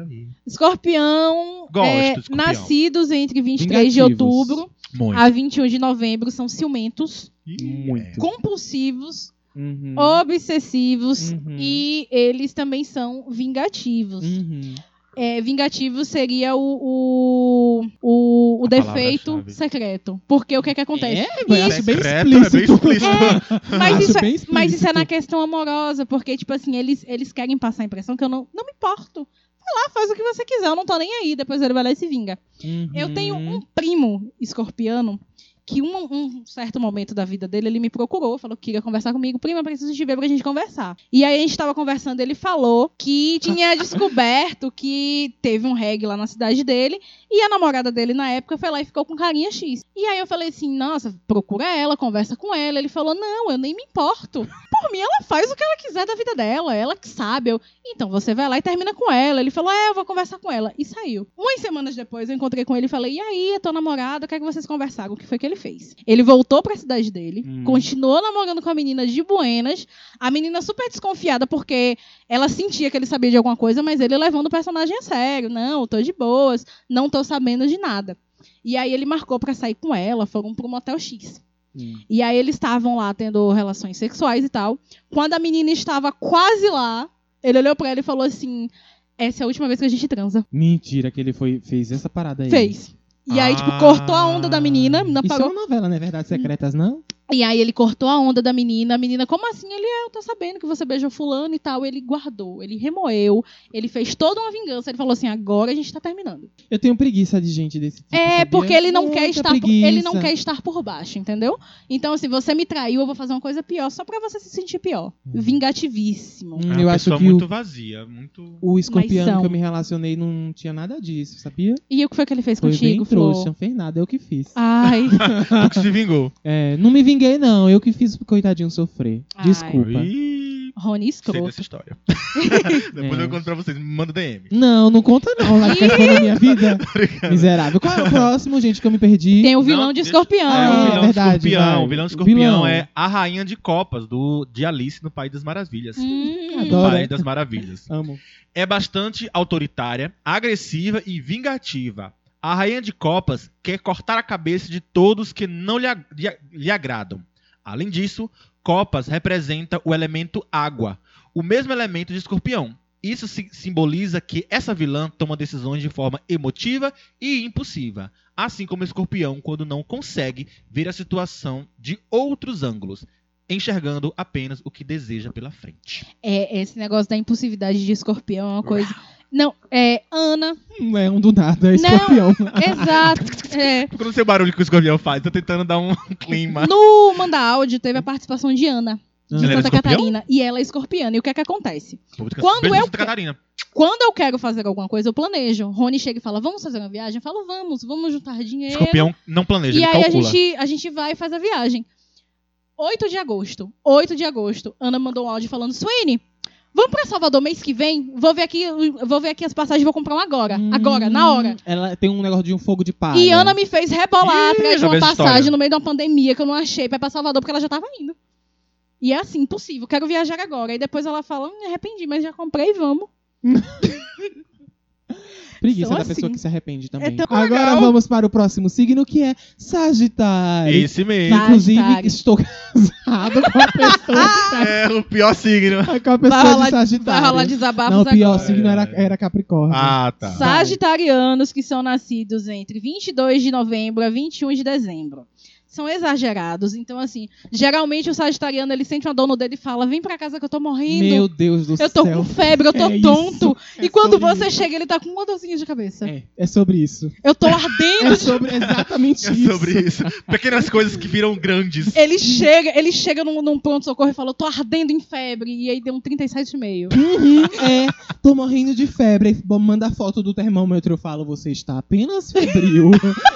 Speaker 1: Escorpião,
Speaker 3: Gosto
Speaker 1: é,
Speaker 3: de escorpião.
Speaker 1: nascidos entre 23 de
Speaker 2: Vingativos.
Speaker 1: outubro
Speaker 3: Muito.
Speaker 1: a 21 de novembro, são ciumentos,
Speaker 2: Muito.
Speaker 1: compulsivos,
Speaker 2: Uhum.
Speaker 1: obsessivos
Speaker 2: Uhum.
Speaker 1: e eles também são vingativos.
Speaker 2: Uhum.
Speaker 1: É, vingativo seria o, o, o, o
Speaker 3: A
Speaker 1: defeito
Speaker 3: palavra-chave.
Speaker 1: secreto. Porque o que é que acontece?
Speaker 2: É, eu acho bem
Speaker 3: Secreto,
Speaker 2: explícito.
Speaker 3: é bem explícito.
Speaker 1: Mas, isso
Speaker 2: Acho bem
Speaker 1: é,
Speaker 2: Ah, explícito.
Speaker 1: mas isso é na questão amorosa, porque, tipo assim, eles, eles querem passar a impressão que eu não, não me importo. Vai lá, faz o que você quiser, eu não tô nem aí. Depois ele vai lá e se vinga.
Speaker 2: Uhum.
Speaker 1: Eu tenho um primo escorpiano que um, um certo momento da vida dele ele me procurou, falou que queria conversar comigo. Prima, preciso te ver pra gente conversar. E aí a gente tava conversando, ele falou que tinha descoberto que teve um reggae lá na cidade dele e a namorada dele na época foi lá e ficou com carinha X. E aí eu falei assim: "Nossa, procura ela, conversa com ela". Ele falou: "Não, eu nem me importo. Por mim ela faz o que ela quiser da vida dela, ela que sabe". Eu, então você vai lá e termina com ela. Ele falou: É, eu vou conversar com ela. E saiu. Umas semanas depois eu encontrei com ele e falei: E aí, é tua namorada, o que é que vocês conversaram? O que foi que ele fez? Ele voltou pra cidade dele,
Speaker 2: Hum.
Speaker 1: continuou namorando com a menina de Buenas. A menina super desconfiada porque ela sentia que ele sabia de alguma coisa, mas ele levando o personagem a sério: Não, tô de boas, não tô sabendo de nada. E aí ele marcou pra sair com ela, foram pro Motel X.
Speaker 2: Hum.
Speaker 1: E aí eles estavam lá tendo relações sexuais e tal. Quando a menina estava quase lá, ele olhou pra ela e falou assim: Essa é a última vez que a gente transa.
Speaker 2: Mentira que ele foi, fez essa parada aí.
Speaker 1: Fez. E aí, tipo,
Speaker 3: Ah.
Speaker 1: cortou a onda da menina, a menina
Speaker 2: Isso é
Speaker 1: parou.
Speaker 2: uma novela, né? Verdades Secretas, não?
Speaker 1: E aí ele cortou a onda da menina. A menina, como assim? Ele, é, eu tô sabendo que você beijou fulano e tal. Ele guardou, ele remoeu, ele fez toda uma vingança. Ele falou assim: agora a gente tá terminando.
Speaker 2: Eu tenho preguiça de gente desse tipo,
Speaker 1: É,
Speaker 2: sabia?
Speaker 1: porque ele não
Speaker 2: Muita
Speaker 1: quer estar por,
Speaker 2: preguiça.
Speaker 1: ele não quer estar por baixo, entendeu? Então, assim, você me traiu, eu vou fazer uma coisa pior só pra você se sentir pior. Vingativíssimo.
Speaker 2: Hum,
Speaker 3: É uma
Speaker 2: eu acho
Speaker 3: pessoa
Speaker 2: que
Speaker 3: muito
Speaker 2: o,
Speaker 3: vazia, muito...
Speaker 2: o escorpião
Speaker 1: são.
Speaker 2: que eu me relacionei não tinha nada disso, sabia?
Speaker 1: E o que foi que ele fez
Speaker 2: Foi
Speaker 1: contigo,
Speaker 2: bem
Speaker 1: Flor?
Speaker 2: trouxa, não fez nada, eu que fiz.
Speaker 1: Ai,
Speaker 3: Tu que se vingou.
Speaker 2: É, não me vinguei, não. Eu que fiz pro coitadinho sofrer.
Speaker 1: Ai.
Speaker 2: Desculpa.
Speaker 3: Ih,
Speaker 1: Rony
Speaker 3: sei
Speaker 1: escroto.
Speaker 3: dessa história. Depois
Speaker 2: É.
Speaker 3: eu conto pra vocês. Me manda DM.
Speaker 2: Não, não conta não. Lá que da minha vida. Miserável. Qual é o próximo, gente, que eu me perdi?
Speaker 1: Tem o vilão
Speaker 3: Não,
Speaker 1: de
Speaker 3: deixa-
Speaker 1: escorpião.
Speaker 3: É, o
Speaker 2: Ah,
Speaker 3: vilão
Speaker 2: verdade,
Speaker 3: de escorpião.
Speaker 2: vai.
Speaker 3: O vilão de
Speaker 2: O
Speaker 3: escorpião
Speaker 2: vilão.
Speaker 3: é a rainha de copas do, de Alice no País das Maravilhas.
Speaker 1: Hum,
Speaker 2: Adoro.
Speaker 3: País das Maravilhas.
Speaker 2: Amo.
Speaker 3: É bastante autoritária, agressiva e vingativa. A rainha de copas quer cortar a cabeça de todos que não lhe, ag- lhe- lhe agradam. Além disso, copas representa o elemento água, o mesmo elemento de escorpião. Isso si- simboliza que essa vilã toma decisões de forma emotiva e impulsiva, assim como o escorpião quando não consegue ver a situação de outros ângulos, enxergando apenas o que deseja pela frente.
Speaker 1: é, esse negócio da impulsividade de escorpião é uma coisa. Não, é Ana.
Speaker 2: Não é um do nada, é escorpião.
Speaker 1: Exato. É,
Speaker 3: Porque eu não sei o barulho que o escorpião faz, tô tentando dar um clima.
Speaker 1: no Manda Áudio teve a participação de Ana, de
Speaker 3: Ela era
Speaker 1: Santa
Speaker 3: escorpião?
Speaker 1: Catarina. E ela é escorpiana. E o que é que acontece?
Speaker 3: Pô, fica-
Speaker 1: Quando é
Speaker 3: beijo
Speaker 1: eu
Speaker 3: Santa
Speaker 1: que-
Speaker 3: Catarina.
Speaker 1: Quando eu quero fazer alguma coisa, eu planejo. Rony chega e fala: Vamos fazer uma viagem? Eu falo: Vamos, vamos juntar dinheiro.
Speaker 3: Escorpião não planeja,
Speaker 1: E
Speaker 3: ele
Speaker 1: aí a
Speaker 3: calcula.
Speaker 1: gente, a gente vai e faz a viagem. 8 de agosto. 8 de agosto. Ana mandou um áudio falando: Suene, vamos pra Salvador mês que vem? Vou ver aqui, vou ver aqui as passagens, vou comprar um agora.
Speaker 2: Hum.
Speaker 1: Agora, na hora.
Speaker 2: Ela tem um negócio de um fogo de palha.
Speaker 1: E Ana me fez rebolar
Speaker 3: Ah, né? Ih,
Speaker 1: atrás de
Speaker 3: já
Speaker 1: uma
Speaker 3: vi essa
Speaker 1: passagem
Speaker 3: história.
Speaker 1: no meio de uma pandemia que eu não achei pra ir pra Salvador porque ela já tava indo. E é assim, impossível, quero viajar agora. E depois ela fala: "Hum, me arrependi, mas já comprei, vamos.
Speaker 2: Preguiça
Speaker 1: São
Speaker 2: da
Speaker 1: assim.
Speaker 2: pessoa que se arrepende também.
Speaker 1: É tão
Speaker 2: Agora
Speaker 1: legal.
Speaker 2: vamos para o próximo signo, que é Sagitário.
Speaker 3: É Esse mesmo.
Speaker 2: Inclusive,
Speaker 1: Sagitário.
Speaker 2: estou casado com a pessoa, tá-
Speaker 3: É o pior signo.
Speaker 2: com a
Speaker 1: Vai
Speaker 2: pessoa de
Speaker 1: rolar, vai
Speaker 2: Sagitário.
Speaker 1: rolar desabafos
Speaker 2: Não, o pior
Speaker 1: agora.
Speaker 2: signo era, era Capricórnio.
Speaker 3: Ah, tá.
Speaker 2: Sa-
Speaker 1: Sagitarianos que são nascidos entre 22 de novembro a 21 de um dezembro. são exagerados. Então, assim, geralmente o sagitariano ele sente uma dor no dedo e fala: vem pra casa que eu tô morrendo.
Speaker 2: Meu Deus do
Speaker 1: eu tô
Speaker 2: céu.
Speaker 1: com febre, eu tô
Speaker 2: É
Speaker 1: tonto.
Speaker 2: isso. É
Speaker 1: e quando
Speaker 2: sobre
Speaker 1: você chega, ele tá com uma dorzinha de cabeça.
Speaker 2: É, é sobre isso.
Speaker 1: Eu tô ardendo.
Speaker 2: É sobre exatamente
Speaker 3: É
Speaker 2: isso.
Speaker 3: sobre isso. Pequenas coisas que viram grandes.
Speaker 2: É.
Speaker 1: Ele chega, ele chega num, num pronto-socorro e fala, eu tô ardendo em febre. E aí deu um 37,5.
Speaker 2: Uhum, é, tô morrendo de febre. Aí bom, Manda foto do termômetro. Eu falo, você está apenas febril.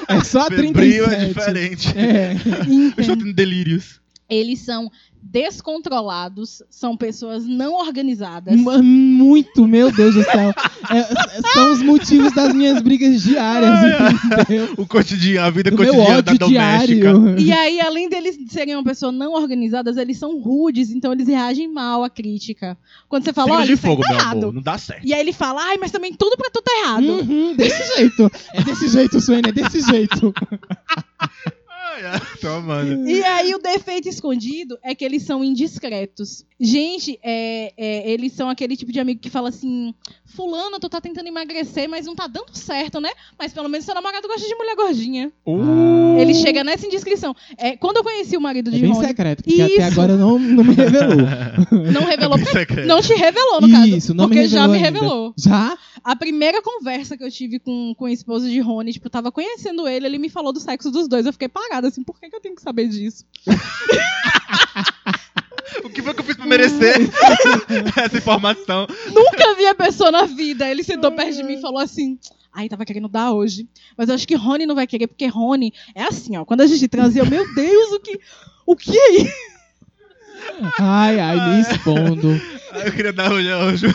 Speaker 2: É
Speaker 1: Tá
Speaker 2: só
Speaker 3: Febril é
Speaker 2: 37.
Speaker 3: diferente.
Speaker 2: É,
Speaker 3: Eu estou tendo delírios.
Speaker 1: Eles são descontrolados, são pessoas não organizadas.
Speaker 2: mu- muito, meu Deus do céu. É, são os motivos das minhas brigas diárias, entendeu?
Speaker 3: O cotidiano, a vida
Speaker 2: Do meu
Speaker 3: cotidiana da
Speaker 2: ódio
Speaker 3: doméstica.
Speaker 2: diário.
Speaker 1: E aí, além deles serem uma pessoa não organizadas, eles são rudes, então eles reagem mal à crítica. Quando você fala,
Speaker 3: Signo
Speaker 1: olha,
Speaker 3: de
Speaker 1: isso
Speaker 3: fogo,
Speaker 1: tá
Speaker 3: meu
Speaker 1: errado.
Speaker 3: amor. Não dá certo.
Speaker 1: E aí ele fala, ai, mas também tudo pra tu tá errado.
Speaker 2: Uhum, desse jeito. É desse jeito, Suene, é desse jeito.
Speaker 3: Ai, ai, tô
Speaker 2: Uhum.
Speaker 3: amando.
Speaker 1: E aí o defeito escondido é que eles são indiscretos. Gente, é, é, eles são aquele tipo de amigo que fala assim: Fulano, tu tá tentando emagrecer, mas não tá dando certo, né? Mas pelo menos seu namorado gosta de mulher gordinha.
Speaker 3: Uh,
Speaker 1: Ele chega nessa indiscrição. É, quando eu conheci o marido
Speaker 2: É
Speaker 1: de
Speaker 2: bem
Speaker 1: Rony,
Speaker 2: secreto, porque até
Speaker 1: Isso.
Speaker 2: agora não, não me revelou.
Speaker 1: não revelou pra
Speaker 3: secreto.
Speaker 1: Não te revelou, no caso.
Speaker 2: Isso, não me
Speaker 1: porque já me
Speaker 2: revelou ainda.
Speaker 1: revelou.
Speaker 2: Já?
Speaker 1: A primeira conversa que eu tive com, com a esposa de Rony, tipo, eu tava conhecendo ele, ele me falou do sexo dos dois. Eu fiquei parada, assim, por que, que eu tenho que saber disso?
Speaker 3: O que foi que eu fiz pra merecer essa informação?
Speaker 1: Nunca vi a pessoa na vida. Ele sentou perto de mim e falou assim. Ai, tava querendo dar hoje. Mas eu acho que Rony não vai querer, porque Rony é assim, ó. Quando a gente transa, eu, meu Deus, o que. O que é isso?
Speaker 2: Ai, ai, me expondo.
Speaker 3: Ah, Eu queria dar um anjo.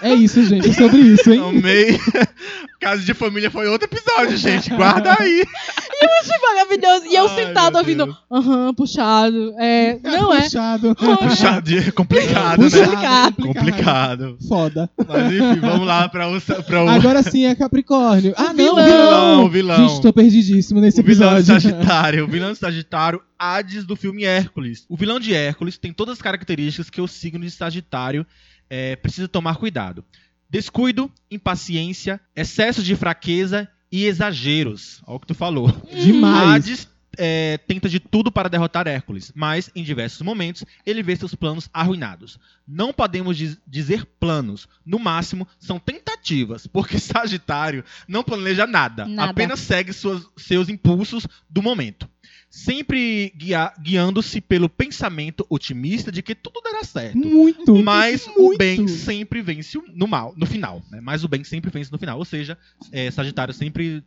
Speaker 2: É isso, gente, é sobre isso, hein?
Speaker 3: Amei. Caso de família foi outro episódio, gente. Guarda aí.
Speaker 1: Que maravilhoso. E eu
Speaker 3: Ai,
Speaker 1: sentado
Speaker 3: meu
Speaker 1: ouvindo.
Speaker 3: Deus.
Speaker 1: Aham, puxado. É, não é.
Speaker 2: Puxado.
Speaker 3: Puxado, é complicado, né?
Speaker 1: Puxado.
Speaker 2: é
Speaker 3: Complicado.
Speaker 2: Foda.
Speaker 3: Mas enfim, vamos lá pra o. Pra o...
Speaker 2: Agora sim é Capricórnio. Ah, não,
Speaker 3: vilão,
Speaker 2: vilão.
Speaker 3: Oh. vilão.
Speaker 2: Gente, tô perdidíssimo nesse
Speaker 3: o vilão de
Speaker 2: episódio.
Speaker 3: Sagitário. O vilão de Sagitário, Hades do filme Hércules. O vilão de Hércules tem todas as características que o signo de Sagitário eh, precisa tomar cuidado: descuido, impaciência, excesso de fraqueza e exageros. Olha o que tu falou.
Speaker 2: Demais.
Speaker 3: Hades eh, tenta de tudo para derrotar Hércules, mas em diversos momentos ele vê seus planos arruinados. Não podemos diz- dizer planos, no máximo são tentativas, porque Sagitário não planeja nada,
Speaker 1: Nada.
Speaker 3: apenas segue suas- seus impulsos do momento. Sempre guia- guiando-se pelo pensamento otimista de que tudo dará certo.
Speaker 2: Muito.
Speaker 3: Mas o
Speaker 2: muito.
Speaker 3: bem sempre vence o- no mal, no final. né? Mas o bem sempre vence no final. Ou seja, eh, Sagitário sempre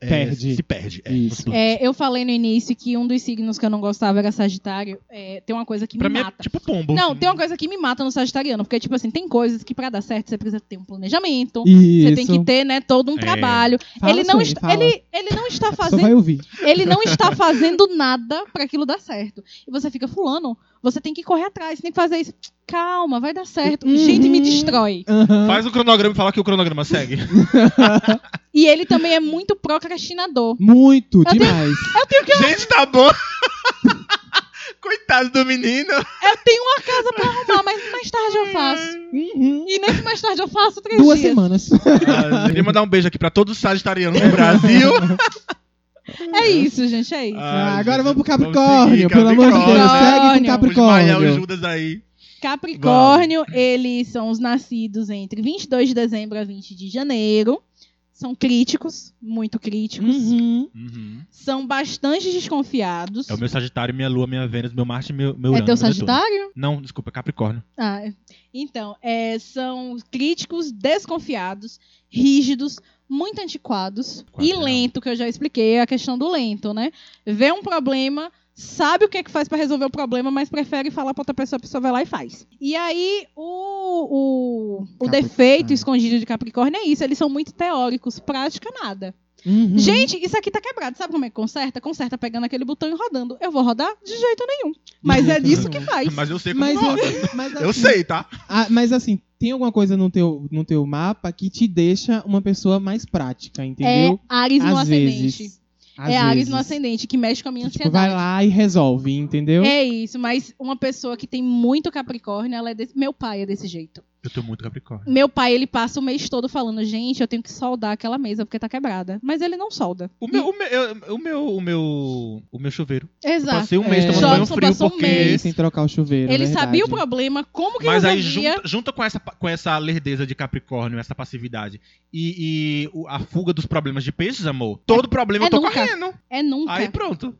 Speaker 3: eh,
Speaker 2: Perde.
Speaker 3: se perde. é,
Speaker 2: Isso.
Speaker 3: nos-
Speaker 1: É, eu falei no início que um dos signos que eu não gostava era Sagitário. É, tem uma coisa que
Speaker 3: Pra
Speaker 1: me
Speaker 3: mim é
Speaker 1: mata.
Speaker 3: tipo pombo.
Speaker 1: Não,
Speaker 2: um
Speaker 1: tem uma coisa que me mata no Sagitariano, porque, tipo assim, tem coisas que pra dar certo você precisa ter um planejamento.
Speaker 2: Isso.
Speaker 1: Você tem que ter, né, todo um
Speaker 3: É.
Speaker 1: trabalho.
Speaker 2: Fala,
Speaker 1: ele, não
Speaker 2: Suene,
Speaker 1: está,
Speaker 2: assim, fala.
Speaker 1: ele, ele não está
Speaker 2: Só vai
Speaker 1: fazendo,
Speaker 2: ouvir.
Speaker 1: ele não está fazendo nada pra aquilo dar certo. E você fica fulano, você tem que correr atrás, tem que fazer isso. Calma, vai dar certo.
Speaker 2: Uhum.
Speaker 1: Gente, me destrói.
Speaker 2: Aham.
Speaker 3: Faz o cronograma e fala que o cronograma segue.
Speaker 1: E ele também é muito procrastinador.
Speaker 2: Muito,
Speaker 1: tenho-
Speaker 2: demais.
Speaker 3: Gente, tá bom. Coitado do menino.
Speaker 1: Eu tenho uma casa pra arrumar, mas mais tarde eu faço.
Speaker 2: Uhum.
Speaker 1: E nesse mais tarde eu faço três
Speaker 2: Duas
Speaker 1: dias.
Speaker 2: semanas.
Speaker 3: Ah, queria mandar um beijo aqui pra todos os sagitarianos do Brasil.
Speaker 1: É isso, gente, é isso.
Speaker 2: Ah,
Speaker 3: Ai,
Speaker 2: agora
Speaker 3: gente,
Speaker 2: vamos pro Capricórnio,
Speaker 3: seguir,
Speaker 2: pelo amor de Deus.
Speaker 1: Capricórnio.
Speaker 2: Segue com
Speaker 3: Vamos espalhar o
Speaker 2: Capricórnio.
Speaker 3: Judas aí.
Speaker 1: Capricórnio, eles são os nascidos entre 22 de dezembro a 20 de janeiro. São críticos, muito críticos.
Speaker 2: Uhum.
Speaker 1: São bastante desconfiados.
Speaker 3: É o meu Sagitário, minha Lua, minha Vênus, meu Marte, meu, meu
Speaker 1: É
Speaker 3: Urano.
Speaker 1: teu
Speaker 3: meu Netuno.
Speaker 1: Sagitário?
Speaker 3: Não, desculpa, é Capricórnio.
Speaker 1: Ah, é. então, é, são críticos, desconfiados, rígidos, muito antiquados e
Speaker 3: Quadrão.
Speaker 1: lento, que eu já expliquei, é a questão do lento, né? Vê um problema, sabe o que é que faz pra resolver o problema, mas prefere falar pra outra pessoa, a pessoa vai lá e faz. E aí, o, o, o
Speaker 2: Capri-
Speaker 1: defeito
Speaker 2: Ah.
Speaker 1: escondido de Capricórnio é isso, eles são muito teóricos, prática nada.
Speaker 2: Uhum.
Speaker 1: Gente, isso aqui tá quebrado, sabe como é que conserta? Conserta pegando aquele botão e rodando. Eu vou rodar? De jeito nenhum. Mas é disso que faz.
Speaker 3: Mas eu sei como
Speaker 2: Mas,
Speaker 3: roda.
Speaker 2: mas
Speaker 3: Eu
Speaker 2: assim,
Speaker 3: sei, tá?
Speaker 2: Ah, mas assim, tem alguma coisa no teu, no teu mapa que te deixa uma pessoa mais prática, entendeu?
Speaker 1: É Ares no
Speaker 2: Às
Speaker 1: ascendente.
Speaker 2: vezes. Às
Speaker 1: é Ares
Speaker 2: vezes.
Speaker 1: no ascendente, que mexe com a minha
Speaker 2: Tipo, vai
Speaker 1: ansiedade.
Speaker 2: lá e resolve, entendeu?
Speaker 1: É isso, mas uma pessoa que tem muito Capricórnio, ela é desse... meu pai é desse jeito.
Speaker 3: Eu tô muito Capricórnio.
Speaker 1: Meu pai, ele passa o mês todo falando, gente, eu tenho que soldar aquela mesa porque tá quebrada. Mas ele não solda.
Speaker 3: O meu, o meu, eu- o meu, o meu, o meu chuveiro. Eu
Speaker 1: Exato.
Speaker 3: Passei um mês
Speaker 2: É.
Speaker 3: tomando banho
Speaker 1: Jobson
Speaker 3: frio
Speaker 1: passou um
Speaker 3: porque.
Speaker 1: mês.
Speaker 2: Sem é trocar o chuveiro.
Speaker 1: Ele
Speaker 2: é verdade.
Speaker 1: sabia o problema, como que
Speaker 3: Mas aí
Speaker 1: resolvia.
Speaker 3: junta, junta com essa com essa lerdeza de Capricórnio, essa passividade e, e o- a fuga dos problemas de peixes, amor. Todo problema
Speaker 1: é
Speaker 3: eu tô
Speaker 1: nunca.
Speaker 3: correndo.
Speaker 1: É nunca.
Speaker 3: Aí pronto.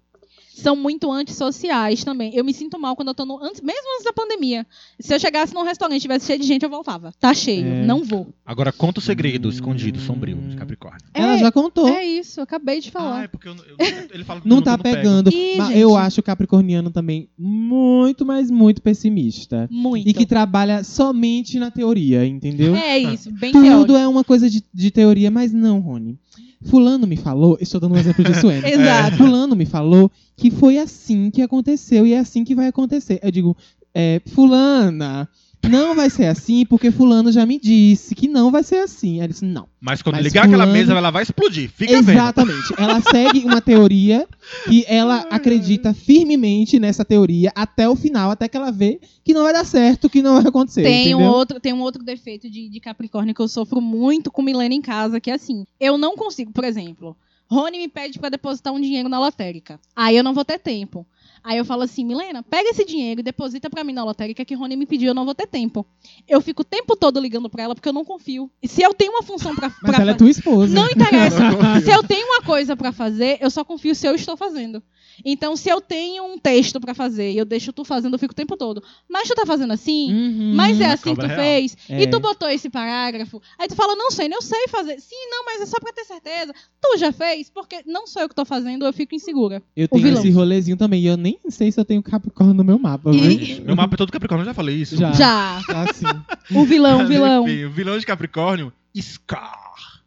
Speaker 1: São muito antissociais também. Eu me sinto mal quando eu tô no. Antes, mesmo antes da pandemia. Se eu chegasse num restaurante e tivesse cheio de gente, eu voltava. Tá cheio.
Speaker 2: É.
Speaker 1: Não vou.
Speaker 3: Agora conta o segredo escondido,
Speaker 2: Hum.
Speaker 3: sombrio de Capricórnio.
Speaker 2: Ela
Speaker 1: é,
Speaker 2: já contou.
Speaker 1: é isso, eu acabei de
Speaker 3: Ah,
Speaker 1: falar.
Speaker 3: é porque eu, eu- ele fala que
Speaker 2: Não
Speaker 3: eu
Speaker 2: tá
Speaker 3: eu pego.
Speaker 2: pegando.
Speaker 1: Ih,
Speaker 2: Mas
Speaker 1: gente.
Speaker 2: eu acho o capricorniano também muito, mas muito pessimista.
Speaker 1: muito.
Speaker 2: E que trabalha somente na teoria, entendeu?
Speaker 1: É isso, bem teórico.
Speaker 2: Tudo é uma coisa de, de teoria, mas não, Rony. Fulano me falou, estou dando um exemplo de Suene. É,
Speaker 1: Exato.
Speaker 2: Fulano me falou que foi assim que aconteceu e é assim que vai acontecer. Eu digo, é, fulana, não vai ser assim porque fulano já me disse que não vai ser assim. Ela disse, não.
Speaker 3: Mas quando
Speaker 2: Mas
Speaker 3: ligar aquela
Speaker 2: fulano-
Speaker 3: mesa, ela vai explodir. Fica vendo.
Speaker 2: Exatamente. Ela segue uma teoria que ela acredita firmemente nessa teoria até o final, até que ela vê que não vai dar certo, que não vai acontecer.
Speaker 1: Tem um,
Speaker 2: entendeu?
Speaker 1: outro, tem um outro defeito de, de Capricórnio que eu sofro muito com Milena em casa, que é assim, eu não consigo, por exemplo, Rony me pede pra depositar um dinheiro na lotérica. Aí eu não vou ter tempo. Aí eu falo assim, Milena, pega esse dinheiro e deposita pra mim na lotérica que Rony me pediu, eu não vou ter tempo. Eu fico o tempo todo ligando pra ela porque eu não confio. E se eu tenho uma função pra,
Speaker 2: Mas
Speaker 1: pra
Speaker 2: ela é
Speaker 1: fa-
Speaker 2: tua esposa.
Speaker 1: Não interessa. se eu tenho uma coisa pra fazer, eu só confio se eu estou fazendo. Então, se eu tenho um texto pra fazer e eu deixo tu fazendo, eu fico o tempo todo. Mas tu tá fazendo assim?
Speaker 2: Uhum.
Speaker 1: Mas é assim que
Speaker 3: Hum, cobra
Speaker 1: tu
Speaker 3: real.
Speaker 1: fez?
Speaker 2: É.
Speaker 1: E tu botou esse parágrafo? Aí tu fala, não sei, eu sei fazer. Sim, não, mas é só pra ter certeza. Tu já fez? Porque não sou eu que tô fazendo, eu fico insegura.
Speaker 2: Eu
Speaker 1: O
Speaker 2: tenho
Speaker 1: vilão.
Speaker 2: esse rolezinho também. E eu nem sei se eu tenho Capricórnio no meu mapa.
Speaker 1: E-
Speaker 2: viu?
Speaker 3: Meu mapa é todo Capricórnio, eu já falei isso.
Speaker 2: Já. Ah.
Speaker 1: Já.
Speaker 2: Tá assim.
Speaker 1: O
Speaker 3: Tá
Speaker 1: vilão, o vilão.
Speaker 3: Enfim, o vilão de Capricórnio, Scar.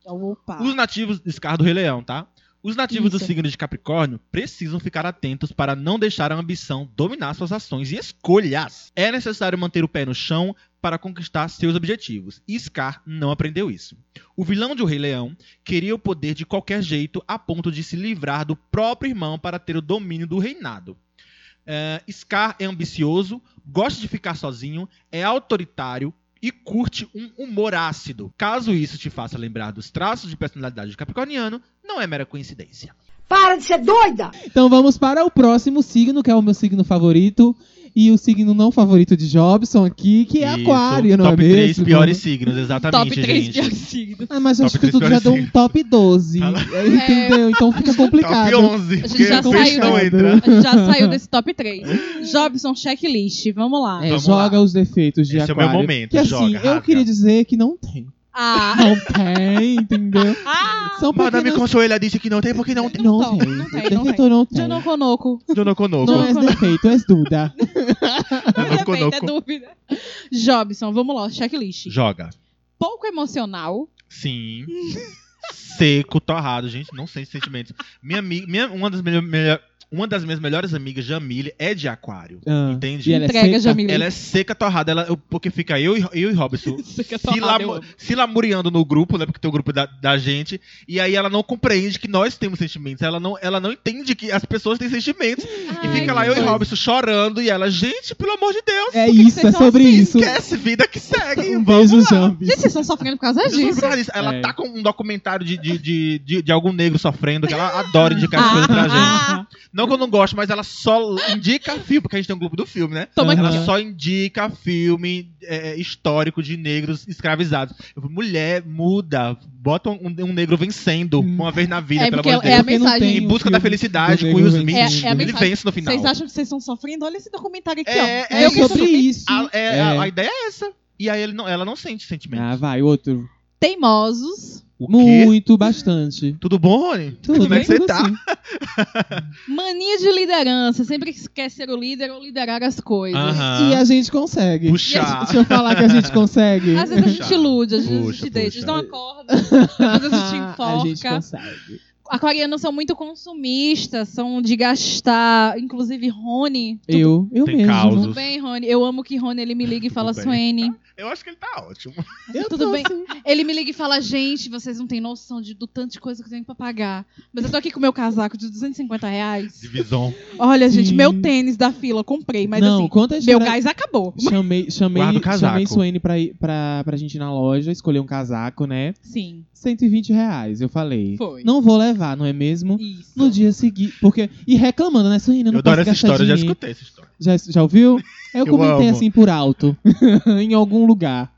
Speaker 1: Opa.
Speaker 3: Os nativos, Scar do Rei Leão, tá? Os nativos do
Speaker 1: Isso.
Speaker 3: signo de Capricórnio precisam ficar atentos para não deixar a ambição dominar suas ações e escolhas. É necessário manter o pé no chão para conquistar seus objetivos. E Scar não aprendeu isso. O vilão de O Rei Leão queria o poder de qualquer jeito a ponto de se livrar do próprio irmão para ter o domínio do reinado. É, Scar é ambicioso, gosta de ficar sozinho, é autoritário e curte um humor ácido. Caso isso te faça lembrar dos traços de personalidade de Capricorniano, não é mera coincidência.
Speaker 4: Para de ser doida!
Speaker 2: Então vamos para o próximo signo, que é o meu signo favorito. E o signo não favorito de Jobson aqui, que é
Speaker 3: Isso,
Speaker 2: Aquário, não
Speaker 3: top
Speaker 2: é mesmo?
Speaker 3: 3 piores signos, exatamente,
Speaker 1: Top 3
Speaker 3: Tá gente.
Speaker 1: de Alcido.
Speaker 2: Ah, mas eu
Speaker 3: Top
Speaker 2: acho que
Speaker 3: três
Speaker 2: tu já
Speaker 3: piores
Speaker 2: deu um
Speaker 3: signos.
Speaker 2: top 12.
Speaker 3: Tá lá.
Speaker 2: Entendeu? Então fica complicado.
Speaker 3: Top 11,
Speaker 1: gente
Speaker 3: porque
Speaker 1: já
Speaker 3: o peixe
Speaker 1: saiu,
Speaker 3: não
Speaker 2: né?
Speaker 3: entra.
Speaker 1: Já saiu desse top 3. Jobson, checklist. Vamos lá.
Speaker 2: É,
Speaker 3: Vamos
Speaker 2: joga
Speaker 3: lá.
Speaker 2: os defeitos de
Speaker 3: Esse é o
Speaker 2: Aquário.
Speaker 3: meu momento,
Speaker 2: que assim,
Speaker 3: joga,
Speaker 2: eu
Speaker 3: rasga.
Speaker 2: queria dizer que não tem.
Speaker 1: Ah.
Speaker 2: Não tem, entendeu?
Speaker 1: ah.
Speaker 2: São
Speaker 3: Madame
Speaker 2: pequenas...
Speaker 3: Consuela disse que não tem porque não tem.
Speaker 2: Não,
Speaker 1: Não
Speaker 2: tem.
Speaker 1: tem, não
Speaker 2: Defeito não tem.
Speaker 3: É.
Speaker 1: Jono Konoco.
Speaker 3: Jonoconoco.
Speaker 2: Não é defeito, é duda.
Speaker 1: Mas
Speaker 3: Jono
Speaker 1: depende, é
Speaker 3: Konoco.
Speaker 1: dúvida. Jobson, vamos lá, checklist.
Speaker 3: Joga.
Speaker 1: Pouco emocional.
Speaker 3: Sim. Seco, torrado, gente, não sei sentimentos. Minha amiga, minha, uma, das melho- melho- uma das minhas melhores amigas, Jamile, é de aquário.
Speaker 2: Ah,
Speaker 3: Entende?
Speaker 2: e ela é
Speaker 1: Entrega,
Speaker 2: seca?
Speaker 1: Jamil.
Speaker 3: Ela é seca, torrada, ela, eu- porque fica eu, e- eu e Robson se, lamu- se lamuriando no grupo, né? Porque tem o grupo da, da gente. E aí ela não compreende que nós temos sentimentos. Ela não, ela não entende que as pessoas têm sentimentos. e
Speaker 1: Ai,
Speaker 3: fica lá eu e
Speaker 1: coisa.
Speaker 3: Robson chorando. E ela, gente, pelo amor de Deus,
Speaker 2: É
Speaker 1: Por que que
Speaker 2: isso,
Speaker 1: vocês
Speaker 2: é
Speaker 1: são
Speaker 2: sobre
Speaker 1: assim?
Speaker 2: isso.
Speaker 3: esquece, vida que segue.
Speaker 2: Um
Speaker 3: vamos
Speaker 2: beijo,
Speaker 3: lá.
Speaker 2: Jambi.
Speaker 1: Gente, vocês estão sofrendo por causa
Speaker 3: Jesus,
Speaker 1: disso.
Speaker 3: por causa disso. Ela
Speaker 2: É.
Speaker 3: tá com um documentário de, de, de, de, de algum negro sofrendo, que ela adora indicar as coisas pra gente.
Speaker 1: Ah,
Speaker 3: Não que eu não gosto, mas ela só indica filme, porque a gente tem um grupo do filme, né?
Speaker 1: toma
Speaker 2: Aham.
Speaker 1: aqui.
Speaker 3: Ela só indica filme é, histórico de negros escravizados. Eu falei, mulher, muda. Bota um, um negro vencendo
Speaker 2: Hum.
Speaker 3: uma vez na vida,
Speaker 1: É
Speaker 3: pelo
Speaker 1: porque
Speaker 3: amor de
Speaker 1: é
Speaker 3: Deus.
Speaker 1: a mensagem.
Speaker 3: Em busca da felicidade,
Speaker 2: do
Speaker 3: com Will
Speaker 2: negro
Speaker 3: Smith.
Speaker 1: vencendo. É, é a
Speaker 3: ele
Speaker 1: mensagem.
Speaker 3: vence no final.
Speaker 1: Vocês acham que vocês estão sofrendo? Olha esse documentário aqui, ó.
Speaker 3: É,
Speaker 2: É
Speaker 1: Eu que
Speaker 2: sobre
Speaker 1: sofri.
Speaker 2: isso.
Speaker 3: A, é, A,
Speaker 2: É.
Speaker 3: a ideia é essa. E aí ele não, ela não sente sentimento.
Speaker 2: Ah, vai, outro.
Speaker 1: Teimosos,
Speaker 3: é o quê?
Speaker 2: Muito, bastante.
Speaker 3: Tudo bom, Rony?
Speaker 2: Tudo assim.
Speaker 3: Como é que
Speaker 2: tudo
Speaker 3: você tá?
Speaker 2: sim.
Speaker 1: mania de liderança, sempre que quer ser o líder ou liderar as coisas.
Speaker 2: E
Speaker 3: Aham.
Speaker 2: a gente consegue.
Speaker 3: Puxar.
Speaker 2: Deixa eu falar que a gente consegue.
Speaker 1: Às vezes a gente
Speaker 3: Puxa,
Speaker 1: ilude, às vezes a
Speaker 3: puxa,
Speaker 1: gente deixa, a gente dá
Speaker 3: puxa.
Speaker 1: uma corda, às vezes a gente
Speaker 2: A gente
Speaker 1: enforca.
Speaker 2: consegue.
Speaker 1: Aquarianos são muito consumistas, são de gastar, inclusive Rony.
Speaker 2: Eu, eu
Speaker 3: Tem
Speaker 2: mesmo. né?
Speaker 3: causa.
Speaker 1: Tudo bem, Rony? Eu amo que Rony ele me liga e fala,
Speaker 3: Tudo bem.
Speaker 1: Suene,
Speaker 3: Eu acho que ele tá ótimo.
Speaker 2: Eu
Speaker 1: Tudo
Speaker 2: tô
Speaker 1: bem.
Speaker 2: assim.
Speaker 1: Ele me liga e fala, gente, vocês não têm noção de, do tanto de coisa que eu tenho pra pagar. Mas eu tô aqui com meu casaco de 250 reais.
Speaker 3: Divisão.
Speaker 1: Olha, gente,
Speaker 2: Sim.
Speaker 1: meu tênis da fila, comprei, mas
Speaker 2: não,
Speaker 1: assim,
Speaker 2: conta a
Speaker 1: meu
Speaker 2: história.
Speaker 1: gás acabou.
Speaker 2: Chamei, chamei,
Speaker 3: Guarda o casaco.
Speaker 2: chamei Suene pra, ir, pra, pra gente ir na loja, escolher um casaco, né?
Speaker 1: Sim,
Speaker 2: 120 reais, eu falei.
Speaker 1: foi.
Speaker 2: Não vou levar, não é mesmo?
Speaker 1: Isso.
Speaker 2: No dia seguinte, porque... E reclamando, né, Suene? Eu
Speaker 3: Eu
Speaker 2: não
Speaker 3: adoro
Speaker 2: posso
Speaker 3: essa
Speaker 2: gastar
Speaker 3: história, eu já
Speaker 2: dinheiro.
Speaker 3: escutei essa história.
Speaker 2: Já, já ouviu? Eu,
Speaker 3: Eu
Speaker 2: comentei
Speaker 3: amo.
Speaker 2: assim por alto, em algum lugar.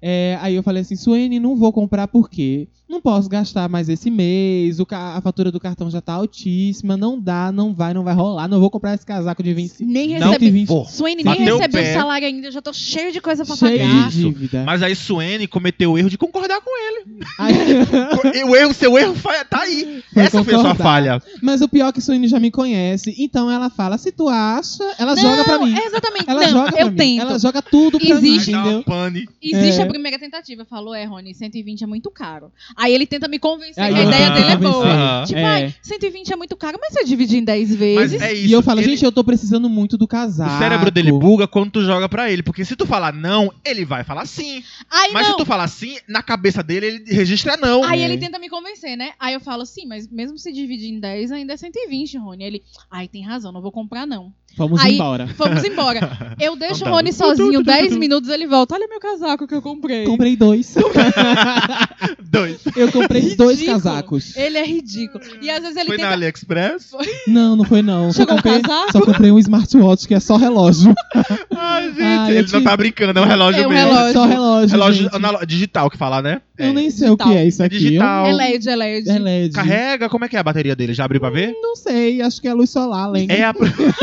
Speaker 2: É, aí eu falei assim, Suene, não vou comprar porque não posso gastar mais esse mês, o ca- a fatura do cartão já tá altíssima, não dá, não vai, não vai rolar, não vou comprar esse casaco de 25.
Speaker 1: Nem
Speaker 3: Não
Speaker 1: recebi.
Speaker 3: Vou.
Speaker 2: Tá
Speaker 1: Suene nem
Speaker 3: Bateu o
Speaker 1: recebeu
Speaker 3: pé.
Speaker 1: o salário ainda, eu já tô cheio de coisa pra
Speaker 2: Cheio
Speaker 1: pagar.
Speaker 2: de dívida.
Speaker 3: Mas aí Suene cometeu o erro de concordar com ele.
Speaker 2: Aí-
Speaker 3: E o erro, seu erro fa- tá aí.
Speaker 2: Foi
Speaker 3: Essa foi a sua
Speaker 2: concordar.
Speaker 3: falha.
Speaker 2: mas o pior é que Suene já me conhece, então ela fala, se tu acha, ela
Speaker 1: Não,
Speaker 2: joga pra mim.
Speaker 1: é Exatamente.
Speaker 2: Ela
Speaker 1: não,
Speaker 2: joga pra
Speaker 1: eu
Speaker 2: mim.
Speaker 1: tento.
Speaker 2: Ela joga tudo pra
Speaker 1: Existe-
Speaker 2: mim,
Speaker 3: Dá
Speaker 2: entendeu?
Speaker 3: uma pane.
Speaker 1: Existe
Speaker 2: É.
Speaker 1: a primeira tentativa. Falou, é, Rony, 120 é muito caro. Aí ele tenta me convencer
Speaker 2: Aí
Speaker 1: que a
Speaker 2: eu
Speaker 1: ideia
Speaker 2: tento
Speaker 1: dele é
Speaker 2: convencer.
Speaker 1: boa.
Speaker 3: Aham.
Speaker 1: Tipo,
Speaker 2: É.
Speaker 1: ai, 120 é muito caro, mas se eu dividir em 10
Speaker 3: Mas
Speaker 1: vezes.
Speaker 3: é isso.
Speaker 2: E eu falo,
Speaker 3: ele-
Speaker 2: gente, eu tô precisando muito do casaco.
Speaker 3: O cérebro dele buga quando tu joga pra ele. Porque se tu falar não, ele vai falar sim.
Speaker 1: Aí
Speaker 3: Mas
Speaker 1: não.
Speaker 3: se tu tá falar sim, na cabeça dele ele registra não.
Speaker 1: Aí
Speaker 2: É.
Speaker 1: ele tenta me convencer, né? Aí eu falo, sim, mas mesmo se dividir em 10, ainda é 120, Rony. Ele, ai, tem razão, não vou comprar, não.
Speaker 2: Vamos
Speaker 1: Aí-
Speaker 2: embora.
Speaker 1: Vamos embora. Eu deixo o
Speaker 3: Andando.
Speaker 1: Rony sozinho 10 minutos, ele volta. Olha meu casaco que eu comprei.
Speaker 2: Comprei dois.
Speaker 3: Dois.
Speaker 2: Eu comprei dois
Speaker 1: Ridículo.
Speaker 2: casacos.
Speaker 1: Ele é ridículo. E às vezes ele
Speaker 3: Foi
Speaker 1: tenta.
Speaker 3: na AliExpress?
Speaker 2: Não, não foi não. Só
Speaker 1: Chegou um
Speaker 2: comprei,
Speaker 1: casaco?
Speaker 2: só comprei um smartwatch que é só relógio.
Speaker 3: Ai, gente.
Speaker 2: Ai, eu
Speaker 3: ele não
Speaker 2: te-
Speaker 3: tá brincando, é um relógio
Speaker 1: É um
Speaker 3: mesmo.
Speaker 1: relógio.
Speaker 2: É só relógio.
Speaker 3: Relógio
Speaker 2: gente.
Speaker 3: analo- digital que fala, né?
Speaker 2: Eu
Speaker 3: É.
Speaker 2: nem sei o que
Speaker 1: digital.
Speaker 2: é isso aqui.
Speaker 3: digital.
Speaker 1: É LED, é LED.
Speaker 2: É LED.
Speaker 3: Carrega, como é que é a bateria dele? Já abriu pra ver?
Speaker 2: Não sei, acho que é luz solar, lenha.
Speaker 3: É a,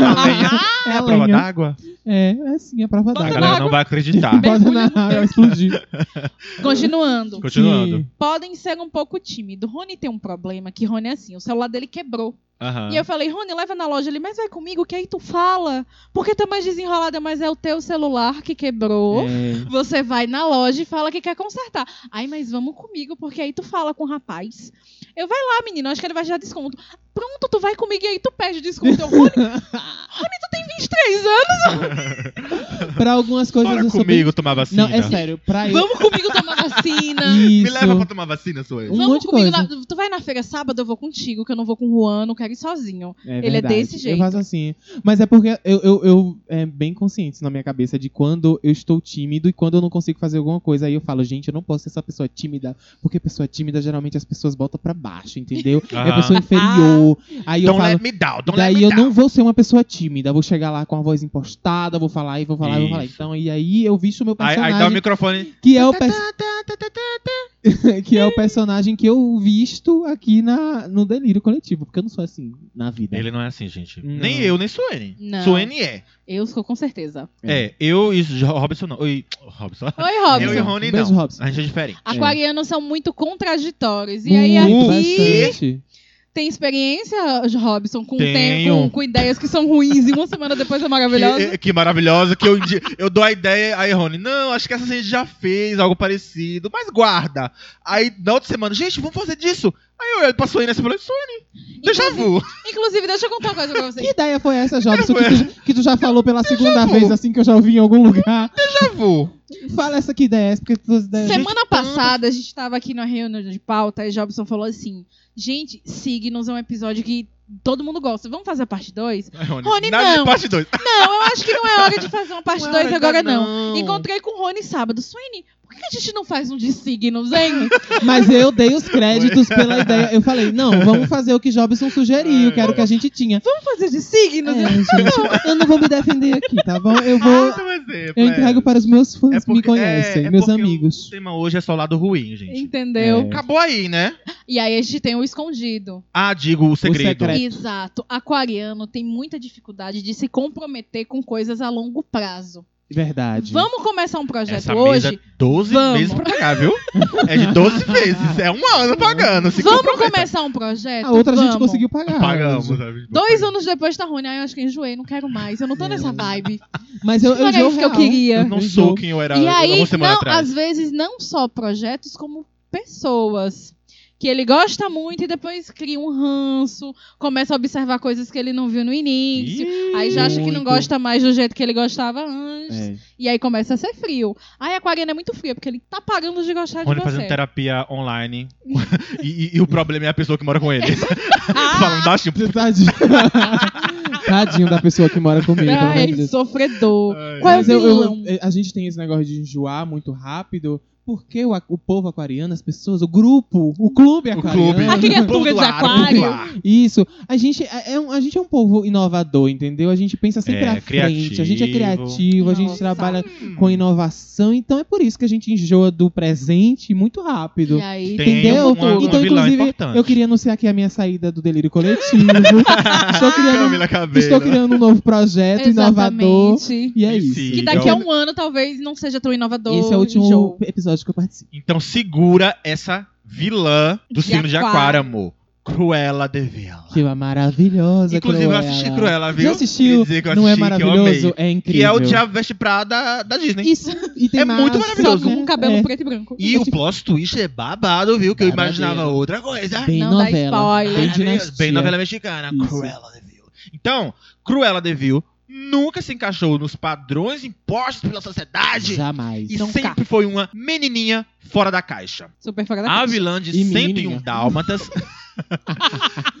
Speaker 1: Ah,
Speaker 3: a lenha.
Speaker 2: é
Speaker 3: É a
Speaker 2: a
Speaker 3: prova
Speaker 2: lenha.
Speaker 3: d'água?
Speaker 2: É, é sim, é prova
Speaker 1: Bota
Speaker 3: A
Speaker 1: na
Speaker 2: d'água.
Speaker 3: galera não
Speaker 1: água.
Speaker 3: vai acreditar.
Speaker 2: Bota na
Speaker 1: Mergulha no
Speaker 2: água, vai explodir.
Speaker 1: Continuando.
Speaker 3: Continuando.
Speaker 2: Sim.
Speaker 1: Podem ser um pouco tímido. Rony tem um problema que Rony é assim, o celular dele quebrou.
Speaker 3: Aham.
Speaker 1: E eu falei, Rony, leva na loja. Ele, mas vai comigo que aí tu fala. Porque tá mais desenrolada, mas é o teu celular que quebrou.
Speaker 2: É.
Speaker 1: Você vai na loja e fala que quer consertar. Ai, mas vamos comigo, porque aí tu fala com o rapaz. Eu, vai lá, menino, acho que ele vai te dar desconto. Pronto, tu vai comigo e aí tu pede desconto. Eu, Rony, tem 23 anos,
Speaker 2: pra algumas coisas
Speaker 3: Bora
Speaker 2: eu sou
Speaker 3: comigo tomar vacina.
Speaker 2: Bem... Não, é sério. Pra eu...
Speaker 1: vamos comigo tomar vacina.
Speaker 2: Isso.
Speaker 3: Me leva pra tomar vacina, Sueli.
Speaker 2: Um
Speaker 1: Vamos
Speaker 2: monte de
Speaker 1: comigo.
Speaker 2: coisa.
Speaker 1: na- Tu vai na feira sábado, eu vou contigo, que eu não vou com o Juan, não quero ir sozinho. Ele é
Speaker 2: verdade.
Speaker 1: desse jeito.
Speaker 2: Eu faço assim. Mas é porque eu, eu, eu é bem consciente na minha cabeça de quando eu estou tímido e quando eu não consigo fazer alguma coisa. Aí eu falo, gente, eu não posso ser essa pessoa tímida. Porque pessoa tímida, geralmente, as pessoas botam pra baixo, entendeu?
Speaker 3: Ah.
Speaker 2: É a pessoa inferior. Aí eu falo.
Speaker 3: Don't Então let me down, don't let
Speaker 2: Daí
Speaker 3: me
Speaker 2: eu
Speaker 3: down.
Speaker 2: não vou ser uma pessoa tímida, vou chegar lá com a voz impostada, vou falar e vou falar e vou falar.
Speaker 3: Isso.
Speaker 2: Então, e aí eu visto o meu
Speaker 3: Aí,
Speaker 2: personagem,
Speaker 3: aí dá o microfone.
Speaker 2: que, é o pers- que é o personagem que eu visto aqui na, no Delírio Coletivo, porque eu não sou assim na vida.
Speaker 3: Ele não é assim, gente.
Speaker 2: Não.
Speaker 3: Nem eu, nem Suene.
Speaker 1: Não.
Speaker 3: Suene é.
Speaker 1: Eu sou com certeza.
Speaker 3: É, eu e Jo- Robson não. Oi, Robson.
Speaker 1: Oi,
Speaker 3: é Eu e
Speaker 1: Robson.
Speaker 3: Rony
Speaker 2: Um beijo,
Speaker 3: não.
Speaker 2: Robson.
Speaker 3: A gente é diferente.
Speaker 1: Aquarianos são muito contraditórios. E aí,
Speaker 2: Muito,
Speaker 1: aqui,
Speaker 2: bastante.
Speaker 1: tem experiência, Robson, com,
Speaker 3: Tenho.
Speaker 1: tem- com, com ideias que são ruins e uma semana depois é maravilhosa?
Speaker 3: Que, que maravilhosa, que eu, indi- eu dou a ideia, aí Rony, não, acho que essa gente já fez algo parecido, mas guarda. Aí na outra semana, gente, vamos fazer disso. Aí eu olho pra Suene assim e falei, Suene, déjà
Speaker 1: Inclusive,
Speaker 3: vu.
Speaker 1: inclusive, deixa eu contar uma coisa pra vocês.
Speaker 2: Que ideia foi essa, Jobson,
Speaker 3: foi
Speaker 2: que tu, que tu já falou pela segunda
Speaker 3: vou.
Speaker 2: vez, assim, que eu já ouvi em algum lugar?
Speaker 3: Déjà vu.
Speaker 2: Fala essa que ideia é essa, porque tuas ideias...
Speaker 1: Semana passada, a gente tava aqui na reunião de pauta e Jobson falou assim: gente, signos é um episódio que todo mundo gosta. Vamos fazer a parte 2?
Speaker 3: Aí, Rony,
Speaker 1: Rony,
Speaker 3: nada
Speaker 1: não.
Speaker 3: de parte 2.
Speaker 1: Não, eu acho que não é hora de fazer uma parte
Speaker 3: Não é
Speaker 1: 2
Speaker 3: hora
Speaker 1: agora,
Speaker 3: ainda
Speaker 1: não.
Speaker 3: não.
Speaker 1: Encontrei com o Rony sábado. Suene, por que a gente não faz um de signos, hein?
Speaker 2: Mas eu dei os créditos pela ideia. Eu falei, não, vamos fazer o que Jobson sugeriu, que era o que a gente tinha.
Speaker 1: Vamos fazer de signos?
Speaker 2: É, gente, eu não vou me defender aqui, tá bom? Eu vou.
Speaker 3: um
Speaker 1: Ah,
Speaker 2: Eu
Speaker 3: é.
Speaker 2: entrego para os meus fãs
Speaker 1: É
Speaker 2: que me conhecem, meus
Speaker 3: O
Speaker 2: amigos.
Speaker 3: tema hoje é só o lado ruim, gente.
Speaker 1: Entendeu?
Speaker 2: É.
Speaker 3: Acabou aí, né?
Speaker 1: E aí a gente tem o escondido.
Speaker 3: Ah, digo o segredo.
Speaker 2: secreto. Correto.
Speaker 1: Exato. Aquariano tem muita dificuldade de se comprometer com coisas a longo prazo.
Speaker 2: Verdade.
Speaker 1: Vamos começar um projeto
Speaker 3: Essa
Speaker 1: hoje?
Speaker 3: mesa, 12
Speaker 1: Vamos.
Speaker 3: meses pra pagar, viu? É de 12 vezes. É um ano pagando. Se
Speaker 1: Vamos
Speaker 3: comprometa.
Speaker 1: começar um projeto?
Speaker 2: A outra a gente
Speaker 1: Vamos.
Speaker 2: conseguu pagar.
Speaker 3: Pagamos.
Speaker 2: hoje.
Speaker 3: sabe?
Speaker 1: Dois anos depois tá ruim. Ai, eu acho que enjoei, não quero mais. Eu não tô
Speaker 2: É.
Speaker 1: nessa vibe.
Speaker 2: Mas eu, eu
Speaker 1: Não era
Speaker 2: jogo
Speaker 1: isso que eu
Speaker 2: real.
Speaker 1: queria.
Speaker 3: Eu não
Speaker 2: Eu
Speaker 3: sou
Speaker 2: jogo.
Speaker 3: quem eu era
Speaker 1: e aí,
Speaker 3: uma semana
Speaker 1: não,
Speaker 3: atrás.
Speaker 1: às vezes, não só projetos, como pessoas. que ele gosta muito e depois cria um ranço, começa a observar coisas que ele não viu no início. Aí já acha que não
Speaker 2: muito.
Speaker 1: gosta mais do jeito que ele gostava antes.
Speaker 2: É.
Speaker 1: E aí começa a ser frio. Aí a Aquariana é muito fria, porque ele tá parando de gostar de
Speaker 3: Rony
Speaker 1: você.
Speaker 3: fazendo terapia online. e, e- e o problema é a pessoa que mora com ele. Falando baixinho.
Speaker 2: Tadinho. Tadinho da pessoa que mora comigo. pelo amor de
Speaker 1: Ai,
Speaker 2: Deus.
Speaker 1: sofredor.
Speaker 3: Ai,
Speaker 1: Qual é o
Speaker 2: Mas eu- eu-
Speaker 1: vilão?
Speaker 2: eh, a gente tem esse negócio de enjoar muito rápido. Porque o, a- o povo aquariano, as pessoas, o grupo, o clube
Speaker 3: O
Speaker 2: aquariano.
Speaker 3: clube.
Speaker 1: A criatura de
Speaker 3: Popular,
Speaker 1: aquário.
Speaker 3: popular.
Speaker 2: Isso. A gente é, é um, a gente é um povo inovador, entendeu? A gente pensa sempre
Speaker 3: É,
Speaker 2: à frente. A gente é
Speaker 3: criativo.
Speaker 2: criativo, a gente
Speaker 1: Nossa.
Speaker 2: trabalha com inovação. Então é por isso que a gente enjoa do presente muito rápido.
Speaker 1: E aí
Speaker 3: Tem um
Speaker 2: Entendeu?
Speaker 3: uma- uma
Speaker 2: então,
Speaker 3: vilã
Speaker 2: inclusive,
Speaker 3: importante.
Speaker 2: eu queria anunciar aqui a minha saída do delírio coletivo. Estou criando,
Speaker 3: Camila Cabello.
Speaker 2: estou criando um novo projeto inovador.
Speaker 1: Exatamente.
Speaker 2: E é
Speaker 3: Me
Speaker 2: isso.
Speaker 3: siga.
Speaker 1: Que daqui a um ano talvez não seja tão inovador.
Speaker 2: Esse é o último
Speaker 1: enjoo.
Speaker 2: episódio que eu participo.
Speaker 3: Então segura essa vilã do
Speaker 1: De
Speaker 3: signo de
Speaker 1: aquário.
Speaker 3: aquário, amor. Cruella de Vil.
Speaker 2: Que é maravilhosa,
Speaker 3: Inclusive, eu
Speaker 2: Cruella.
Speaker 3: assisti Cruella, viu?
Speaker 2: Já assistiu?
Speaker 3: Queria dizer que eu
Speaker 2: Não é
Speaker 3: assisti, que eu
Speaker 2: maravilhoso?
Speaker 3: amei.
Speaker 2: É
Speaker 3: Que
Speaker 2: incrível.
Speaker 3: é o Diabo Veste Prada da Disney.
Speaker 2: Isso. E tem
Speaker 3: É
Speaker 2: massa,
Speaker 3: muito maravilhoso.
Speaker 1: Só com
Speaker 2: né?
Speaker 1: um cabelo
Speaker 2: É.
Speaker 1: preto e branco.
Speaker 3: E o plot twist é babado, viu? Que eu
Speaker 2: Babadeiro.
Speaker 3: imaginava outra coisa.
Speaker 2: Bem
Speaker 1: Ah, Não dá
Speaker 2: novela.
Speaker 1: spoiler.
Speaker 2: Bem
Speaker 3: Maravilhoso.
Speaker 2: dinastia.
Speaker 3: Bem novela mexicana.
Speaker 2: Isso.
Speaker 3: Cruella de Vil. Então, Cruella de Vil nunca se encaixou nos padrões impostos pela sociedade.
Speaker 2: Jamais.
Speaker 3: E
Speaker 1: Então,
Speaker 3: sempre foi uma menininha fora da caixa.
Speaker 1: Super fora da
Speaker 3: A
Speaker 1: caixa.
Speaker 3: vilã de
Speaker 2: E menininha.
Speaker 3: 101 Dálmatas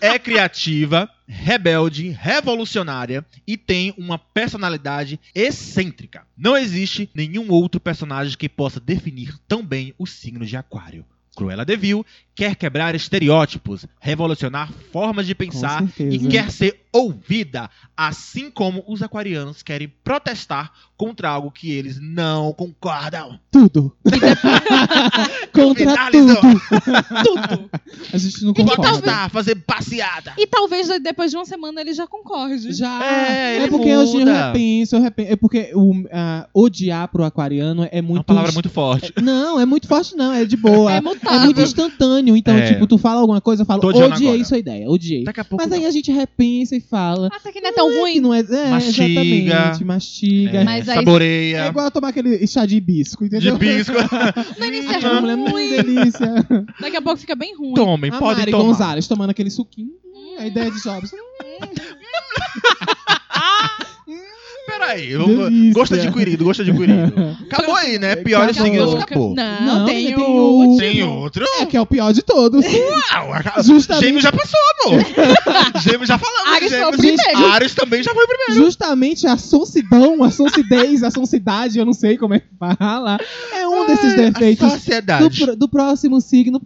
Speaker 3: é criativa, rebelde, revolucionária e tem uma personalidade excêntrica. Não existe nenhum outro personagem que possa definir tão bem o signo de Aquário. Cruella de Vil quer quebrar estereótipos, revolucionar formas de
Speaker 2: Com
Speaker 3: pensar e
Speaker 2: certeza.
Speaker 3: quer ser ouvida, assim como os aquarianos querem protestar contra algo que eles não concordam.
Speaker 2: tudo. Contra
Speaker 3: Finalizou.
Speaker 2: tudo.
Speaker 1: Tudo.
Speaker 2: A gente não
Speaker 1: E que
Speaker 2: concorda.
Speaker 3: Protestar, fazer passeada.
Speaker 1: E talvez depois de uma semana ele já concorde.
Speaker 2: Já.
Speaker 3: É,
Speaker 2: É,
Speaker 3: ele
Speaker 2: porque hoje eu
Speaker 3: muda.
Speaker 2: repenso, eu repenso. É porque o, ah, odiar pro aquariano é
Speaker 3: É
Speaker 2: muito.
Speaker 3: uma palavra muito forte.
Speaker 2: Não, é muito forte, não. É de boa.
Speaker 1: É
Speaker 2: É,
Speaker 1: mutável.
Speaker 2: muito instantâneo. Então,
Speaker 3: É.
Speaker 2: tipo, tu fala alguma coisa, eu falo,
Speaker 3: Tô odiando
Speaker 2: odiei
Speaker 3: agora. Tá
Speaker 2: sua ideia, odiei.
Speaker 3: Daqui a pouco.
Speaker 2: Mas aí a gente repensa e fala.
Speaker 1: Até que não é tão
Speaker 2: "É que
Speaker 1: ruim.
Speaker 2: não é. é
Speaker 3: Mastiga.
Speaker 2: Exatamente, mastiga.
Speaker 3: É,
Speaker 1: Mas aí-
Speaker 2: É
Speaker 3: saboreia,
Speaker 2: igual a tomar aquele chá de hibisco,
Speaker 3: de
Speaker 2: entendeu?
Speaker 3: bisco.
Speaker 1: No início é
Speaker 2: Ah, mulher, hum,
Speaker 1: ruim.
Speaker 2: delícia.
Speaker 1: Daqui a pouco fica bem ruim.
Speaker 3: Tomem,
Speaker 2: A
Speaker 3: podem
Speaker 2: Mari
Speaker 3: tomar.
Speaker 2: Gonzalez tomando aquele suquinho. Hum, A ideia de Jobs.
Speaker 3: Peraí, vamos-
Speaker 2: Delícia.
Speaker 3: gosta de querido, gosta de querido. Acabou aí, né? Pior é
Speaker 2: Acabou.
Speaker 3: seguir
Speaker 1: Acabou.
Speaker 3: os capô.
Speaker 1: Não,
Speaker 2: Não,
Speaker 1: tem,
Speaker 2: ainda tem
Speaker 1: o
Speaker 2: o-
Speaker 1: último.
Speaker 3: Tem outro?
Speaker 2: É que é o pior de todos.
Speaker 3: Uau! a-
Speaker 2: Justamente-
Speaker 3: Gêmeo já passou, amor. Gêmeo já falamos.
Speaker 1: Ares
Speaker 3: de
Speaker 1: foi o
Speaker 3: gêmeos. Ah,
Speaker 1: primeiro.
Speaker 3: Ares também já foi o primeiro.
Speaker 2: Justamente a sonsidão, a sonsidez, a sonsidade, eu não sei como é que fala. É um desses
Speaker 3: A
Speaker 2: defeitos do,
Speaker 3: sociedade.
Speaker 2: pro- do próximo signo,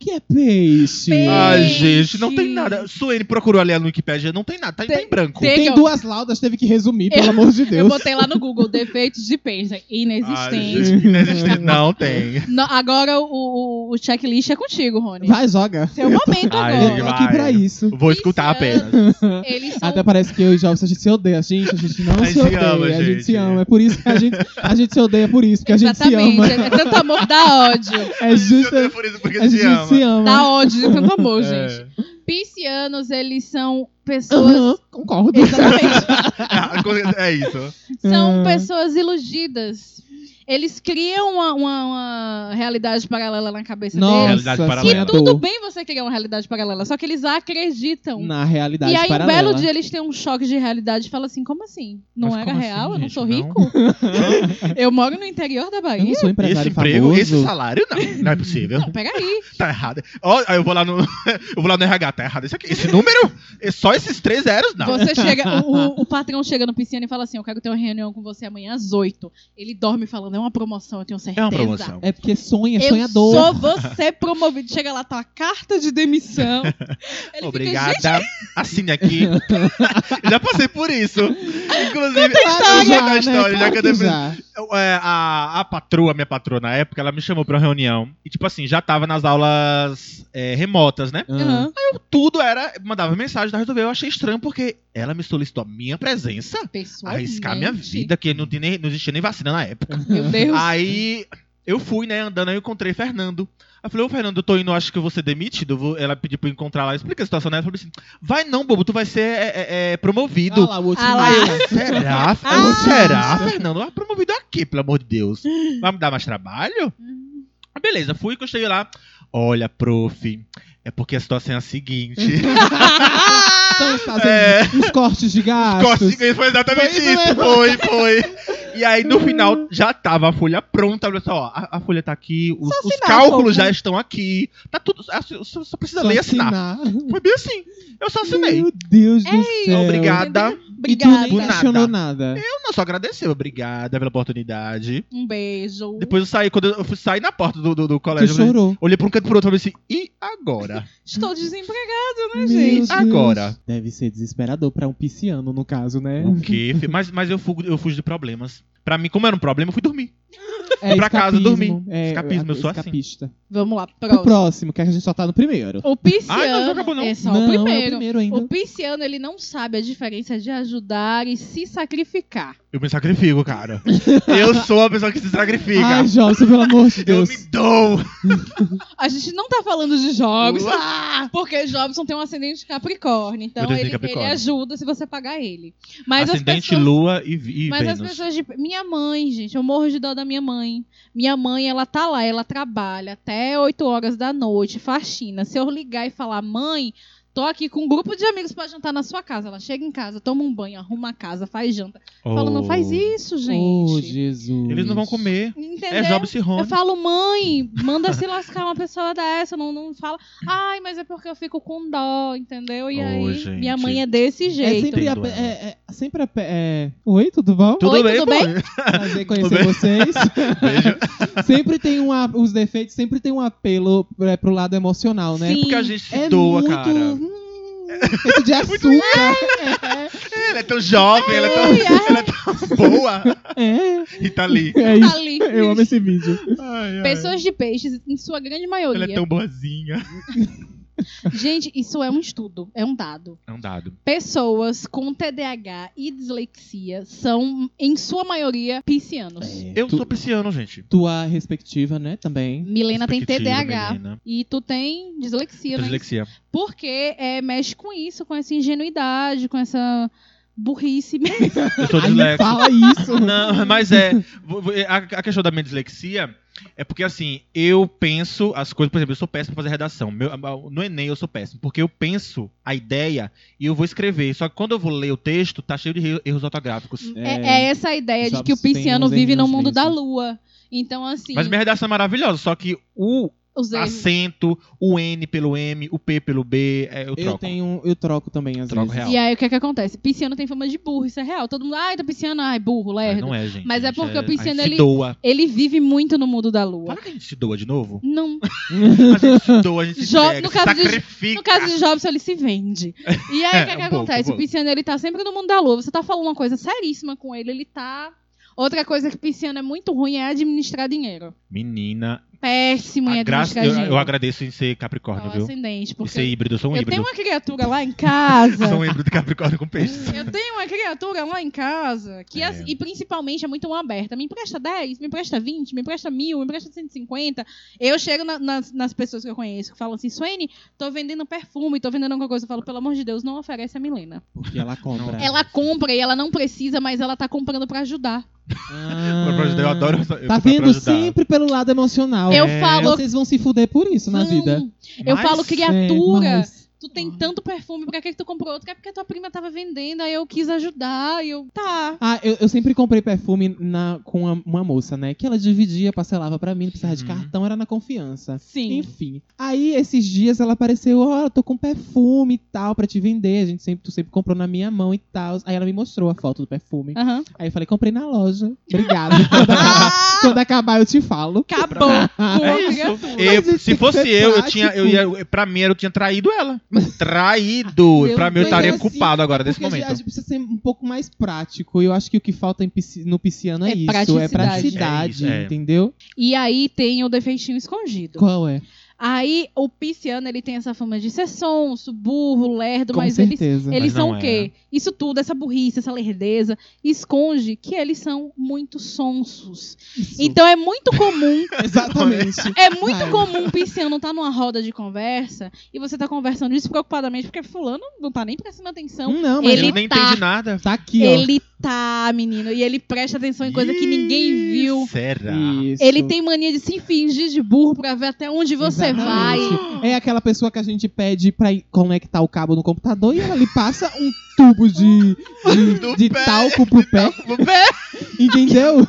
Speaker 2: que é peixe.
Speaker 1: Peixe.
Speaker 3: Ai, gente, não tem nada. Suene procurou ali no Wikipedia, não tem nada, tá, tá
Speaker 1: Tem-
Speaker 3: em branco.
Speaker 1: tem-
Speaker 2: Tem
Speaker 1: eu-
Speaker 2: duas laudas, teve que resumir, pelo
Speaker 1: Eu-
Speaker 2: amor de
Speaker 1: Eu
Speaker 2: Deus.
Speaker 1: botei lá no Google defeitos de peixe. é
Speaker 3: Ai,
Speaker 1: Inexistente.
Speaker 3: Ah, gente, inexistente. Não tem.
Speaker 1: No- agora o, o, o checklist é contigo, Rony.
Speaker 2: Vai, joga.
Speaker 1: Seu momento
Speaker 3: Ai,
Speaker 2: Eu
Speaker 1: agora.
Speaker 2: tô
Speaker 3: Ah, vai.
Speaker 2: aqui pra isso.
Speaker 3: Vou escutar
Speaker 1: Viciante.
Speaker 3: apenas.
Speaker 1: Eles são
Speaker 2: Até parece que eu e Jobs a gente se odeia, gente. A gente não
Speaker 3: A gente
Speaker 2: se
Speaker 3: se
Speaker 2: odeia,
Speaker 3: ama,
Speaker 2: a gente.
Speaker 3: gente.
Speaker 2: se ama. É por isso que a gente, a gente se odeia, por isso que a gente se
Speaker 1: Exatamente.
Speaker 2: ama.
Speaker 1: É, é tanto amor que dá ódio.
Speaker 2: É justa,
Speaker 3: Por isso, porque
Speaker 2: a gente
Speaker 3: se ama.
Speaker 2: se ama.
Speaker 1: Dá ódio de tanto amor,
Speaker 3: É.
Speaker 1: gente. Piscianos, eles são pessoas.
Speaker 2: Aham, concordo.
Speaker 1: Exatamente.
Speaker 3: A coisa- é isso.
Speaker 1: São
Speaker 2: Ah.
Speaker 1: pessoas iludidas. Eles criam uma, uma- uma realidade paralela na cabeça deles.
Speaker 2: Nossa, é
Speaker 3: Realidade paralela.
Speaker 1: Que
Speaker 2: sonhador.
Speaker 1: tudo bem você criar uma realidade paralela, só que eles acreditam.
Speaker 2: Na realidade
Speaker 1: e aí, um
Speaker 2: paralela.
Speaker 1: belo dia, eles têm um choque de realidade e falam assim: como assim? Não
Speaker 3: Mas
Speaker 1: era
Speaker 3: como assim,
Speaker 1: real? eu não
Speaker 3: gente?
Speaker 1: sou
Speaker 3: Não.
Speaker 1: rico? eu moro no interior da
Speaker 2: Eu
Speaker 1: Bahia?
Speaker 2: não sou empresário
Speaker 3: Esse emprego,
Speaker 2: famoso.
Speaker 3: esse salário, não. Não é possível.
Speaker 1: Não, peraí.
Speaker 3: Tá errado. Ó, aí eu vou lá no. Eu vou lá no RH, tá errado. Isso aqui. Esse número? é Só esses três zeros, não.
Speaker 1: Você chega, o, o- o patrão chega no piscina e fala assim: Eu quero ter uma reunião com você amanhã às 8. Ele dorme falando, é uma promoção, eu tenho certeza.
Speaker 3: É uma promoção.
Speaker 2: É porque sonha,
Speaker 1: Eu
Speaker 2: sonhador.
Speaker 1: sou você promovido. Chega lá, tá uma carta de demissão. Ele Fica,
Speaker 3: Obrigada. Assine aqui. já passei por isso. Inclusive,
Speaker 2: Claro
Speaker 3: eu já, na
Speaker 2: né?
Speaker 3: história, já
Speaker 2: Claro
Speaker 3: que
Speaker 2: que
Speaker 3: eu defendo-
Speaker 2: já.
Speaker 3: Eu, é, a, a patroa, minha patroa na época, ela me chamou pra uma reunião. E, tipo assim, já tava nas aulas é, remotas, né?
Speaker 1: gente,
Speaker 2: Ah,
Speaker 1: aham.
Speaker 3: Tudo era. Mandava mensagem, tá resolveu. Eu achei estranho porque ela me solicitou a minha presença.
Speaker 1: Pessoalmente.
Speaker 3: Arriscar minha vida, Ah, que não, tinha nem, não existia nem vacina na época.
Speaker 2: Ah.
Speaker 1: Meu Deus.
Speaker 3: Aí eu fui, né, andando, aí eu encontrei Fernando. Aí eu falei, ô Fernando, eu tô indo, acho que eu vou ser demitido. Eu vou- Ela pediu pra eu encontrar lá, explica a situação, né? Ela falou assim: vai não, bobo, tu vai ser é, é, é, promovido.
Speaker 2: lá, o outro
Speaker 1: Ah lá.
Speaker 2: mala.
Speaker 3: Será?
Speaker 1: Ah!
Speaker 3: será, Fernando? Ah, promovido aqui, pelo amor de Deus. Vai me dar mais trabalho? Ah, Beleza, fui que eu cheguei lá. Olha, prof, é porque a situação é a seguinte.
Speaker 1: Ah.
Speaker 2: Estamos fazendo
Speaker 3: É.
Speaker 2: Então uns cortes de gastos.
Speaker 3: Corte de foi exatamente
Speaker 2: Foi isso
Speaker 3: isso.
Speaker 2: mesmo.
Speaker 3: Foi, foi. E aí, no final, já tava a folha pronta. Olha só, a, a folha tá aqui, os, os
Speaker 1: assinar, fofo.
Speaker 3: cálculos já estão aqui. Tá tudo. ah, Só, só- só precisa
Speaker 2: Só
Speaker 3: ler e assinar.
Speaker 2: assinar.
Speaker 3: Foi bem assim. Eu só assinei.
Speaker 2: Meu Deus
Speaker 1: É
Speaker 2: do céu.
Speaker 3: Obrigada.
Speaker 2: E tu nem
Speaker 1: Obrigada.
Speaker 3: Do nada.
Speaker 2: questionou nada.
Speaker 3: Eu não só agradeceu. Obrigada pela oportunidade.
Speaker 1: Um beijo.
Speaker 3: Depois eu saí, quando eu fui sair na porta do, do, do
Speaker 2: Tu
Speaker 3: colégio, eu falei-
Speaker 2: chorou.
Speaker 3: olhei pra um canto e pro outro e falei assim: e agora?
Speaker 1: Estou desempregado, né,
Speaker 2: Meu
Speaker 1: gente?
Speaker 2: Deus.
Speaker 3: agora?
Speaker 2: Deve ser desesperador pra um pisciano, no caso, né?
Speaker 3: O quê? fi? Mas, mas eu, fugo, eu fujo de problemas. Pra mim, como era um problema, eu fui dormir.
Speaker 2: É,
Speaker 3: pra casa
Speaker 2: escapismo.
Speaker 3: dormir.
Speaker 2: É,
Speaker 3: Escapismo, eu sou assim.
Speaker 2: escapista. assim.
Speaker 1: Vamos lá,
Speaker 2: Pro
Speaker 1: próximo.
Speaker 2: próximo, que a gente só tá no primeiro.
Speaker 1: O pisciano
Speaker 3: Ai, não, não acabou, não.
Speaker 1: é só
Speaker 2: não,
Speaker 1: o
Speaker 2: é o
Speaker 1: primeiro.
Speaker 2: primeiro ainda.
Speaker 1: O pisciano, ele não sabe a diferença de ajudar e se sacrificar.
Speaker 3: Eu me sacrifico, cara. eu sou a pessoa que se sacrifica.
Speaker 2: Ai, Jobson, pelo amor de
Speaker 3: eu
Speaker 2: Deus.
Speaker 3: me dou.
Speaker 1: A gente não tá falando de Jobson,
Speaker 3: Uá!
Speaker 1: porque Jobson tem um ascendente de Capricórnio, então
Speaker 3: Eu tenho
Speaker 1: ele,
Speaker 3: Capricórnio.
Speaker 1: ele ajuda se você pagar ele. Mas
Speaker 3: Ascendente,
Speaker 1: as pessoas,
Speaker 3: Lua e, e
Speaker 1: mas as
Speaker 3: Vênus.
Speaker 1: pessoas de minha mãe, gente, eu morro de dó da minha mãe. Minha mãe, ela tá lá, ela trabalha até 8 horas da noite, faxina. Se eu ligar e falar: "Mãe, tô aqui com um grupo de amigos pra jantar na sua casa". Ela chega em casa, toma um banho, arruma a casa, faz janta. Fala: "Não
Speaker 3: Oh.
Speaker 1: faz isso,
Speaker 2: Oh,
Speaker 1: gente".
Speaker 2: Jesus.
Speaker 3: Eles não vão comer.
Speaker 1: Entendeu?
Speaker 3: É Jobs e
Speaker 1: Eu
Speaker 3: Rony.
Speaker 1: falo, mãe, manda se lascar uma pessoa dessa, não, não fala. Ai, mas é porque eu fico com dó, entendeu? E
Speaker 3: Ô,
Speaker 1: aí,
Speaker 3: gente.
Speaker 1: minha mãe é desse
Speaker 2: É
Speaker 1: jeito.
Speaker 2: sempre a...
Speaker 3: Entendo ela.
Speaker 2: É, é- sempre a... É... Oi, tudo bom?
Speaker 1: Oi, tudo bem?
Speaker 3: mãe?
Speaker 2: Prazer em conhecer
Speaker 3: Tudo bem?
Speaker 2: vocês.
Speaker 3: Beijo.
Speaker 2: sempre tem um... a- Os defeitos sempre tem um apelo é, pro lado emocional, né?
Speaker 1: Sim.
Speaker 3: Porque a gente se
Speaker 2: É
Speaker 3: doa,
Speaker 2: muito...
Speaker 3: cara. É
Speaker 2: hum, feito de açúcar.
Speaker 3: Ela é tão jovem, ela é tão, ela é tão boa.
Speaker 2: é,
Speaker 3: E tá ali.
Speaker 2: é, é
Speaker 1: Tá
Speaker 2: isso.
Speaker 1: ali.
Speaker 2: Eu amo esse vídeo.
Speaker 3: Ai, ai.
Speaker 1: Pessoas de peixes, em sua grande
Speaker 3: Ela é
Speaker 1: maioria.
Speaker 3: tão boazinha.
Speaker 1: Gente, isso é um estudo, é um dado.
Speaker 3: É um dado.
Speaker 1: Pessoas com TDAH e dislexia são, em sua maioria, piscianos.
Speaker 3: Eu
Speaker 2: É, tu,
Speaker 3: sou pisciano, gente.
Speaker 2: Tua respectiva, né, também.
Speaker 1: Milena tem
Speaker 3: Perspectiva,
Speaker 1: TDAH.
Speaker 3: menina.
Speaker 1: E tu tem dislexia, né?
Speaker 3: Tô Dislexia.
Speaker 1: Porque é, mexe com isso, com essa ingenuidade, com essa burrice
Speaker 3: Eu sou
Speaker 2: Ai, não
Speaker 3: disléxico.
Speaker 2: fala isso.
Speaker 3: Não, mas é. vo- vo- A a questão da minha dislexia é porque, assim, eu penso as coisas. Por exemplo, eu sou péssimo pra fazer redação. Meu- no Enem eu sou péssimo, porque eu penso a ideia e eu vou escrever. Só que quando eu vou ler o texto, tá cheio de erro- erros ortográficos.
Speaker 1: É,
Speaker 2: É.
Speaker 1: é essa a ideia de
Speaker 2: Jobs
Speaker 1: que o
Speaker 2: tem
Speaker 1: pisciano
Speaker 2: uns
Speaker 1: vive no
Speaker 2: errinhos
Speaker 1: mundo da
Speaker 2: mesmo.
Speaker 1: lua. Então, assim,
Speaker 3: Mas assim, minha redação é maravilhosa, só que o
Speaker 1: os erros.
Speaker 3: acento, o N pelo M, o P pelo B, é, eu
Speaker 2: Eu,
Speaker 3: troco.
Speaker 2: tenho, eu troco também às
Speaker 3: Troco
Speaker 2: vezes.
Speaker 3: real.
Speaker 1: E aí, o que é que acontece? Pisciano tem fama de burro, isso é real. Todo mundo, ai, tá pisciano, ai, burro,
Speaker 3: Mas
Speaker 1: lerdo.
Speaker 3: não é, gente.
Speaker 1: Mas é
Speaker 3: Gente,
Speaker 1: porque o
Speaker 3: a
Speaker 1: pisciano,
Speaker 3: gente
Speaker 1: ele-
Speaker 3: se doa.
Speaker 1: Ele vive muito no mundo da lua.
Speaker 3: Fala que a gente se doa de novo.
Speaker 1: Não,
Speaker 3: A gente se doa, a gente se
Speaker 1: Jo-
Speaker 3: entrega,
Speaker 1: no
Speaker 3: se
Speaker 1: caso de-
Speaker 3: sacrifica.
Speaker 1: no caso de Jobson, ele se vende. E aí, o que é que
Speaker 3: É, um pouco,
Speaker 1: acontece?
Speaker 3: um pouco.
Speaker 1: O pisciano, ele tá sempre no mundo da lua. Você tá falando uma coisa seríssima com ele, ele tá... Outra coisa que pisciano é muito ruim é administrar dinheiro.
Speaker 3: Menina,
Speaker 1: Péssimo em
Speaker 3: a graça,
Speaker 1: administrar
Speaker 3: eu,
Speaker 1: dinheiro.
Speaker 3: eu agradeço em ser Capricórnio,
Speaker 1: Ao
Speaker 3: viu?
Speaker 1: ascendente,
Speaker 3: Em
Speaker 1: porque...
Speaker 3: ser híbrido, eu sou um
Speaker 1: eu tenho
Speaker 3: híbrido.
Speaker 1: uma criatura lá em casa.
Speaker 3: São híbrido de Capricórnio com peixes.
Speaker 1: Eu tenho uma criatura lá em casa que,
Speaker 3: É.
Speaker 1: assim, e principalmente é muito mão aberta. Me empresta 10, me empresta 20, me empresta mil, me empresta 150. Eu chego na- nas, nas pessoas que eu conheço que falam assim: Suene, tô vendendo perfume, tô vendendo alguma coisa. Eu falo, pelo amor de Deus, não oferece a Milena.
Speaker 2: Porque ela compra.
Speaker 3: Não.
Speaker 1: Ela compra e ela não precisa, mas ela tá comprando pra ajudar.
Speaker 2: Ah.
Speaker 3: Pra ajudar, eu adoro essa- eu
Speaker 2: Tá
Speaker 3: fui pra
Speaker 2: vendo?
Speaker 3: ajudar.
Speaker 2: Sempre pelo lado emocional.
Speaker 1: Eu
Speaker 3: É.
Speaker 1: falo.
Speaker 2: Vocês vão se fuder por isso na
Speaker 1: "Não,
Speaker 2: vida.
Speaker 1: Eu
Speaker 3: Mas-
Speaker 1: falo
Speaker 2: É,
Speaker 1: criatura.
Speaker 2: mas-
Speaker 1: Tu tem tanto perfume, pra que, que tu comprou outro? É porque tua prima tava vendendo, aí eu quis ajudar, e eu. Tá.
Speaker 2: Ah, eu, eu sempre comprei perfume na, com uma, uma moça, né? Que ela dividia, parcelava pra mim, não precisava de
Speaker 3: Uhum.
Speaker 2: cartão, era na confiança.
Speaker 1: Sim.
Speaker 2: Enfim. Aí, esses dias, ela apareceu, ó, eu tô com perfume e tal, pra te vender. A gente sempre, tu sempre comprou na minha mão e tal. Aí ela me mostrou a foto do perfume.
Speaker 1: Aham.
Speaker 2: Aí eu falei, comprei na loja. Obrigado. quando, acabar, quando acabar, eu te falo.
Speaker 1: Acabou com
Speaker 3: É
Speaker 1: a
Speaker 3: isso.
Speaker 1: criatura.
Speaker 3: Eu-
Speaker 2: né? Mas isso tem
Speaker 3: se
Speaker 2: que
Speaker 3: fosse
Speaker 2: ser
Speaker 3: eu, eu
Speaker 2: prático.
Speaker 3: tinha. Eu ia, eu- pra mim, eu tinha traído ela. Traído.
Speaker 2: Meu
Speaker 3: pra mim, eu
Speaker 2: Deus.
Speaker 3: estaria
Speaker 2: Mas assim,
Speaker 3: culpado agora É desse
Speaker 2: Porque a gente- A
Speaker 3: momento.
Speaker 2: gente precisa ser um pouco mais prático. E eu acho que o que falta em pisci- no pisciano é,
Speaker 1: É
Speaker 2: isso. É
Speaker 1: praticidade.
Speaker 2: praticidade,
Speaker 3: É isso, é.
Speaker 2: entendeu?
Speaker 1: E aí tem o defeitinho escondido.
Speaker 2: Qual é?
Speaker 1: Aí o pisciano, ele tem essa fama de ser sonso, burro, lerdo,
Speaker 2: Com
Speaker 1: mas eles,
Speaker 2: certeza.
Speaker 1: eles
Speaker 3: Mas não
Speaker 1: são o quê? Isso tudo, essa burrice, essa lerdeza, esconde que eles são muito sonsos.
Speaker 2: Isso.
Speaker 1: Então é muito comum,
Speaker 2: Exatamente.
Speaker 1: é muito
Speaker 2: Ai.
Speaker 1: comum um pisciano estar numa roda de conversa e você tá conversando despreocupadamente, porque fulano não tá nem prestando atenção.
Speaker 2: Não, mas
Speaker 3: Ele,
Speaker 1: ele
Speaker 3: nem
Speaker 1: tá-
Speaker 3: entende nada.
Speaker 2: tá aqui,
Speaker 1: Ele tá, menino, e ele presta atenção em coisa que ninguém
Speaker 3: Ih,
Speaker 1: viu.
Speaker 3: Será?
Speaker 2: ó. Isso.
Speaker 1: Ele tem mania de se fingir de burro pra ver até onde você você vai.
Speaker 2: É aquela pessoa que a gente pede pra ir conectar o cabo no computador e ela lhe passa um tubo de, de,
Speaker 3: Do
Speaker 2: de
Speaker 3: pé.
Speaker 2: talco pro pé, entendeu?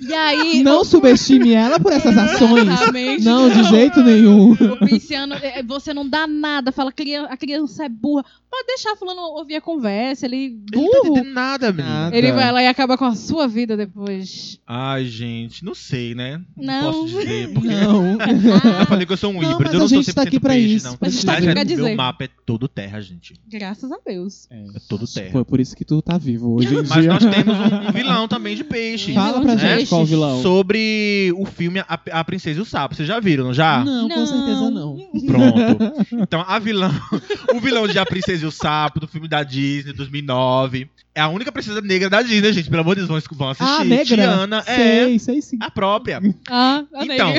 Speaker 1: E aí.
Speaker 2: Não subestime ela por essas ações.
Speaker 1: Exatamente.
Speaker 2: Não, de jeito nenhum.
Speaker 1: O Pisciano, é, é, você não dá nada, fala, "Cria- a criança é burra. Pode deixar fulano ouvir a conversa, ele
Speaker 3: Não tá
Speaker 1: burro.
Speaker 3: entendendo nada, menina.
Speaker 2: Nada.
Speaker 1: Ele vai lá e acaba com a sua vida depois.
Speaker 3: Ai, gente, não sei, né?
Speaker 1: Não.
Speaker 3: posso dizer. Porque
Speaker 2: Não.
Speaker 3: eu
Speaker 1: Ah,
Speaker 3: falei que É eu sou
Speaker 2: Não,
Speaker 3: um híbrido,
Speaker 2: mas
Speaker 3: eu
Speaker 2: a
Speaker 3: não sou
Speaker 2: gente tá
Speaker 3: 100%
Speaker 2: aqui pra
Speaker 3: peixe,
Speaker 2: isso,
Speaker 3: não.
Speaker 2: pra
Speaker 3: Na
Speaker 1: gente tá aqui
Speaker 3: verdade,
Speaker 1: pra dizer.
Speaker 3: Meu mapa é todo terra, gente.
Speaker 1: Graças a Deus.
Speaker 2: É,
Speaker 3: todo terra.
Speaker 2: Foi por isso que tu tá vivo hoje em
Speaker 3: Mas
Speaker 2: dia.
Speaker 3: nós temos um, um vilão também de peixe.
Speaker 2: Fala pra
Speaker 1: vilão de
Speaker 2: gente
Speaker 1: peixe.
Speaker 2: qual vilão.
Speaker 3: Sobre o filme A, A Princesa e o Sapo. Vocês já viram, não já?
Speaker 2: Não, com
Speaker 1: Não.
Speaker 2: certeza não.
Speaker 3: Pronto. Então, a vilã, o vilão de A Princesa e o Sapo, do filme da Disney, 2009. É a única princesa negra da Disney, gente. Pelo amor de Deus, vão vão assistir.
Speaker 2: Ah, negra.
Speaker 3: Tiana é
Speaker 2: Sei, sei sim.
Speaker 3: a própria.
Speaker 1: Ah, amei.
Speaker 3: Então,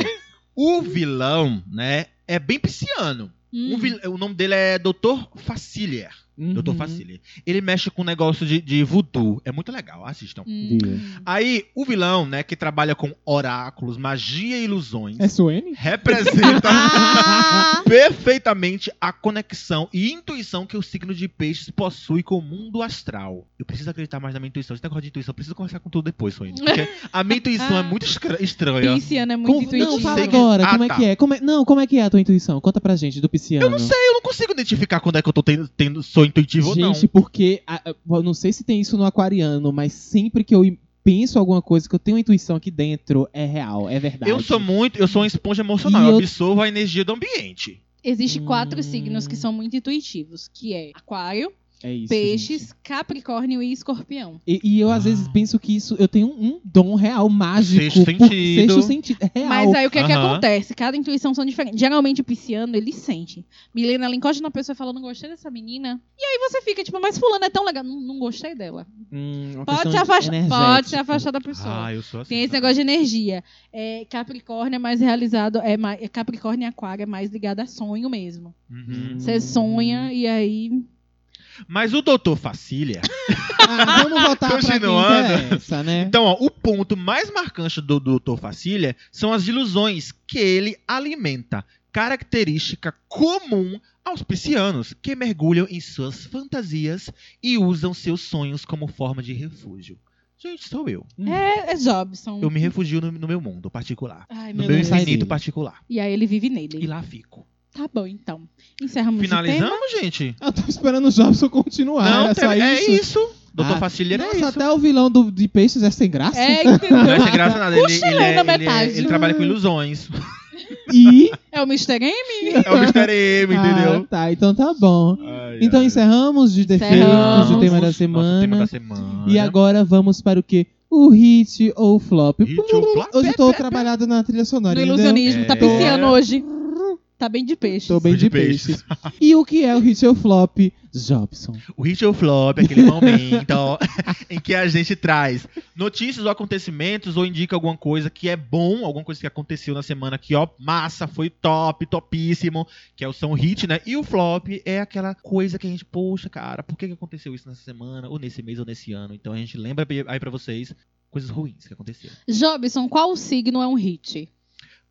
Speaker 3: o vilão, né, é bem pisciano.
Speaker 1: Hum.
Speaker 3: O, um vil- o nome dele é Dr. Facilier. Dr.
Speaker 2: Uhum.
Speaker 3: Facilier. Ele mexe com um negócio de, de voodoo. É muito legal, assistam.
Speaker 1: Hum.
Speaker 3: Aí, o vilão, né, que trabalha com oráculos, magia e ilusões,
Speaker 2: É Suene?
Speaker 3: representa
Speaker 1: Ah!
Speaker 3: perfeitamente a conexão e intuição que o signo de peixes possui com o mundo astral. Eu preciso acreditar mais na minha intuição. Esse negócio de intuição, eu preciso conversar com tudo depois, Suene. Porque a minha intuição é muito escra- estranha.
Speaker 1: Pisciano é muito
Speaker 2: Com-
Speaker 1: intuitivo.
Speaker 2: Não, fala
Speaker 3: Sei que-
Speaker 2: agora,
Speaker 3: Ah,
Speaker 2: como é
Speaker 3: tá.
Speaker 2: que é? Como é- Não, como é que é a tua intuição? Conta pra gente, do pisciano.
Speaker 3: Eu não sei, eu não consigo identificar quando é que eu tô tendo, tendo- sou intuitivo ou não.
Speaker 2: Gente, porque a- a- eu não sei se tem isso no aquariano, mas sempre que eu im- penso alguma coisa, que eu tenho uma intuição aqui dentro, é real, é verdade.
Speaker 3: Eu sou muito, eu sou uma esponja emocional,
Speaker 2: E
Speaker 3: eu
Speaker 2: eu-
Speaker 3: absorvo a energia do ambiente.
Speaker 1: Existem quatro
Speaker 2: Hum.
Speaker 1: signos que são muito intuitivos, que é aquário,
Speaker 2: É isso,
Speaker 1: peixes,
Speaker 2: gente.
Speaker 1: capricórnio e escorpião.
Speaker 2: E, e eu às vezes
Speaker 3: Ah.
Speaker 2: penso que isso, eu tenho um dom real, mágico.
Speaker 3: Sexto
Speaker 2: por-
Speaker 3: sentido.
Speaker 2: Sexto sentido, é real.
Speaker 1: Mas aí o que é que
Speaker 3: Aham.
Speaker 1: acontece? Cada intuição são diferentes. Geralmente o pisciano, ele sente. Milena, ela encosta na pessoa e fala, não gostei dessa menina. E aí você fica, tipo, mas fulano é tão legal. Não, não gostei dela.
Speaker 2: Hum, uma
Speaker 1: Pode
Speaker 2: questão
Speaker 1: se, afastar,
Speaker 2: energética.
Speaker 1: pode se afastar da pessoa.
Speaker 3: Ah, eu sou assim.
Speaker 1: Tem esse
Speaker 3: também.
Speaker 1: negócio de energia. É, Capricórnio é mais realizado, é mais, é Capricórnio e Aquário é mais ligado a sonho mesmo.
Speaker 3: Uhum.
Speaker 2: Hum.
Speaker 1: Você sonha e aí
Speaker 3: Mas o doutor Facília.
Speaker 2: Ah, vamos voltar pra quem
Speaker 3: Continuando.
Speaker 2: interessa, né?
Speaker 3: Então, ó, o ponto mais marcante do doutor Facília são as ilusões que ele alimenta, característica comum aos piscianos que mergulham em suas fantasias e usam seus sonhos como forma de refúgio. Gente, sou eu.
Speaker 1: é, é Jobson.
Speaker 3: Eu me refugio no, no meu mundo particular.
Speaker 1: Ai,
Speaker 3: No
Speaker 1: meu
Speaker 3: meu
Speaker 2: Deus. Sai
Speaker 3: infinito
Speaker 2: dele.
Speaker 3: particular.
Speaker 1: E aí ele vive nele.
Speaker 3: E lá fico.
Speaker 1: Tá bom, então. Encerramos o
Speaker 3: Finalizamos, gente?
Speaker 2: Eu tô esperando o Jobson continuar,
Speaker 3: Não,
Speaker 2: é só
Speaker 3: teve- é
Speaker 2: isso.
Speaker 3: isso.
Speaker 2: Ah,
Speaker 3: Doutor Facília era
Speaker 2: Nossa,
Speaker 3: isso.
Speaker 2: até o vilão do, de peixes é sem graça.
Speaker 1: tema. É, entendeu?
Speaker 3: Não é sem graça nada. Ele,
Speaker 1: Puxa
Speaker 3: ele,
Speaker 1: ele
Speaker 3: é-
Speaker 1: na
Speaker 3: ele é-
Speaker 1: metade.
Speaker 3: ele trabalha com ilusões.
Speaker 2: E...
Speaker 1: É o Mr. M?
Speaker 3: É o Mr. M,
Speaker 2: Ah,
Speaker 3: entendeu?
Speaker 2: tá, então tá bom.
Speaker 3: Ai,
Speaker 2: Então
Speaker 3: ai.
Speaker 2: encerramos de defeitos,
Speaker 1: Encerramos.
Speaker 2: o tema da
Speaker 3: Nosso tema
Speaker 2: semana.
Speaker 3: da semana.
Speaker 2: E agora vamos para o quê? O hit ou o flop.
Speaker 3: Hit ou flop?
Speaker 2: Hoje eu tô trabalhado na trilha sonora,
Speaker 1: No
Speaker 2: entendeu?
Speaker 1: ilusionismo. Tá
Speaker 3: É.
Speaker 1: pisciano hoje. Tá bem de peixe.
Speaker 2: Tô bem
Speaker 3: De
Speaker 2: de
Speaker 3: peixes.
Speaker 2: peixes. E o que é o hit ou flop? Jobson.
Speaker 3: O hit ou flop é aquele momento em que a gente traz notícias ou acontecimentos ou indica alguma coisa que é bom, alguma coisa que aconteceu na semana que, ó, massa, foi top, topíssimo, que é o são hit, né? E o flop é aquela coisa que a gente, poxa, cara, por que que aconteceu isso nessa semana, ou nesse mês, ou nesse ano? Então a gente lembra aí pra vocês coisas ruins que aconteceram.
Speaker 1: Jobson, qual signo é um hit?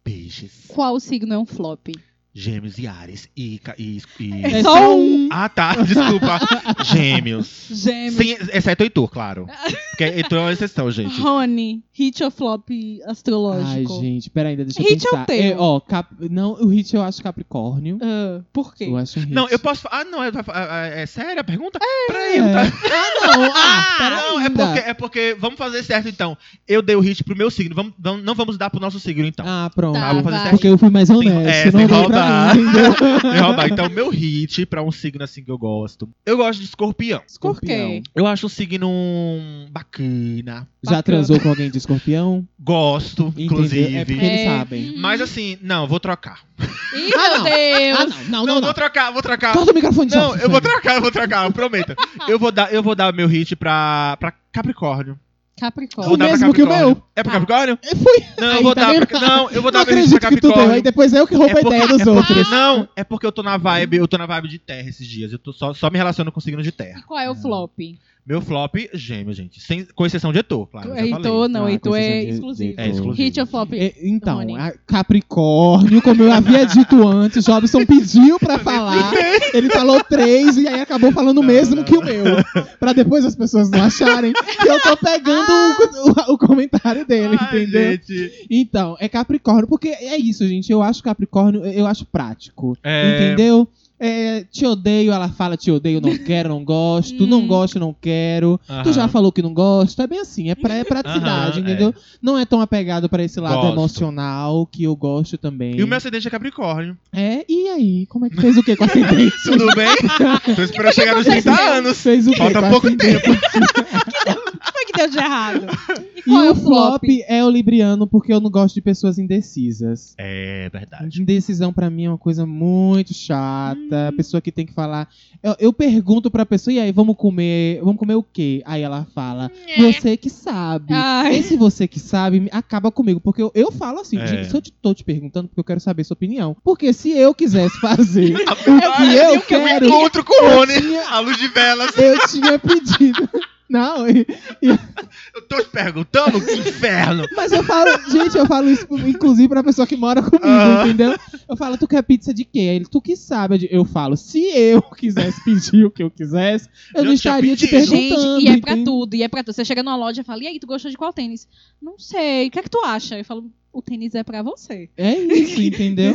Speaker 3: Peixes,
Speaker 1: Qual signo é um flop?
Speaker 3: gêmeos e ares e... ca- e, e-
Speaker 1: É
Speaker 2: É
Speaker 1: só
Speaker 2: só
Speaker 1: um.
Speaker 3: Ah, tá, desculpa. Gêmeos.
Speaker 1: Gêmeo.
Speaker 3: Sem, exceto Heitor, claro. Porque Heitor é uma exceção, gente.
Speaker 1: Rony, hit ou flop
Speaker 2: Ai,
Speaker 1: astrológico?
Speaker 2: gente, peraí, ainda deixa eu
Speaker 1: Hit ou
Speaker 2: pensar.
Speaker 1: tail?
Speaker 2: É, ó, cap... Não, o hit eu acho Capricórnio.
Speaker 1: Ah, por quê?
Speaker 2: Eu acho um hit.
Speaker 3: Não, eu posso. fa- Ah, não, é, é- é- é sério a pergunta?
Speaker 2: É.
Speaker 3: Peraí, tá.
Speaker 2: Ah, não. Ah, peraí.
Speaker 3: não, é porque, é porque. Vamos fazer certo então. Eu dei o hit pro meu signo. Vamos, vamos- não vamos dar pro nosso signo então.
Speaker 2: Ah, pronto.
Speaker 1: Tá,
Speaker 3: Ah, vou fazer
Speaker 1: vai.
Speaker 3: certinho.
Speaker 2: Porque eu fui mais honesto,
Speaker 3: é, sem
Speaker 2: não deu pra
Speaker 3: roubar.
Speaker 2: mim, entendeu?
Speaker 3: Sem roubar. Então, meu hit pra um signo assim que eu gosto. Eu gosto de escorpião.
Speaker 1: Por quê?
Speaker 3: Eu acho o signo um, bacana.
Speaker 2: Já
Speaker 1: Bacana.
Speaker 2: transou com alguém de escorpião?
Speaker 3: Gosto,
Speaker 2: Entendeu?
Speaker 3: inclusive.
Speaker 2: É porque eles
Speaker 1: É.
Speaker 2: sabem.
Speaker 3: Mas assim, não, vou trocar.
Speaker 1: Ih,
Speaker 2: Ah,
Speaker 1: meu
Speaker 2: não.
Speaker 1: Deus!
Speaker 2: Ah, não, não,
Speaker 3: Não,
Speaker 2: não.
Speaker 3: vou
Speaker 2: não.
Speaker 3: trocar, vou trocar.
Speaker 2: Corta o microfone de
Speaker 3: Não,
Speaker 2: Jobson,
Speaker 3: eu vou
Speaker 2: sério.
Speaker 3: trocar, eu vou trocar, eu prometo. Eu vou dar, eu vou dar meu hit pra, pra Capricórnio.
Speaker 1: Capricórnio.
Speaker 3: Vou dar pra
Speaker 2: mesmo que o
Speaker 3: Capricórnio.
Speaker 2: meu.
Speaker 3: É pra Capricórnio?
Speaker 2: Eu fui.
Speaker 3: Não, eu
Speaker 2: Aí,
Speaker 3: vou
Speaker 2: tá
Speaker 3: dar
Speaker 2: vendo?
Speaker 3: pra, Não, eu vou
Speaker 2: Não
Speaker 3: dar meu hit pra
Speaker 2: acredito que tu deu. Aí
Speaker 3: Capricórnio.
Speaker 2: depois eu que roubo
Speaker 3: É
Speaker 2: a ideia
Speaker 3: porque-
Speaker 2: dos
Speaker 3: é porque-
Speaker 2: outros.
Speaker 3: Não, é porque eu tô na vibe, eu tô na vibe de terra esses dias. Eu tô só, só me relaciono com signo de
Speaker 1: E
Speaker 3: terra.
Speaker 1: qual é o flop?
Speaker 3: Meu flop, gêmeo, gente. Sem, com exceção de Heitor, claro. já falei.
Speaker 1: Heitor, não,
Speaker 2: Ah,
Speaker 1: Heitor é
Speaker 2: concessão de-
Speaker 1: exclusivo.
Speaker 2: de-
Speaker 3: É exclusivo.
Speaker 1: Hit ou flop?
Speaker 2: É, então,
Speaker 1: Rony.
Speaker 2: a- Capricórnio, como eu havia dito antes, Jobson pediu pra falar. Ele falou três e aí acabou falando o
Speaker 3: Não,
Speaker 2: mesmo
Speaker 3: não.
Speaker 2: que o meu. Pra depois as pessoas não acharem que eu tô pegando o, o- o comentário dele,
Speaker 3: Ai,
Speaker 2: entendeu?
Speaker 3: gente.
Speaker 2: Então, é Capricórnio, porque é isso, gente. Eu acho Capricórnio, eu acho prático.
Speaker 3: É.
Speaker 2: Entendeu? É, te odeio, ela fala te odeio, não quero, não gosto, não
Speaker 1: Hum.
Speaker 2: gosto, não quero. Tu
Speaker 3: Aham.
Speaker 2: já falou que não gosta, é bem assim, é, pra, é praticidade,
Speaker 3: Aham,
Speaker 2: entendeu? Não é tão apegado pra esse lado
Speaker 3: Gosto.
Speaker 2: emocional que eu gosto também.
Speaker 3: E o meu acidente é Capricórnio.
Speaker 2: É, e aí? Como é que fez o que com a ascendente?
Speaker 3: Tudo bem? Tô esperando chegar nos 30
Speaker 2: Tá
Speaker 3: tá anos.
Speaker 2: Fez o quê
Speaker 3: Falta
Speaker 2: com a
Speaker 3: pouco
Speaker 2: ascendente?
Speaker 1: O que foi que deu de errado? E
Speaker 2: E
Speaker 1: qual é
Speaker 2: o flop é o Libriano, porque eu não gosto de pessoas indecisas.
Speaker 3: É verdade.
Speaker 2: Indecisão pra mim é uma coisa muito chata. A pessoa que tem que falar. Eu, eu pergunto pra pessoa, e aí, vamos comer. Vamos comer o quê? Aí ela fala,
Speaker 1: É.
Speaker 2: você que sabe.
Speaker 1: Ai,
Speaker 2: Esse você que sabe acaba comigo. Porque eu, eu falo assim,
Speaker 3: É.
Speaker 2: gente, se eu te, tô te perguntando, porque eu quero saber sua opinião. Porque se eu quisesse fazer É o que
Speaker 3: Ai,
Speaker 2: eu
Speaker 3: eu me
Speaker 2: quero,
Speaker 3: encontro com o Rony.
Speaker 2: eu tinha,
Speaker 3: A luz de velas.
Speaker 2: eu tinha pedido. Não, e-
Speaker 3: Eu tô te perguntando? Que inferno.
Speaker 2: Mas eu falo, gente, eu falo isso inclusive pra pessoa que mora comigo,
Speaker 1: Ah.
Speaker 3: Aham.
Speaker 2: entendeu? Eu falo, tu quer pizza de quê? Aí Ele, tu que sabe. Eu digo, Eu falo, se eu quisesse pedir o que eu quisesse, eu
Speaker 3: Eu
Speaker 2: não
Speaker 3: tinha
Speaker 2: estaria te
Speaker 3: pedido.
Speaker 2: perguntando.
Speaker 1: gente, e é pra
Speaker 2: entende?
Speaker 1: tudo, e é pra tudo. Você chega numa loja e fala, e aí, tu gostou de qual tênis? Não sei, o que é que tu acha? Eu falo, o tênis é pra você.
Speaker 2: É isso, entendeu?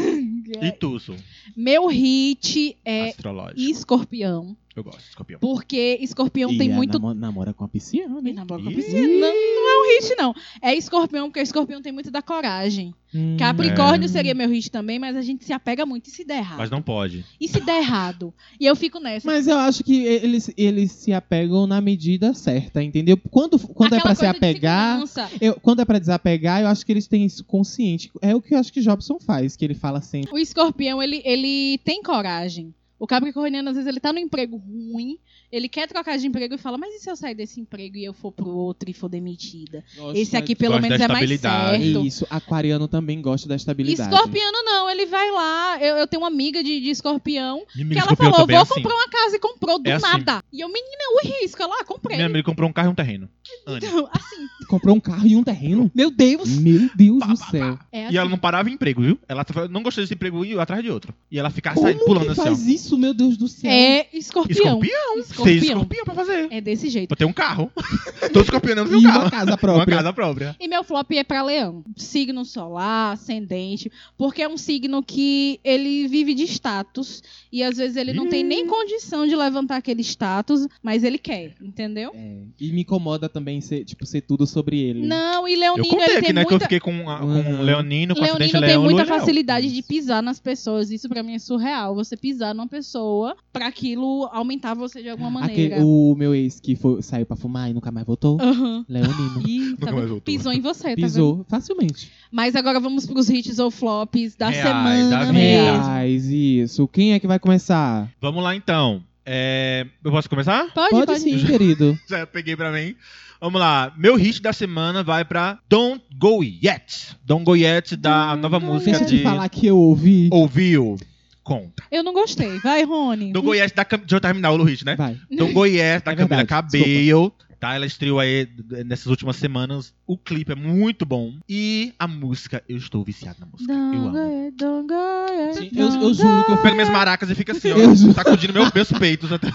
Speaker 3: E Tuso,
Speaker 1: Meu hit é
Speaker 3: astrológico.
Speaker 1: escorpião,
Speaker 3: Eu gosto, escorpião.
Speaker 1: porque escorpião
Speaker 2: E
Speaker 1: Então tem
Speaker 2: a
Speaker 1: muito...
Speaker 2: namo- namora com a pisciana,
Speaker 1: Ih,
Speaker 2: né?
Speaker 1: namoro com
Speaker 3: Ih.
Speaker 1: piscina. Não, não é um hit, não. É escorpião, porque escorpião tem muito da coragem.
Speaker 2: Hum.
Speaker 1: Capricórnio
Speaker 2: É.
Speaker 1: seria meu hit também, mas a gente se apega muito e se der errado.
Speaker 3: Mas não pode.
Speaker 1: E se der errado? E eu fico nessa.
Speaker 2: Mas eu acho que eles, eles se apegam na medida certa, entendeu? Quando, quando é
Speaker 1: Aquela
Speaker 2: pra se
Speaker 1: coisa de
Speaker 2: apegar.
Speaker 1: segurança.
Speaker 2: eu- quando é pra desapegar, eu acho que eles têm isso consciente. É o que eu acho que Jobson faz, que ele fala assim, sempre.
Speaker 1: O escorpião, ele, ele tem coragem. O capricorniano, às vezes, ele tá no emprego ruim, ele quer trocar de emprego e fala, mas e se eu sair desse emprego e eu for pro outro e for demitida? Esse aqui, pelo
Speaker 3: Gosto da
Speaker 1: menos, é mais
Speaker 3: estabilidade.
Speaker 1: certo.
Speaker 2: Isso, aquariano também gosta da estabilidade.
Speaker 1: Escorpiano não, ele vai lá. Eu, eu tenho uma amiga de, de escorpião
Speaker 3: Minha
Speaker 1: que
Speaker 3: amiga
Speaker 1: ela
Speaker 3: escorpião
Speaker 1: falou:
Speaker 3: também
Speaker 1: vou
Speaker 3: é assim.
Speaker 1: comprar uma casa e comprou do
Speaker 3: É assim.
Speaker 1: nada. E eu, menina, o risco. Ela, ah, comprei.
Speaker 3: Minha amiga comprou um carro e um terreno. Anne.
Speaker 1: Então, assim,
Speaker 2: Comprou um carro e um terreno?
Speaker 1: meu Deus.
Speaker 2: Meu Deus
Speaker 3: Pá,
Speaker 2: do
Speaker 3: pá,
Speaker 2: céu.
Speaker 1: É assim.
Speaker 3: E ela não parava em emprego, viu? Ela tava- não gostou desse emprego e ia atrás de outro. E ela ficava saindo,
Speaker 2: Como
Speaker 3: pulando
Speaker 2: que
Speaker 3: assim, ó.
Speaker 2: faz isso, meu Deus do céu?
Speaker 1: É escorpião.
Speaker 3: Escorpião? Tem
Speaker 1: Escorpião.
Speaker 3: escorpião pra fazer.
Speaker 1: É desse jeito.
Speaker 3: Pra ter um carro. Tô escorpionando
Speaker 2: E
Speaker 3: meu um carro.
Speaker 2: uma casa
Speaker 3: Uma
Speaker 2: própria.
Speaker 3: casa própria.
Speaker 1: E meu flop é pra leão. Signo solar, ascendente. Porque é um signo que ele vive de status. E às vezes ele não tem nem condição de levantar aquele status, mas ele quer, entendeu?
Speaker 2: É, E me incomoda também ser, tipo, ser tudo sobre ele.
Speaker 1: Não, e
Speaker 3: Eu
Speaker 1: Leonino,
Speaker 3: contei
Speaker 1: ele
Speaker 3: aqui,
Speaker 1: tem
Speaker 3: né? Que eu
Speaker 1: muita.
Speaker 3: fiquei com, a, com um
Speaker 2: Uhum.
Speaker 3: Leonino, com acidente
Speaker 1: Leonino tem
Speaker 3: Leão,
Speaker 1: muita
Speaker 3: Lua e Leão.
Speaker 1: facilidade de pisar nas pessoas. Isso pra mim é surreal. Você pisar numa pessoa pra aquilo aumentar você de alguma
Speaker 2: Aquele,
Speaker 1: maneira. Ah.
Speaker 2: o meu ex que foi- saiu pra fumar e nunca mais voltou.
Speaker 1: Aham.
Speaker 2: Leonino.
Speaker 1: Ih, tá
Speaker 3: Nunca mais voltou.
Speaker 1: vendo? Pisou em você, tá vendo?
Speaker 2: Pisou facilmente.
Speaker 1: Mas agora vamos pros hits ou flops da
Speaker 3: Reais,
Speaker 1: semana
Speaker 3: da vida.
Speaker 1: mesmo.
Speaker 2: Reais, isso. Quem é que vai começar?
Speaker 3: Vamos lá, então. É, Eu posso começar?
Speaker 1: Pode,
Speaker 2: Pode,
Speaker 1: pode,
Speaker 2: sim, querido.
Speaker 3: Já peguei pra mim. Vamos lá. Meu hit da semana vai pra Don't Go Yet. Don't Go Yet, da nova
Speaker 1: Go
Speaker 3: música
Speaker 2: Deixa
Speaker 1: Yet.
Speaker 2: de
Speaker 3: de
Speaker 2: falar que eu ouvi.
Speaker 3: Ouviu. Conta.
Speaker 1: Eu não gostei. Vai, Rony.
Speaker 3: Don't Go Yet da... Cam- Deixa eu terminar o hit, né?
Speaker 2: Vai.
Speaker 3: Don't Go Yet, da
Speaker 2: É
Speaker 3: Camila
Speaker 2: verdade,
Speaker 3: Cabello. Tá, ela estreou aí d- nessas últimas semanas. O clipe é muito bom. E a música, eu estou viciado na música. eu
Speaker 1: Don't go
Speaker 3: amo.
Speaker 2: é,
Speaker 1: yet, don't go yet,
Speaker 2: Sim, eu,
Speaker 1: don't
Speaker 2: eu juro que eu
Speaker 3: Eu pego minhas maracas e fica assim,
Speaker 2: Eu
Speaker 3: ó.
Speaker 2: juro.
Speaker 3: Sacudindo meu, meus peitos até.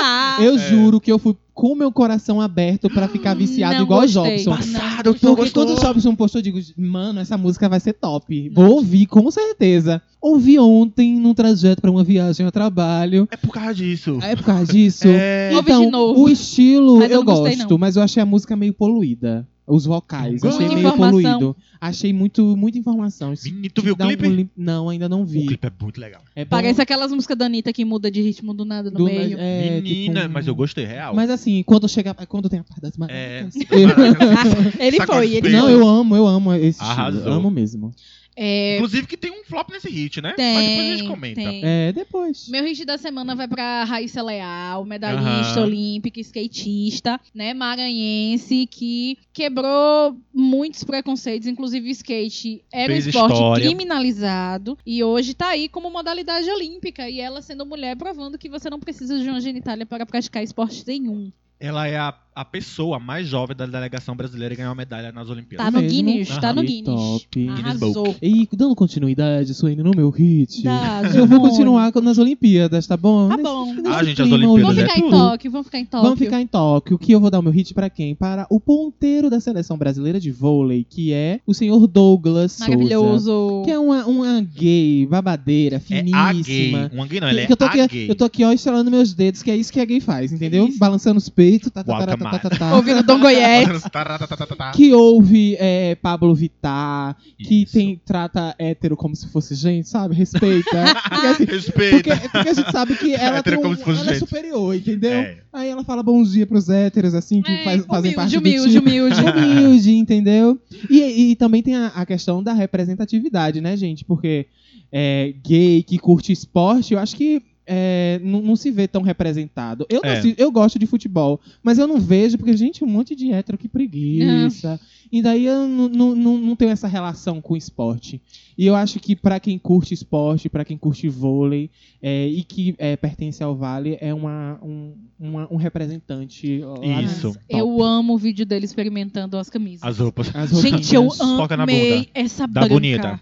Speaker 1: Ah,
Speaker 2: Eu
Speaker 3: É.
Speaker 2: juro que eu fui com meu coração aberto pra ficar viciado
Speaker 1: não
Speaker 2: igual o
Speaker 1: gostei.
Speaker 2: Jobson.
Speaker 1: Não
Speaker 3: Passado, eu tô
Speaker 1: gostei.
Speaker 2: Porque
Speaker 3: gostou.
Speaker 2: quando o Jobson postou, eu digo, mano, essa música vai ser top. Vou ouvir, com certeza. Ouvi ontem num trajeto pra uma viagem ao trabalho.
Speaker 3: É por causa disso.
Speaker 2: É por causa disso.
Speaker 3: É.
Speaker 1: Ouve
Speaker 2: Então,
Speaker 1: de novo.
Speaker 2: o estilo
Speaker 1: Mas eu
Speaker 2: eu,
Speaker 1: não gostei,
Speaker 2: gosto,
Speaker 1: não.
Speaker 2: mas eu achei a música meio poluída. Os vocais,
Speaker 3: Muita
Speaker 2: achei meio
Speaker 1: informação.
Speaker 2: poluído. Achei muito, muita informação. Isso
Speaker 3: Menino, tu viu o
Speaker 2: dá um
Speaker 3: clipe?
Speaker 2: lim- Não, ainda não vi.
Speaker 3: O clipe é muito legal.
Speaker 2: É bom-
Speaker 1: Parece aquelas músicas da Anitta que muda de ritmo do nada no
Speaker 2: do-
Speaker 1: meio.
Speaker 2: é, tipo,
Speaker 3: Menina,
Speaker 2: um-
Speaker 3: mas eu gostei, real.
Speaker 2: Mas assim, quando chega, quando tem a parte das
Speaker 3: É.
Speaker 2: maracas.
Speaker 1: ele
Speaker 3: Sacode
Speaker 1: foi, ele
Speaker 3: peito.
Speaker 2: Não, eu amo, eu amo esse
Speaker 3: Arrasou.
Speaker 2: estilo. Amo mesmo.
Speaker 1: É,
Speaker 3: Inclusive que tem um flop nesse hit, né?
Speaker 1: tem,
Speaker 3: Mas depois a gente comenta.
Speaker 1: tem.
Speaker 2: É, depois.
Speaker 1: Meu hit da semana vai pra Raíssa Leal, medalhista
Speaker 3: Aham.
Speaker 1: olímpica, skatista, né, maranhense, que quebrou muitos preconceitos, inclusive skate era
Speaker 3: Fez
Speaker 1: um esporte
Speaker 3: história.
Speaker 1: criminalizado e hoje tá aí como modalidade olímpica e ela sendo mulher provando que você não precisa de uma genitália para praticar esporte nenhum.
Speaker 3: ela é a, a pessoa mais jovem da delegação brasileira a ganhar uma medalha nas Olimpíadas.
Speaker 1: Tá no
Speaker 2: mesmo?
Speaker 1: Guinness, tá no
Speaker 2: Que
Speaker 1: Guinness.
Speaker 2: top.
Speaker 1: Arrasou.
Speaker 2: E dando continuidade, Suene, no meu hit.
Speaker 1: Dá,
Speaker 2: Eu vou
Speaker 1: Giovanni.
Speaker 2: continuar com- nas Olimpíadas, tá bom?
Speaker 1: Tá
Speaker 2: Nesse-
Speaker 1: bom.
Speaker 2: nesse
Speaker 3: Ah, gente, as
Speaker 2: clima
Speaker 3: Olimpíadas
Speaker 1: Vamos
Speaker 3: Pois
Speaker 2: olímpico.
Speaker 3: é,
Speaker 1: ficar em Tóquio, vamos ficar em Tóquio.
Speaker 2: né? Vamos ficar em Tóquio, que eu vou dar o meu hit pra quem? Para o ponteiro da seleção brasileira de vôlei, que é o senhor Douglas Souza.
Speaker 1: Maravilhoso.
Speaker 2: Que é uma, uma gay, babadeira,
Speaker 3: É a gay.
Speaker 2: finíssima.
Speaker 3: Uma gay não,
Speaker 2: Tá Que-
Speaker 3: ela é
Speaker 2: que eu, tô
Speaker 3: a
Speaker 2: aqui,
Speaker 3: gay.
Speaker 2: eu tô aqui, ó, estalando meus dedos, que é isso que a gay faz, entendeu?
Speaker 3: Isso.
Speaker 2: Balançando os peitos, tá, tá, tá, tá,
Speaker 3: Guacamole.
Speaker 2: tá, tá, tá.
Speaker 1: Ouvindo Dom Goiás.
Speaker 3: tá,
Speaker 2: Que ouve é, Pablo Vittar, que
Speaker 3: Isso.
Speaker 2: tem, trata hétero como se fosse gente, sabe? Respeita. Porque, assim, porque,
Speaker 3: Respeita.
Speaker 2: porque a gente sabe que ela, tem
Speaker 3: Hétero
Speaker 2: um-
Speaker 3: como se fosse
Speaker 2: ela é
Speaker 3: gente.
Speaker 2: superior, entendeu?
Speaker 3: É.
Speaker 2: Aí ela fala bons dias pros héteros, assim, que faz- fazem
Speaker 1: É, humilde,
Speaker 2: parte do
Speaker 1: humilde,
Speaker 2: time.
Speaker 1: humilde.
Speaker 2: Humilde, entendeu? E, e também tem a, a questão da representatividade, né, gente? Porque é, gay que curte esporte, eu acho que é, não não se vê tão representado. Eu, não
Speaker 3: É.
Speaker 2: se- eu gosto de futebol, mas eu não vejo, porque, gente, um monte de hétero, que preguiça. E daí eu não- não não- não tenho essa relação com esporte. E eu acho que pra quem curte esporte, pra quem curte vôlei é, e que é, pertence ao Vale, é uma, um, uma- um representante. ó, lá
Speaker 3: Isso.
Speaker 2: no top.
Speaker 1: Eu amo o vídeo dele experimentando as camisas.
Speaker 3: As roupas.
Speaker 2: As
Speaker 1: Gente, eu
Speaker 2: roupinhas.
Speaker 3: Foca na
Speaker 1: amei essa
Speaker 3: Dá
Speaker 1: branca.
Speaker 3: bonita.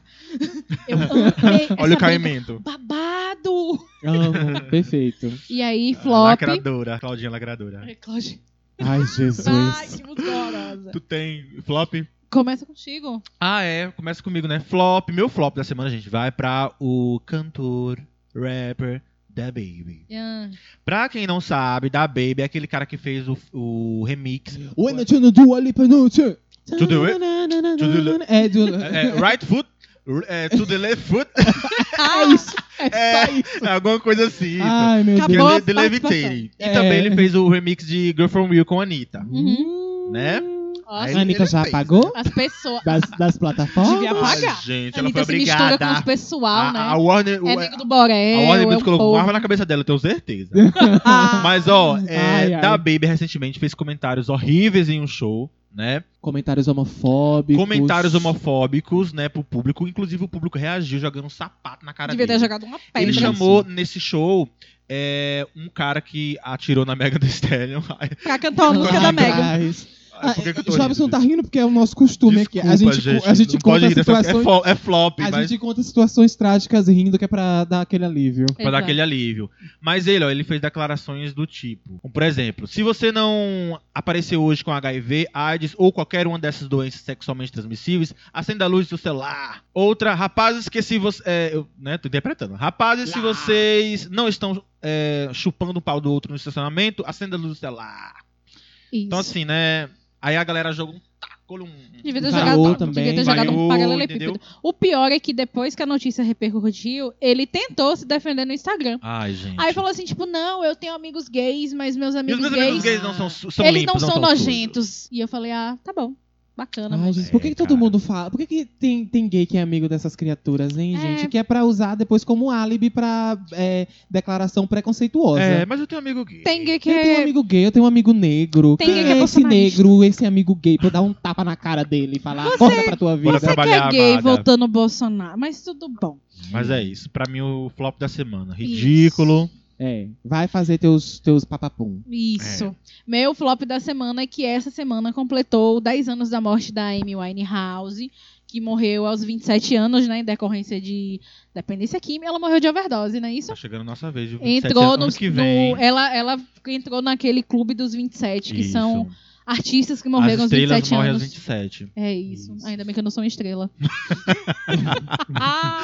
Speaker 1: Eu amei essa
Speaker 3: Olha
Speaker 1: branca.
Speaker 3: o caimento.
Speaker 1: Babado!
Speaker 2: Amo, perfeito.
Speaker 1: E aí,
Speaker 3: Ah,
Speaker 1: flop.
Speaker 3: Lacradora. Claudinha Lacradora.
Speaker 1: Ai, Cláudia.
Speaker 2: Ai, Jesus.
Speaker 1: Ai, que música horrorosa.
Speaker 3: Tu tem flop?
Speaker 1: Começa contigo.
Speaker 3: Ah, é. Começa comigo, né? Flop. Meu flop da semana, gente, vai pra o cantor, rapper, Da Baby.
Speaker 1: Ah,
Speaker 3: Pra quem não sabe, Da Baby é aquele cara que fez o, o remix.
Speaker 2: When I turn do a lip and to
Speaker 3: To do it? To do
Speaker 2: É, do...
Speaker 3: É, é, right foot, é, to the left foot.
Speaker 2: É isso. É
Speaker 3: É,
Speaker 2: só isso.
Speaker 3: alguma coisa assim.
Speaker 2: Ai, meu
Speaker 3: Que é
Speaker 1: Acabou.
Speaker 2: Deus.
Speaker 1: Boa
Speaker 3: The- The
Speaker 1: participação.
Speaker 3: Levitating. E
Speaker 2: Ah, É.
Speaker 3: também ele fez o remix de Girl From Will com a Anitta.
Speaker 1: Uhum.
Speaker 3: Né?
Speaker 1: nossa,
Speaker 3: Aí
Speaker 2: A Anitta
Speaker 3: ele
Speaker 2: já
Speaker 3: fez,
Speaker 2: apagou
Speaker 1: as pessoas.
Speaker 2: das, das
Speaker 1: Devia
Speaker 2: plataformas?
Speaker 1: apagar. Paga.
Speaker 3: Ai, gente,
Speaker 1: A
Speaker 3: ela foi
Speaker 1: Anitta se mistura
Speaker 3: obrigada.
Speaker 1: com os pessoal,
Speaker 3: a,
Speaker 1: né?
Speaker 3: a Warner,
Speaker 1: é
Speaker 3: o-
Speaker 1: amigo do Borel.
Speaker 3: a
Speaker 1: é
Speaker 3: Warner Bros.
Speaker 1: um
Speaker 3: colocou
Speaker 1: povo.
Speaker 3: uma arma na cabeça dela, eu tenho certeza.
Speaker 1: Ah,
Speaker 3: Mas, ó, é,
Speaker 2: Ai, ai.
Speaker 3: da Baby recentemente fez comentários horríveis em um show, né?
Speaker 2: Comentários homofóbicos.
Speaker 3: Comentários homofóbicos, né, pro público. Inclusive, o público reagiu jogando um sapato na cara
Speaker 1: devia ter
Speaker 3: dele.
Speaker 1: jogado uma pedra.
Speaker 3: Ele
Speaker 2: Isso.
Speaker 3: chamou nesse show é, um cara que atirou na Megan Thee Stallion. Ai,
Speaker 1: pra cantar uma música da Mega.
Speaker 2: Rapaz.
Speaker 3: ai, por que que eu tô
Speaker 2: Ah, Jobson
Speaker 3: rindo
Speaker 2: tá
Speaker 3: disso?
Speaker 2: rindo porque é o nosso costume aqui. A gente, a gente
Speaker 3: não
Speaker 2: conta
Speaker 3: pode rir dessa-
Speaker 2: situações.
Speaker 3: É, fo- é flop,
Speaker 2: A
Speaker 3: mas
Speaker 2: gente conta situações trágicas rindo que é pra dar aquele alívio.
Speaker 3: pra dar aquele alívio. Mas ele, ó, ele fez declarações do tipo, por exemplo, se você não apareceu hoje com HIV, AIDS ou qualquer uma dessas doenças sexualmente transmissíveis, acenda a luz do celular. Outra, rapazes que se você, é, eu, né, tô interpretando. Rapazes, se
Speaker 2: Lá.
Speaker 3: vocês não estão é, chupando o pau do outro no estacionamento, acenda a luz do celular.
Speaker 1: Isso.
Speaker 3: Então assim, né, aí a galera joga um taco, um
Speaker 1: Devia ter
Speaker 2: Valor
Speaker 1: jogado,
Speaker 2: também.
Speaker 1: devia ter jogado
Speaker 3: Valor,
Speaker 1: um paralelepípedo.
Speaker 3: entendeu?
Speaker 1: O pior é que depois que a notícia repercutiu, ele tentou se defender no Instagram.
Speaker 3: Ai, gente.
Speaker 1: Aí falou assim, tipo, não, eu tenho amigos gays, mas meus
Speaker 3: E os
Speaker 1: amigos
Speaker 3: meus
Speaker 1: gays,
Speaker 3: amigos gays não são, su- são
Speaker 1: eles
Speaker 3: limpos,
Speaker 1: não são
Speaker 3: sujos.
Speaker 1: nojentos. E eu falei, ah, tá bom, bacana.
Speaker 2: Ai, gente, por que,
Speaker 3: É,
Speaker 2: que todo
Speaker 1: tá.
Speaker 3: cara.
Speaker 2: mundo fala? Por que, que tem, tem gay que é amigo dessas criaturas, hein,
Speaker 1: É.
Speaker 2: gente? Que é pra usar depois como álibe pra é, declaração preconceituosa.
Speaker 3: É, mas eu tenho um amigo gay.
Speaker 1: Tem gay que
Speaker 2: Eu tenho um
Speaker 1: é...
Speaker 2: amigo gay, eu tenho um amigo negro.
Speaker 1: Tem
Speaker 2: Quem
Speaker 1: gay que
Speaker 2: é
Speaker 1: é
Speaker 2: esse
Speaker 1: bolsonarista.
Speaker 2: negro, esse amigo gay? Pra eu dar um tapa na cara dele e falar, acorda pra tua vida.
Speaker 3: Bora
Speaker 1: Você que
Speaker 3: trabalhar,
Speaker 1: é gay
Speaker 3: amada.
Speaker 1: voltando ao Bolsonaro, mas tudo bom.
Speaker 3: Mas é isso. Pra mim, o flop da semana. Ridículo.
Speaker 2: É, vai fazer teus, teus papapum.
Speaker 1: Isso.
Speaker 3: É.
Speaker 1: Meu flop da semana é que essa semana completou 10 anos da morte da Amy Winehouse, que morreu aos 27 anos, né, em decorrência de dependência química. Ela morreu de overdose, não é isso?
Speaker 3: Tá chegando a nossa vez. viu? 27
Speaker 1: Entrou no,
Speaker 3: anos é que vem.
Speaker 1: no- ela, ela entrou naquele clube dos 27, que
Speaker 3: Isso.
Speaker 1: são artistas que
Speaker 3: As
Speaker 1: morreram aos
Speaker 3: estrelas
Speaker 1: 27
Speaker 3: morrem
Speaker 1: anos.
Speaker 3: aos 27.
Speaker 1: É isso.
Speaker 2: Isso.
Speaker 1: Ainda bem que eu não sou uma estrela. Ah!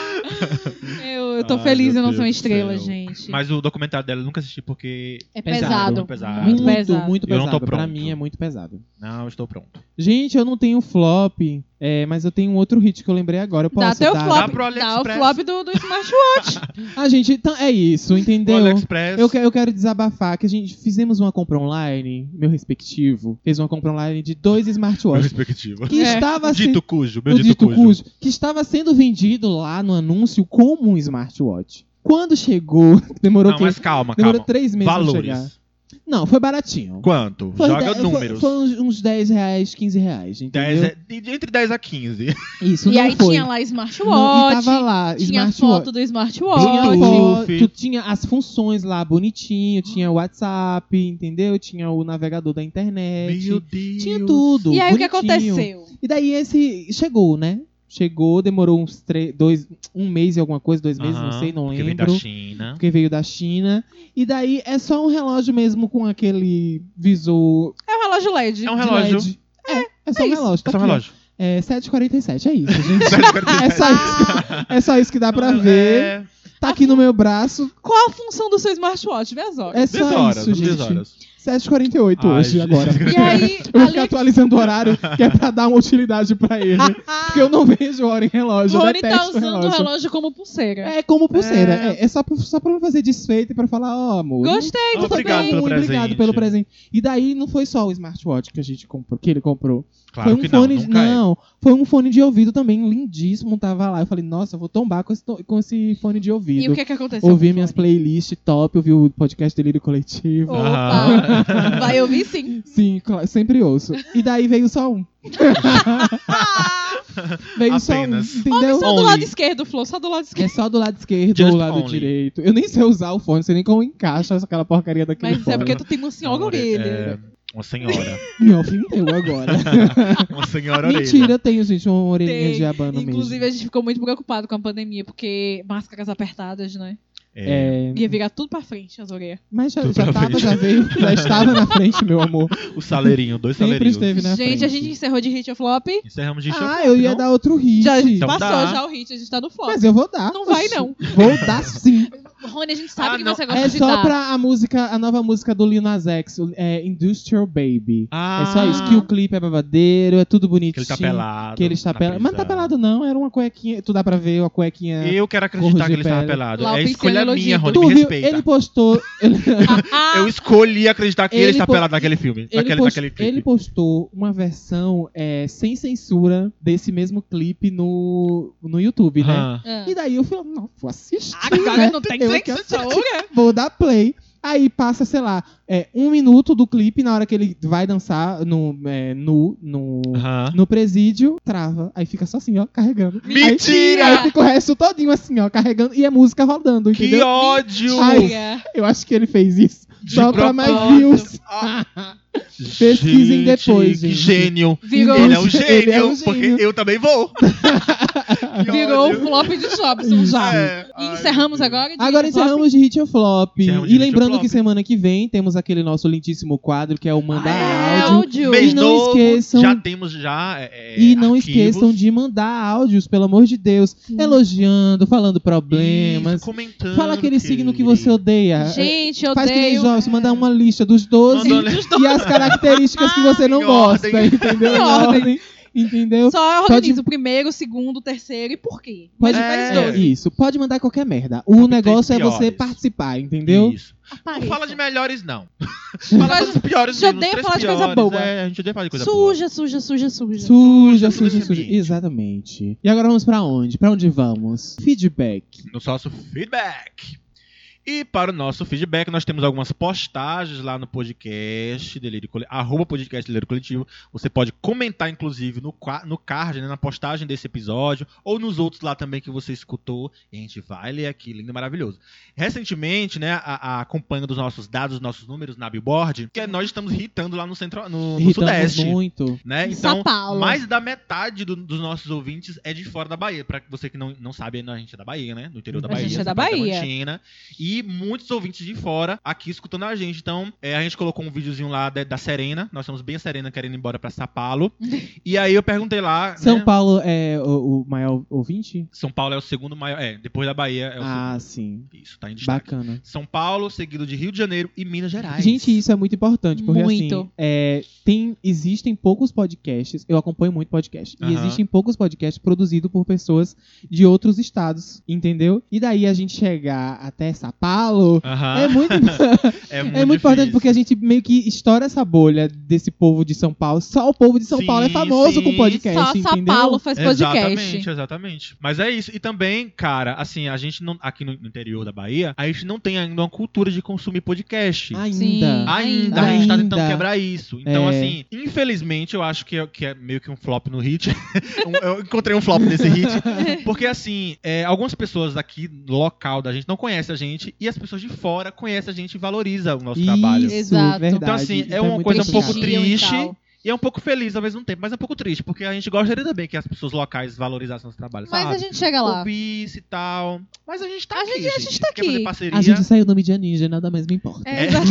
Speaker 1: eu, eu tô
Speaker 3: Ai,
Speaker 1: feliz,
Speaker 3: meu
Speaker 1: eu não
Speaker 3: Deus
Speaker 1: sou uma
Speaker 3: do
Speaker 1: estrela,
Speaker 3: céu.
Speaker 1: gente.
Speaker 3: Mas o documentário dela eu nunca assisti porque
Speaker 1: é
Speaker 2: pesado.
Speaker 1: pesado.
Speaker 3: Pesado.
Speaker 1: Muito
Speaker 2: muito,
Speaker 1: pesado.
Speaker 2: muito
Speaker 3: Ah, Eu não
Speaker 2: pesado.
Speaker 3: tô
Speaker 2: pra
Speaker 3: pronto.
Speaker 2: mim é muito pesado.
Speaker 3: não estou pronto.
Speaker 2: Gente, eu não tenho flop, é, mas eu tenho outro hit que eu lembrei agora. Eu posso
Speaker 1: Dá teu
Speaker 2: dar?
Speaker 3: Dá
Speaker 1: flop.
Speaker 3: pro
Speaker 1: Dá o
Speaker 3: AliExpress.
Speaker 1: flop do, do Smash
Speaker 2: Ah, gente, então é isso, entendeu?
Speaker 3: O AliExpress.
Speaker 2: Eu, que- eu quero desabafar que a gente fizemos uma compra online, meu respectivo, fez uma compra online de dois
Speaker 3: Meu
Speaker 2: smartwatches
Speaker 3: respectivo.
Speaker 2: que
Speaker 1: É.
Speaker 2: estava sendo
Speaker 3: Dito cujo. Meu
Speaker 2: o
Speaker 3: dito, cujo.
Speaker 2: que estava sendo vendido lá no anúncio como um smartwatch. Quando chegou, demorou
Speaker 3: Não,
Speaker 2: que
Speaker 3: mas calma,
Speaker 2: demorou
Speaker 3: calma.
Speaker 2: três meses pra chegar.
Speaker 3: Valores.
Speaker 2: Não, foi baratinho.
Speaker 3: Quanto?
Speaker 2: Foi
Speaker 3: Joga
Speaker 2: de- foi-
Speaker 3: números.
Speaker 2: Foi, uns, uns 10 reais, 15 reais. Entendeu?
Speaker 3: 10 é- de- entre 10 a 15.
Speaker 2: Isso
Speaker 1: e
Speaker 2: não
Speaker 1: aí
Speaker 2: foi.
Speaker 1: tinha lá
Speaker 2: Não, e
Speaker 1: smartwatch,
Speaker 2: tava lá,
Speaker 1: tinha
Speaker 2: smartwatch.
Speaker 1: foto do
Speaker 2: Tinha
Speaker 1: smartwatch.
Speaker 3: Bluetooth.
Speaker 2: foto, tinha as funções lá bonitinho, tinha o WhatsApp, entendeu? Tinha o navegador da internet.
Speaker 3: Meu Deus.
Speaker 2: É tinha tudo.
Speaker 1: E aí o que
Speaker 2: bonitinho.
Speaker 1: aconteceu?
Speaker 2: E daí esse chegou, né? Chegou, demorou uns três, dois, um mês e alguma coisa, dois meses, não
Speaker 3: Aham,
Speaker 2: sei, não
Speaker 3: Que vem
Speaker 2: lembro.
Speaker 3: da China.
Speaker 2: Porque veio da China. E daí é só um relógio mesmo com aquele visor
Speaker 1: É um relógio LED.
Speaker 3: É um
Speaker 2: de
Speaker 3: relógio.
Speaker 2: LED. É, é só
Speaker 1: é
Speaker 2: um
Speaker 1: isso.
Speaker 2: relógio.
Speaker 3: É
Speaker 2: Tá
Speaker 3: só um
Speaker 2: aqui, ó.
Speaker 3: relógio.
Speaker 2: É 7h47, é isso, gente. é,
Speaker 3: 7,47.
Speaker 2: só isso, é só isso que dá pra ver.
Speaker 3: É,
Speaker 2: Tá aqui no meu braço.
Speaker 1: Qual a função do seu smartwatch? Vê as horas.
Speaker 2: É
Speaker 3: 10
Speaker 2: só
Speaker 3: horas,
Speaker 2: isso,
Speaker 3: 10
Speaker 2: gente.
Speaker 3: horas.
Speaker 2: 7h48
Speaker 3: Ai,
Speaker 2: hoje,
Speaker 3: gente.
Speaker 2: agora.
Speaker 1: E aí,
Speaker 2: Eu vou ficar
Speaker 1: ali-
Speaker 2: atualizando o horário, que é pra dar uma utilidade pra ele. Porque eu não vejo hora em relógio, eu
Speaker 1: ah, Rony
Speaker 2: detesto
Speaker 1: tá usando o
Speaker 2: relógio.
Speaker 1: relógio. como pulseira.
Speaker 2: É como pulseira. É, é só, pra, só pra fazer desfeito e pra falar, ó, amor. não
Speaker 1: Gostei,
Speaker 2: Não
Speaker 1: tudo
Speaker 2: foi
Speaker 3: Obrigado
Speaker 2: tão
Speaker 1: bem.
Speaker 3: pelo
Speaker 2: ruim,
Speaker 3: presente.
Speaker 2: Obrigado pelo presente. E daí não foi só o smartwatch que a gente comprou, que ele comprou.
Speaker 3: Claro
Speaker 2: foi um
Speaker 3: que
Speaker 2: fone,
Speaker 3: não, nunca é.
Speaker 2: foi um fone de ouvido também lindíssimo, tava lá. Eu falei, nossa, eu vou tombar com esse, to- com esse fone de
Speaker 1: E o
Speaker 2: ouvido.
Speaker 1: que, é que aconteceu?
Speaker 2: Ouvi
Speaker 1: com
Speaker 2: minhas
Speaker 1: o Rony?
Speaker 2: playlists top, ouvi o podcast Delírio Coletivo.
Speaker 3: Ah.
Speaker 1: Opa! Vai ouvir sim.
Speaker 2: Sim, claro, sempre ouço. E daí veio só um. veio
Speaker 3: Apenas.
Speaker 2: só um, entendeu?
Speaker 1: Só do
Speaker 3: Only.
Speaker 1: lado esquerdo, Flor, só do lado esquerdo.
Speaker 2: É só do lado esquerdo
Speaker 3: Just
Speaker 2: ou do lado
Speaker 3: only.
Speaker 2: direito. Eu nem sei usar o fone, não sei nem como encaixa aquela porcaria daquele
Speaker 1: Mas
Speaker 2: fone.
Speaker 1: é porque tu tem uma senhora
Speaker 3: Amor, é-
Speaker 1: orelha.
Speaker 3: é, Uma senhora.
Speaker 2: Me ofendeu um agora.
Speaker 3: Uma senhora orelha.
Speaker 2: Mentira, eu tenho, gente, uma orelhinha
Speaker 1: Tem.
Speaker 2: de abano
Speaker 1: Inclusive,
Speaker 2: mesmo.
Speaker 1: a gente ficou muito preocupado com a pandemia, porque máscaras apertadas, né?
Speaker 3: É.
Speaker 2: É,
Speaker 1: Ia virar tudo pra frente as orelhas.
Speaker 2: mas já,
Speaker 3: Tô
Speaker 2: já
Speaker 3: pra
Speaker 2: tava,
Speaker 3: frente.
Speaker 2: já veio, já estava na frente, meu amor.
Speaker 3: O saleirinho, dois
Speaker 2: Sempre
Speaker 3: saleirinhos.
Speaker 2: esteve na
Speaker 1: gente,
Speaker 2: frente.
Speaker 1: a gente encerrou de hit ou flop.
Speaker 3: Encerramos de
Speaker 2: Ah, eu ia
Speaker 3: não?
Speaker 2: dar outro hit.
Speaker 1: é Já
Speaker 3: Então
Speaker 1: passou
Speaker 3: dá.
Speaker 1: já o hit, a gente tá no flop.
Speaker 2: Mas eu vou dar.
Speaker 1: Não vai,
Speaker 2: oxi.
Speaker 1: não.
Speaker 2: Vou dar sim.
Speaker 1: Rony, a gente sabe
Speaker 3: Ah,
Speaker 1: que
Speaker 3: não.
Speaker 1: você gosta
Speaker 2: É
Speaker 1: de
Speaker 2: só
Speaker 1: dar.
Speaker 2: pra a música, a nova música do Lil Nas X, é Industrial Baby.
Speaker 3: Ah,
Speaker 2: É só isso, que o clipe é babadeiro, é tudo bonitinho.
Speaker 3: Que ele tá pelado.
Speaker 2: Que ele está
Speaker 3: na
Speaker 2: pelado. Mas não tá
Speaker 3: prisão.
Speaker 2: pelado, não. Era uma cuequinha. Tu dá pra ver uma cuequinha.
Speaker 3: Eu quero acreditar
Speaker 2: Cor de
Speaker 3: que ele estava
Speaker 2: pele.
Speaker 3: pelado.
Speaker 1: Lá, o
Speaker 3: é
Speaker 1: Pisciano
Speaker 3: escolha minha,
Speaker 1: elogia.
Speaker 3: Rony,
Speaker 2: tu
Speaker 3: me
Speaker 2: viu?
Speaker 3: respeita.
Speaker 2: Ele postou. Ele,
Speaker 1: Ah,
Speaker 3: Eu escolhi acreditar que ele,
Speaker 2: Ele
Speaker 3: está
Speaker 2: po-
Speaker 3: pelado naquele filme.
Speaker 2: ele
Speaker 3: naquele,
Speaker 2: pos-
Speaker 3: naquele clipe.
Speaker 2: ele postou uma versão é, sem censura desse mesmo clipe no, no YouTube, né?
Speaker 3: Ah.
Speaker 1: ah.
Speaker 2: E daí eu falei, não, vou assistir.
Speaker 1: Agora
Speaker 2: né?
Speaker 1: não tem
Speaker 2: Eu aqui
Speaker 1: censura.
Speaker 2: Vou dar play. Aí passa, sei lá, é, um minuto do clipe, na hora que ele vai dançar no, é, nu, no,
Speaker 3: Aham.
Speaker 2: no presídio, trava. Aí fica só assim, ó, carregando.
Speaker 3: Mentira!
Speaker 2: Aí fica o resto todinho assim, ó, carregando. E a música rodando,
Speaker 3: Que
Speaker 2: entendeu?
Speaker 3: ódio!
Speaker 2: Ai,
Speaker 1: Chega.
Speaker 2: Eu acho que ele fez isso
Speaker 3: De Ah,
Speaker 2: só pra mais
Speaker 1: propósito.
Speaker 2: views. pesquisem depois,
Speaker 3: Que
Speaker 2: gente.
Speaker 3: gênio.
Speaker 1: Virou,
Speaker 3: Ele é um gênio,
Speaker 2: Ele é um gênio.
Speaker 3: porque eu também vou. Que
Speaker 1: virou o
Speaker 3: é um
Speaker 2: um
Speaker 3: ódio.
Speaker 1: flop de Jobson já.
Speaker 3: É.
Speaker 1: E
Speaker 3: Ai,
Speaker 1: encerramos
Speaker 3: meu Deus.
Speaker 1: agora? de
Speaker 2: Agora
Speaker 1: flop?
Speaker 2: encerramos de hit ou flop.
Speaker 3: Encerramos de
Speaker 2: E
Speaker 3: hit ou
Speaker 2: lembrando
Speaker 3: flop.
Speaker 2: que semana que vem temos aquele nosso lindíssimo quadro que é o Mandar
Speaker 1: É,
Speaker 2: Áudio.
Speaker 1: áudio.
Speaker 3: Mês
Speaker 2: E não
Speaker 3: novo,
Speaker 2: esqueçam-
Speaker 3: Já temos já. é,
Speaker 2: E não
Speaker 3: arquivos.
Speaker 2: esqueçam de mandar áudios, pelo amor de Deus. Elogiando, falando problemas.
Speaker 3: Isso, comentando.
Speaker 2: Fala aquele signo que você
Speaker 3: querido.
Speaker 2: odeia.
Speaker 1: Gente, eu
Speaker 2: Faz que nem
Speaker 1: odeio. É.
Speaker 2: Joyce, mandar uma lista dos 12
Speaker 3: Mandou, né?
Speaker 2: e as características que você não
Speaker 3: Em
Speaker 2: gosta,
Speaker 3: ordem.
Speaker 2: entendeu?
Speaker 1: Em
Speaker 2: Em ordem. Entendeu?
Speaker 1: Só organiza o primeiro, o segundo, o terceiro e por quê? Mas
Speaker 2: Pode-
Speaker 1: faz
Speaker 3: É.
Speaker 1: dois.
Speaker 2: Isso, pode mandar qualquer merda. O
Speaker 3: Capitães
Speaker 2: negócio é você
Speaker 3: piores.
Speaker 2: participar, entendeu?
Speaker 3: Isso. Não
Speaker 1: Apareça.
Speaker 3: fala de melhores, não. fala dos piores
Speaker 1: Já
Speaker 3: mesmo,
Speaker 1: odeio
Speaker 3: os três
Speaker 1: falar de coisa
Speaker 3: piores.
Speaker 1: boa.
Speaker 3: É, a gente odeia falar de coisa boa.
Speaker 1: suja, suja, suja, suja.
Speaker 2: Suja,
Speaker 3: Tudo
Speaker 2: suja,
Speaker 3: nesse
Speaker 2: suja.
Speaker 3: ambiente.
Speaker 2: Exatamente. E agora vamos pra onde? Pra onde vamos? Feedback.
Speaker 3: no nosso feedback. E para o nosso feedback, nós temos algumas postagens lá no podcast Delírio Coletivo, arroba podcast Delírio Coletivo. Você pode comentar, inclusive, no, qua- no card, né, na postagem desse episódio, ou nos outros lá também que você escutou. E a gente vai ler aqui, lindo e maravilhoso. Recentemente, né, a, a campanha dos nossos dados, dos nossos números na Billboard, que nós estamos irritando lá no centro, no, no
Speaker 2: Irritamos
Speaker 3: Sudeste.
Speaker 2: muito.
Speaker 3: Né?
Speaker 1: São
Speaker 3: Então,
Speaker 1: Paulo.
Speaker 3: mais da metade do- dos nossos ouvintes é de fora da Bahia. Pra você que não, não sabe, a gente é da Bahia, né? Do interior da
Speaker 2: A
Speaker 3: Bahia.
Speaker 2: gente
Speaker 1: é da
Speaker 3: Santa
Speaker 1: Bahia.
Speaker 3: Diamantina. E muitos ouvintes de fora aqui escutando a gente. Então, é, a gente colocou um videozinho lá da, da Serena. Nós estamos bem Serena querendo ir embora pra São Paulo. e aí eu perguntei lá.
Speaker 2: São
Speaker 3: né?
Speaker 2: Paulo é o, o maior ouvinte?
Speaker 3: São Paulo é o segundo maior. É, depois da Bahia é o
Speaker 2: ah, sim.
Speaker 3: segundo. Isso, tá em destaque.
Speaker 2: Bacana.
Speaker 3: São Paulo, seguido de Rio de Janeiro e Minas Gerais.
Speaker 2: Gente, isso é muito importante, porque assim,
Speaker 1: Muito.
Speaker 2: é, tem, existem poucos podcasts, eu acompanho muito podcast, e
Speaker 3: Aham.
Speaker 2: existem poucos podcasts produzidos por pessoas de outros estados, entendeu? E daí a gente chegar até São palo.
Speaker 3: Aham.
Speaker 2: É muito, é
Speaker 3: Ah, É
Speaker 2: muito importante porque a gente meio que estoura essa bolha desse povo de São Paulo. Só o povo de São
Speaker 3: Sim,
Speaker 2: Paulo é famoso
Speaker 3: sim.
Speaker 2: com podcast,
Speaker 1: Só
Speaker 2: entendeu?
Speaker 1: São Paulo faz podcast.
Speaker 3: Exatamente, exatamente. Mas é isso. E também, cara, assim, a gente não. Aqui no no interior da Bahia, a gente não tem ainda uma cultura de consumir podcast.
Speaker 2: Ainda.
Speaker 1: Sim.
Speaker 3: Ainda, a gente tá
Speaker 2: Ainda.
Speaker 3: tentando quebrar isso.
Speaker 2: É.
Speaker 3: Então, assim, infelizmente, eu acho que é, que é meio que um flop no hit. Um- eu encontrei um flop nesse hit. Porque, assim, é, algumas pessoas daqui, local da gente, não conhecem a gente. E as pessoas de fora conhecem a gente e valorizam o nosso
Speaker 2: Isso,
Speaker 3: trabalho.
Speaker 1: Exato.
Speaker 2: verdade.
Speaker 3: Então, assim, é
Speaker 2: muito
Speaker 3: uma coisa um pouco
Speaker 2: complicado.
Speaker 1: Prestigiam e
Speaker 3: triste,
Speaker 1: tal.
Speaker 3: E é um pouco feliz ao mesmo tempo, mas é um pouco triste. Porque a gente gostaria também que as pessoas locais valorizassem nosso trabalho,
Speaker 1: Mas
Speaker 3: sabe?
Speaker 1: a gente chega lá.
Speaker 3: Ouvisse e tal. Mas a gente tá
Speaker 1: A
Speaker 3: aqui,
Speaker 1: gente- a gente tá
Speaker 3: Quer
Speaker 1: aqui.
Speaker 3: fazer
Speaker 1: A
Speaker 3: parceria.
Speaker 2: A gente tá saiu do Media Ninja, nada mais me importa.
Speaker 1: É,
Speaker 3: É.
Speaker 1: exato.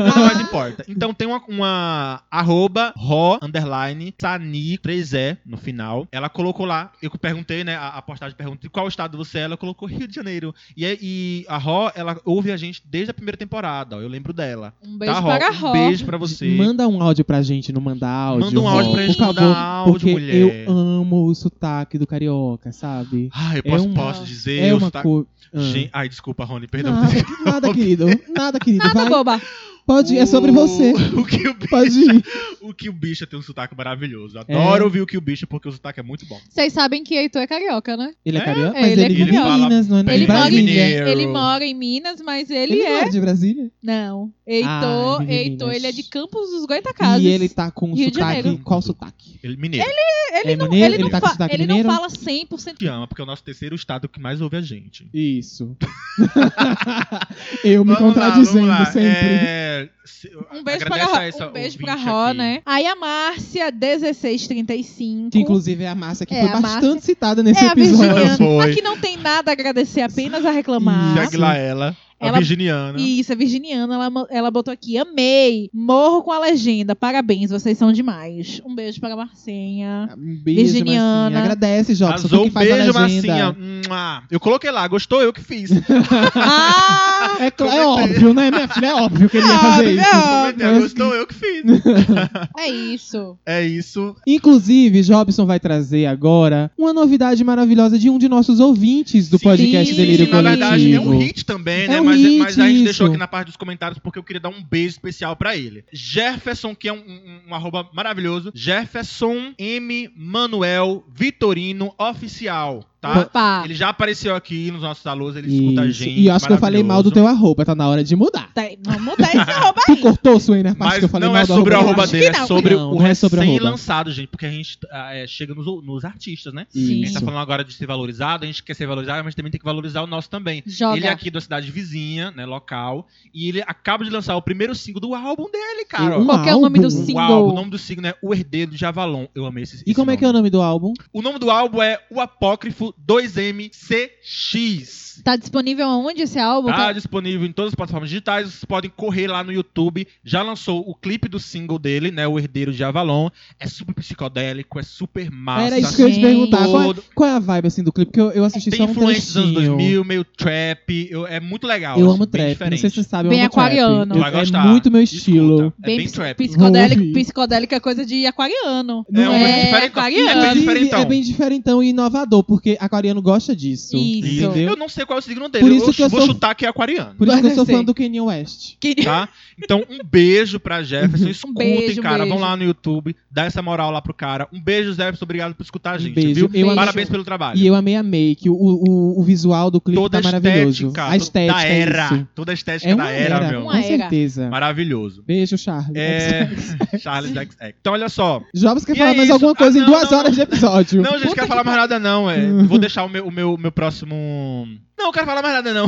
Speaker 3: Nada mais importa. Então tem uma, uma arroba ro underline sani 3e no final. Ela colocou lá, eu perguntei, né? A, a postagem pergunta de qual estado você é, ela colocou Rio de Janeiro. E, aí- e a Ro, ela ouve a gente desde a primeira temporada, ó, eu lembro dela.
Speaker 1: Um beijo
Speaker 3: tá, Ro?
Speaker 1: para a
Speaker 3: Um
Speaker 1: Ró.
Speaker 3: beijo pra você.
Speaker 2: Manda um áudio pra gente, não manda áudio.
Speaker 3: Manda um áudio
Speaker 2: Rô,
Speaker 3: pra gente,
Speaker 2: por
Speaker 3: manda
Speaker 2: favor,
Speaker 3: áudio,
Speaker 2: porque
Speaker 3: mulher.
Speaker 2: eu amo o sotaque do carioca, sabe?
Speaker 3: Ai, eu
Speaker 2: É
Speaker 3: posso,
Speaker 2: uma-
Speaker 3: posso dizer,
Speaker 2: é
Speaker 3: eu
Speaker 2: uma
Speaker 3: tá-
Speaker 2: coisa.
Speaker 3: Gente, ai, desculpa, Rony, perdão.
Speaker 2: Nada, nada, querido. Nada, querido.
Speaker 1: Nada
Speaker 2: Vai.
Speaker 1: boba.
Speaker 2: Pode ir, é sobre
Speaker 3: O-
Speaker 2: você.
Speaker 3: O que o bicho,
Speaker 2: Pode ir.
Speaker 3: o que o bicho tem um sotaque maravilhoso. Adoro
Speaker 2: É.
Speaker 3: ouvir o que o bicho porque o sotaque é muito bom.
Speaker 1: Vocês sabem que Heitor é carioca, né?
Speaker 2: Ele é
Speaker 3: É,
Speaker 2: carioca,
Speaker 1: é,
Speaker 2: mas
Speaker 1: ele
Speaker 2: ele,
Speaker 1: é
Speaker 2: vive em
Speaker 3: carioca.
Speaker 2: Minas, não é
Speaker 3: Ele
Speaker 2: nem
Speaker 3: fala
Speaker 2: Brasília.
Speaker 3: mineiro.
Speaker 1: ele mora em Minas, mas ele,
Speaker 2: Ele
Speaker 1: é.
Speaker 2: não é de Brasília.
Speaker 1: Não. Heitor,
Speaker 2: Ah, ele vive em
Speaker 1: Heitor,
Speaker 2: Minas.
Speaker 1: ele é de Campos dos Goitacazes.
Speaker 2: E ele tá com um
Speaker 1: Rio de
Speaker 2: sotaque.
Speaker 3: Janeiro.
Speaker 2: Qual sotaque?
Speaker 3: Ele mineiro.
Speaker 1: Ele
Speaker 2: é
Speaker 1: não,
Speaker 2: mineiro?
Speaker 1: ele
Speaker 2: Ele
Speaker 1: não,
Speaker 2: tá com
Speaker 1: fa-
Speaker 2: sotaque
Speaker 1: ele não
Speaker 2: mineiro?
Speaker 1: fala 100%.
Speaker 3: que ama, porque é o nosso terceiro estado que mais ouve a gente.
Speaker 2: Isso. eu me contradizendo sempre.
Speaker 3: É, se-
Speaker 1: Um beijo para
Speaker 3: agradece
Speaker 1: Ró,
Speaker 3: a essa
Speaker 1: um beijo pra
Speaker 3: ouvinte
Speaker 1: Ró,
Speaker 3: aqui.
Speaker 1: né? Aí a Márcia, 1635.
Speaker 2: Que inclusive é a Márcia que
Speaker 1: É,
Speaker 2: foi
Speaker 1: a Márcia.
Speaker 2: bastante citada nesse
Speaker 1: é a
Speaker 2: episódio.
Speaker 1: Virginiana.
Speaker 3: Foi.
Speaker 1: Aqui não tem nada a agradecer, apenas a reclamar.
Speaker 3: Segue lá ela,
Speaker 1: Ela-
Speaker 3: a virginiana.
Speaker 1: Isso, a Virginiana, ela, mo- ela botou aqui, amei, morro com a legenda, parabéns, vocês são demais. Um beijo para a Marcinha.
Speaker 2: Um beijo,
Speaker 1: Virginiana.
Speaker 2: Marcinha. Agradece, Jobson. tu
Speaker 3: Azul,
Speaker 2: que
Speaker 3: um
Speaker 2: faz
Speaker 3: beijo,
Speaker 2: a legenda.
Speaker 3: Marcinha. Mua. Eu coloquei lá, gostou eu que fiz.
Speaker 1: ah!
Speaker 2: É, cla- é
Speaker 3: Comentei.
Speaker 2: óbvio, né, minha filha? É óbvio que ele ia fazer
Speaker 1: Óbvio,
Speaker 2: isso.
Speaker 3: é.
Speaker 1: óbvio.
Speaker 2: Mas-
Speaker 3: gostou eu que fiz.
Speaker 1: É isso.
Speaker 3: É isso.
Speaker 2: Inclusive, Jobson vai trazer agora uma novidade maravilhosa de um de nossos ouvintes do
Speaker 3: Sim,
Speaker 2: podcast
Speaker 1: sim,
Speaker 2: Delírio
Speaker 1: sim,
Speaker 3: Na
Speaker 2: Coletivo.
Speaker 3: verdade, é um hit também, né?
Speaker 2: É um
Speaker 3: mas,
Speaker 2: hit,
Speaker 3: mas a gente
Speaker 2: isso.
Speaker 3: deixou aqui na parte dos comentários porque eu queria dar um beijo especial pra ele. Jefferson, que é um, um- um arroba maravilhoso. Jefferson M. Manuel Vitorino Oficial, tá?
Speaker 1: Opa.
Speaker 3: Ele já apareceu aqui nos nossos alunos, ele escuta a
Speaker 2: Isso.
Speaker 3: gente.
Speaker 2: E eu acho que eu falei mal do
Speaker 3: maravilhoso.
Speaker 2: teu arroba, tá na hora de mudar.
Speaker 1: Tá, vamos mudar esse arroba
Speaker 2: Tu
Speaker 1: aí.
Speaker 2: cortou, Suene, a parte que eu
Speaker 3: Mas
Speaker 2: falei
Speaker 3: não
Speaker 2: mal
Speaker 3: é
Speaker 2: do
Speaker 3: sobre o
Speaker 1: arroba.
Speaker 3: arroba
Speaker 1: Acho que
Speaker 3: dele, é
Speaker 1: não.
Speaker 3: sobre
Speaker 2: Não,
Speaker 3: o
Speaker 2: não é sobre o arroba.
Speaker 3: recém-lançado, gente. Porque a gente ah, é, chega nos, nos artistas, né? A gente
Speaker 2: Isso.
Speaker 3: tá falando agora de ser valorizado, a gente quer ser valorizado, mas também tem que valorizar o nosso também.
Speaker 1: Joga.
Speaker 3: Ele é aqui da cidade vizinha, né, local, e ele acaba de lançar o primeiro single do álbum dele, cara.
Speaker 2: E um
Speaker 1: Qual que é o nome do
Speaker 2: álbum.
Speaker 1: single?
Speaker 3: Uau, o nome do signo é O Herdeiro de Avalon. Eu amei esse
Speaker 2: E como é que é o nome do álbum?
Speaker 3: O nome do álbum é O Apócrifo 2MCX.
Speaker 1: Tá disponível aonde esse álbum?
Speaker 3: Tá
Speaker 1: Tá-
Speaker 3: disponível em todas as plataformas digitais, vocês podem correr lá no YouTube. Já lançou o clipe do single dele, né? O Herdeiro de Avalon. É super psicodélico, é super massa. tá
Speaker 2: Era isso que eu ia te
Speaker 1: Gente.
Speaker 2: perguntar. Qual é,
Speaker 3: Todo-
Speaker 2: qual é a vibe assim do clipe? Porque eu, eu assisti
Speaker 3: Tem
Speaker 2: só um
Speaker 3: influência dos anos
Speaker 2: trechinho.
Speaker 3: 2000, meio trap. eu- é muito legal.
Speaker 2: eu
Speaker 3: assim,
Speaker 2: amo
Speaker 3: bem
Speaker 2: trap. Não
Speaker 3: diferente.
Speaker 2: sei se você sabe, eu
Speaker 1: Bem
Speaker 2: amo trap.
Speaker 1: aquariano.
Speaker 2: Eu-
Speaker 3: Vai gostar.
Speaker 2: É muito meu
Speaker 3: Escuta,
Speaker 2: estilo.
Speaker 3: É bem,
Speaker 1: ps-
Speaker 3: trap.
Speaker 1: psicodélico,
Speaker 2: Vou ouvir.
Speaker 1: psicodélico é coisa de aquariano.
Speaker 2: Não
Speaker 3: É um
Speaker 1: é
Speaker 3: diferentão.
Speaker 1: aquariano.
Speaker 3: É bem
Speaker 2: Inclusive,
Speaker 3: diferentão.
Speaker 2: é bem diferentão e inovador, porque aquariano gosta disso.
Speaker 1: Isso.
Speaker 2: Entendeu?
Speaker 3: Eu não sei qual é o signo dele.
Speaker 2: Por isso
Speaker 3: eu
Speaker 2: que eu
Speaker 3: vou
Speaker 2: sou-
Speaker 3: chutar que é aquariano.
Speaker 2: Por isso que eu sou
Speaker 1: Sei.
Speaker 2: fã do Kanye West.
Speaker 1: Que-
Speaker 3: Tá? Então, um beijo pra Jefferson. Escutem,
Speaker 1: beijo, um
Speaker 3: cara.
Speaker 1: beijo.
Speaker 3: Vão lá no YouTube, dá essa moral lá pro cara. Um beijo, Jefferson. Obrigado por escutar a
Speaker 2: Um
Speaker 3: gente,
Speaker 2: beijo.
Speaker 3: viu?
Speaker 2: Eu amei-
Speaker 3: Parabéns pelo trabalho.
Speaker 2: E eu amei a make, o, o, o visual do clipe
Speaker 3: Toda
Speaker 2: tá
Speaker 3: a
Speaker 2: maravilhoso.
Speaker 3: estética.
Speaker 2: a estética
Speaker 3: da
Speaker 2: é
Speaker 3: era.
Speaker 2: isso.
Speaker 3: Toda a estética
Speaker 2: É
Speaker 3: da
Speaker 2: uma
Speaker 3: era,
Speaker 2: era,
Speaker 3: meu.
Speaker 2: com
Speaker 1: Uma era.
Speaker 2: certeza.
Speaker 3: Maravilhoso.
Speaker 2: Beijo, Charlie.
Speaker 3: É. Charles XX. Então, olha só.
Speaker 2: Jobs quer
Speaker 3: E
Speaker 2: falar
Speaker 3: é
Speaker 2: mais
Speaker 3: isso.
Speaker 2: alguma coisa
Speaker 3: Ah,
Speaker 2: em
Speaker 3: não,
Speaker 2: duas
Speaker 3: não,
Speaker 2: horas de episódio.
Speaker 3: Não, gente,
Speaker 1: Puta
Speaker 3: quero
Speaker 1: que
Speaker 3: falar mais nada, não. é. Vou deixar o meu, o meu, meu próximo. Não, quero falar mais nada, não.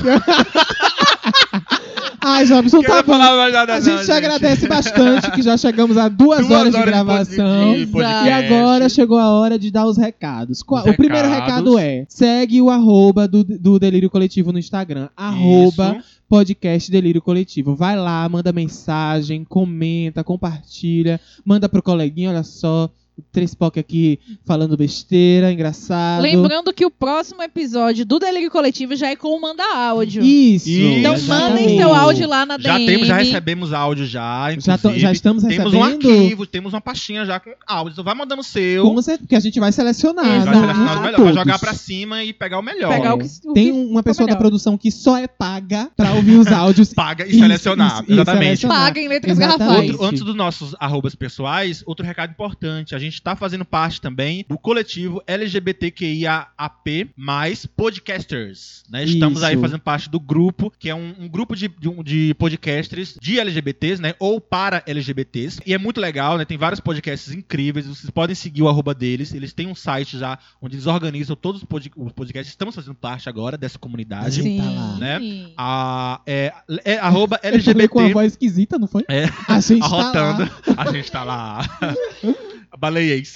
Speaker 2: Ai, Jobson, tá
Speaker 3: quero
Speaker 2: bom.
Speaker 3: falar mais nada,
Speaker 2: A
Speaker 3: não,
Speaker 2: gente te agradece bastante que já chegamos a duas, horas, de gravação.
Speaker 3: pod- de podcast.
Speaker 2: E agora chegou a hora de dar os recados. Qual-
Speaker 3: Os
Speaker 2: o primeiro
Speaker 3: recados.
Speaker 2: recado é: segue o arroba do, do Delírio Coletivo no Instagram. Arroba
Speaker 3: Isso.
Speaker 2: podcast Delírio Coletivo. Vai lá, manda mensagem, comenta, compartilha, manda pro coleguinha, olha só. Três POC aqui falando besteira, engraçado.
Speaker 1: Lembrando que o próximo episódio do Delírio Coletivo já é com o Manda Áudio.
Speaker 2: Isso.
Speaker 3: Isso,
Speaker 1: então mandem
Speaker 2: exatamente.
Speaker 1: seu áudio lá na
Speaker 3: Já
Speaker 1: DM.
Speaker 3: temos, já recebemos áudio já,
Speaker 2: Já, to-
Speaker 3: inclusive.
Speaker 2: já estamos
Speaker 3: temos um
Speaker 2: recebendo.
Speaker 3: arquivo, temos uma pastinha já com áudio. Então vai mandando o seu.
Speaker 2: Com certeza, porque a gente vai selecionar.
Speaker 1: Vai
Speaker 2: não-
Speaker 3: Vai
Speaker 1: Exato.
Speaker 3: selecionar os
Speaker 2: não
Speaker 3: melhores, vai jogar
Speaker 2: todos.
Speaker 3: pra cima e pegar o melhor.
Speaker 1: Pegar
Speaker 2: É.
Speaker 1: o que, o
Speaker 2: Tem
Speaker 1: que tá
Speaker 2: uma pessoa da
Speaker 1: melhor.
Speaker 2: produção que só é paga pra ouvir os áudios.
Speaker 3: Paga e
Speaker 2: Isso,
Speaker 3: selecionar.
Speaker 2: isso, isso,
Speaker 3: exatamente.
Speaker 2: seleciona.
Speaker 1: paga em letras
Speaker 2: Exatamente.
Speaker 1: garrafais.
Speaker 3: Outro- antes dos nossos arrobas pessoais, outro recado importante. A gente está fazendo parte também do coletivo LGBTQIAP, mais podcasters. né? Estamos
Speaker 2: Isso.
Speaker 3: aí fazendo parte do grupo, que é um, um grupo de, de, um- de podcasters de LGBTs, né? Ou para LGBTs. E é muito legal, né? Tem vários podcasts incríveis. Vocês podem seguir o arroba deles. Eles têm um site já onde eles organizam todos os, pod- os podcasts. Estamos fazendo parte agora dessa comunidade.
Speaker 2: Sim. Tá lá.
Speaker 3: né? A, é, é arroba
Speaker 2: Eu falei com uma
Speaker 3: LGBT.
Speaker 2: voz esquisita, não foi?
Speaker 3: É.
Speaker 2: A gente
Speaker 3: Arrotando.
Speaker 2: tá lá.
Speaker 3: A gente tá lá. Baleiês.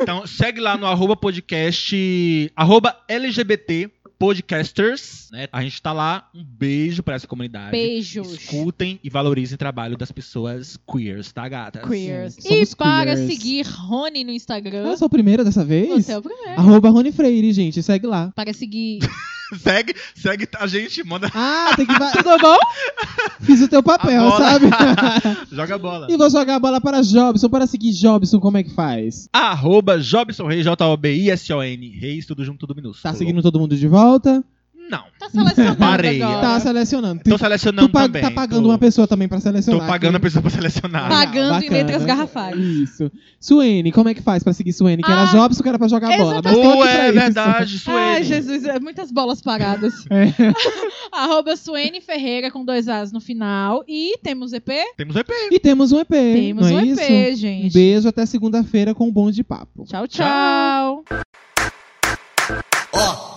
Speaker 3: Então, segue lá no arroba podcast, arroba LGBT podcasters, né? A gente tá lá. Um beijo pra essa comunidade.
Speaker 1: Beijos.
Speaker 3: Escutem e valorizem o trabalho das pessoas queers, tá, gatas?
Speaker 1: Queers.
Speaker 2: Sim, somos
Speaker 1: e para
Speaker 2: queers.
Speaker 1: seguir Rony no Instagram,
Speaker 2: Eu Ah, sou o primeiro dessa vez.
Speaker 1: você é o primeiro.
Speaker 2: Arroba Rony Freire, gente. Segue lá.
Speaker 1: Para seguir.
Speaker 3: Segue, segue a gente, manda,
Speaker 2: Ah, tem que... va-
Speaker 1: Tudo bom?
Speaker 2: Fiz o teu papel,
Speaker 3: A bola.
Speaker 2: sabe?
Speaker 3: joga a bola.
Speaker 2: e vou jogar a bola para Jobson. Para seguir Jobson, como é que faz?
Speaker 3: Arroba Jobson Reis, J-O-B-I-S-O-N, Reis, tudo junto, tudo minúsculo.
Speaker 2: Tá seguindo todo mundo de volta?
Speaker 3: Não.
Speaker 1: Tá selecionando
Speaker 3: Parei.
Speaker 1: agora.
Speaker 2: Uhum. Tá selecionando.
Speaker 3: Tô
Speaker 2: Tu,
Speaker 3: selecionando
Speaker 2: tu pa-
Speaker 3: também.
Speaker 2: tá pagando
Speaker 3: tô,
Speaker 2: uma pessoa também pra
Speaker 3: Tô
Speaker 2: selecionar.
Speaker 3: pagando
Speaker 2: aqui.
Speaker 3: a
Speaker 2: Ah,
Speaker 3: pessoa pra selecionar.
Speaker 1: Paga- Pagando em letras garrafais.
Speaker 2: Isso. Suene, como é que faz pra seguir Suene? Que
Speaker 1: Ah,
Speaker 2: era Jobson, que era pra jogar bola. Mas
Speaker 1: tá
Speaker 2: tô aqui
Speaker 3: Boa,
Speaker 2: pra
Speaker 3: é
Speaker 2: isso.
Speaker 3: verdade, Suene.
Speaker 1: Ai, Jesus, é muitas bolas paradas.
Speaker 2: É.
Speaker 1: Arroba Suene Ferreira com dois As no final. E temos EP?
Speaker 3: Temos EP.
Speaker 2: E temos um EP.
Speaker 1: Temos
Speaker 2: não
Speaker 1: um
Speaker 2: é
Speaker 1: EP,
Speaker 2: isso? Um
Speaker 1: gente.
Speaker 2: beijo até segunda-feira com um bom de papo.
Speaker 1: Tchau, tchau.
Speaker 4: Ó,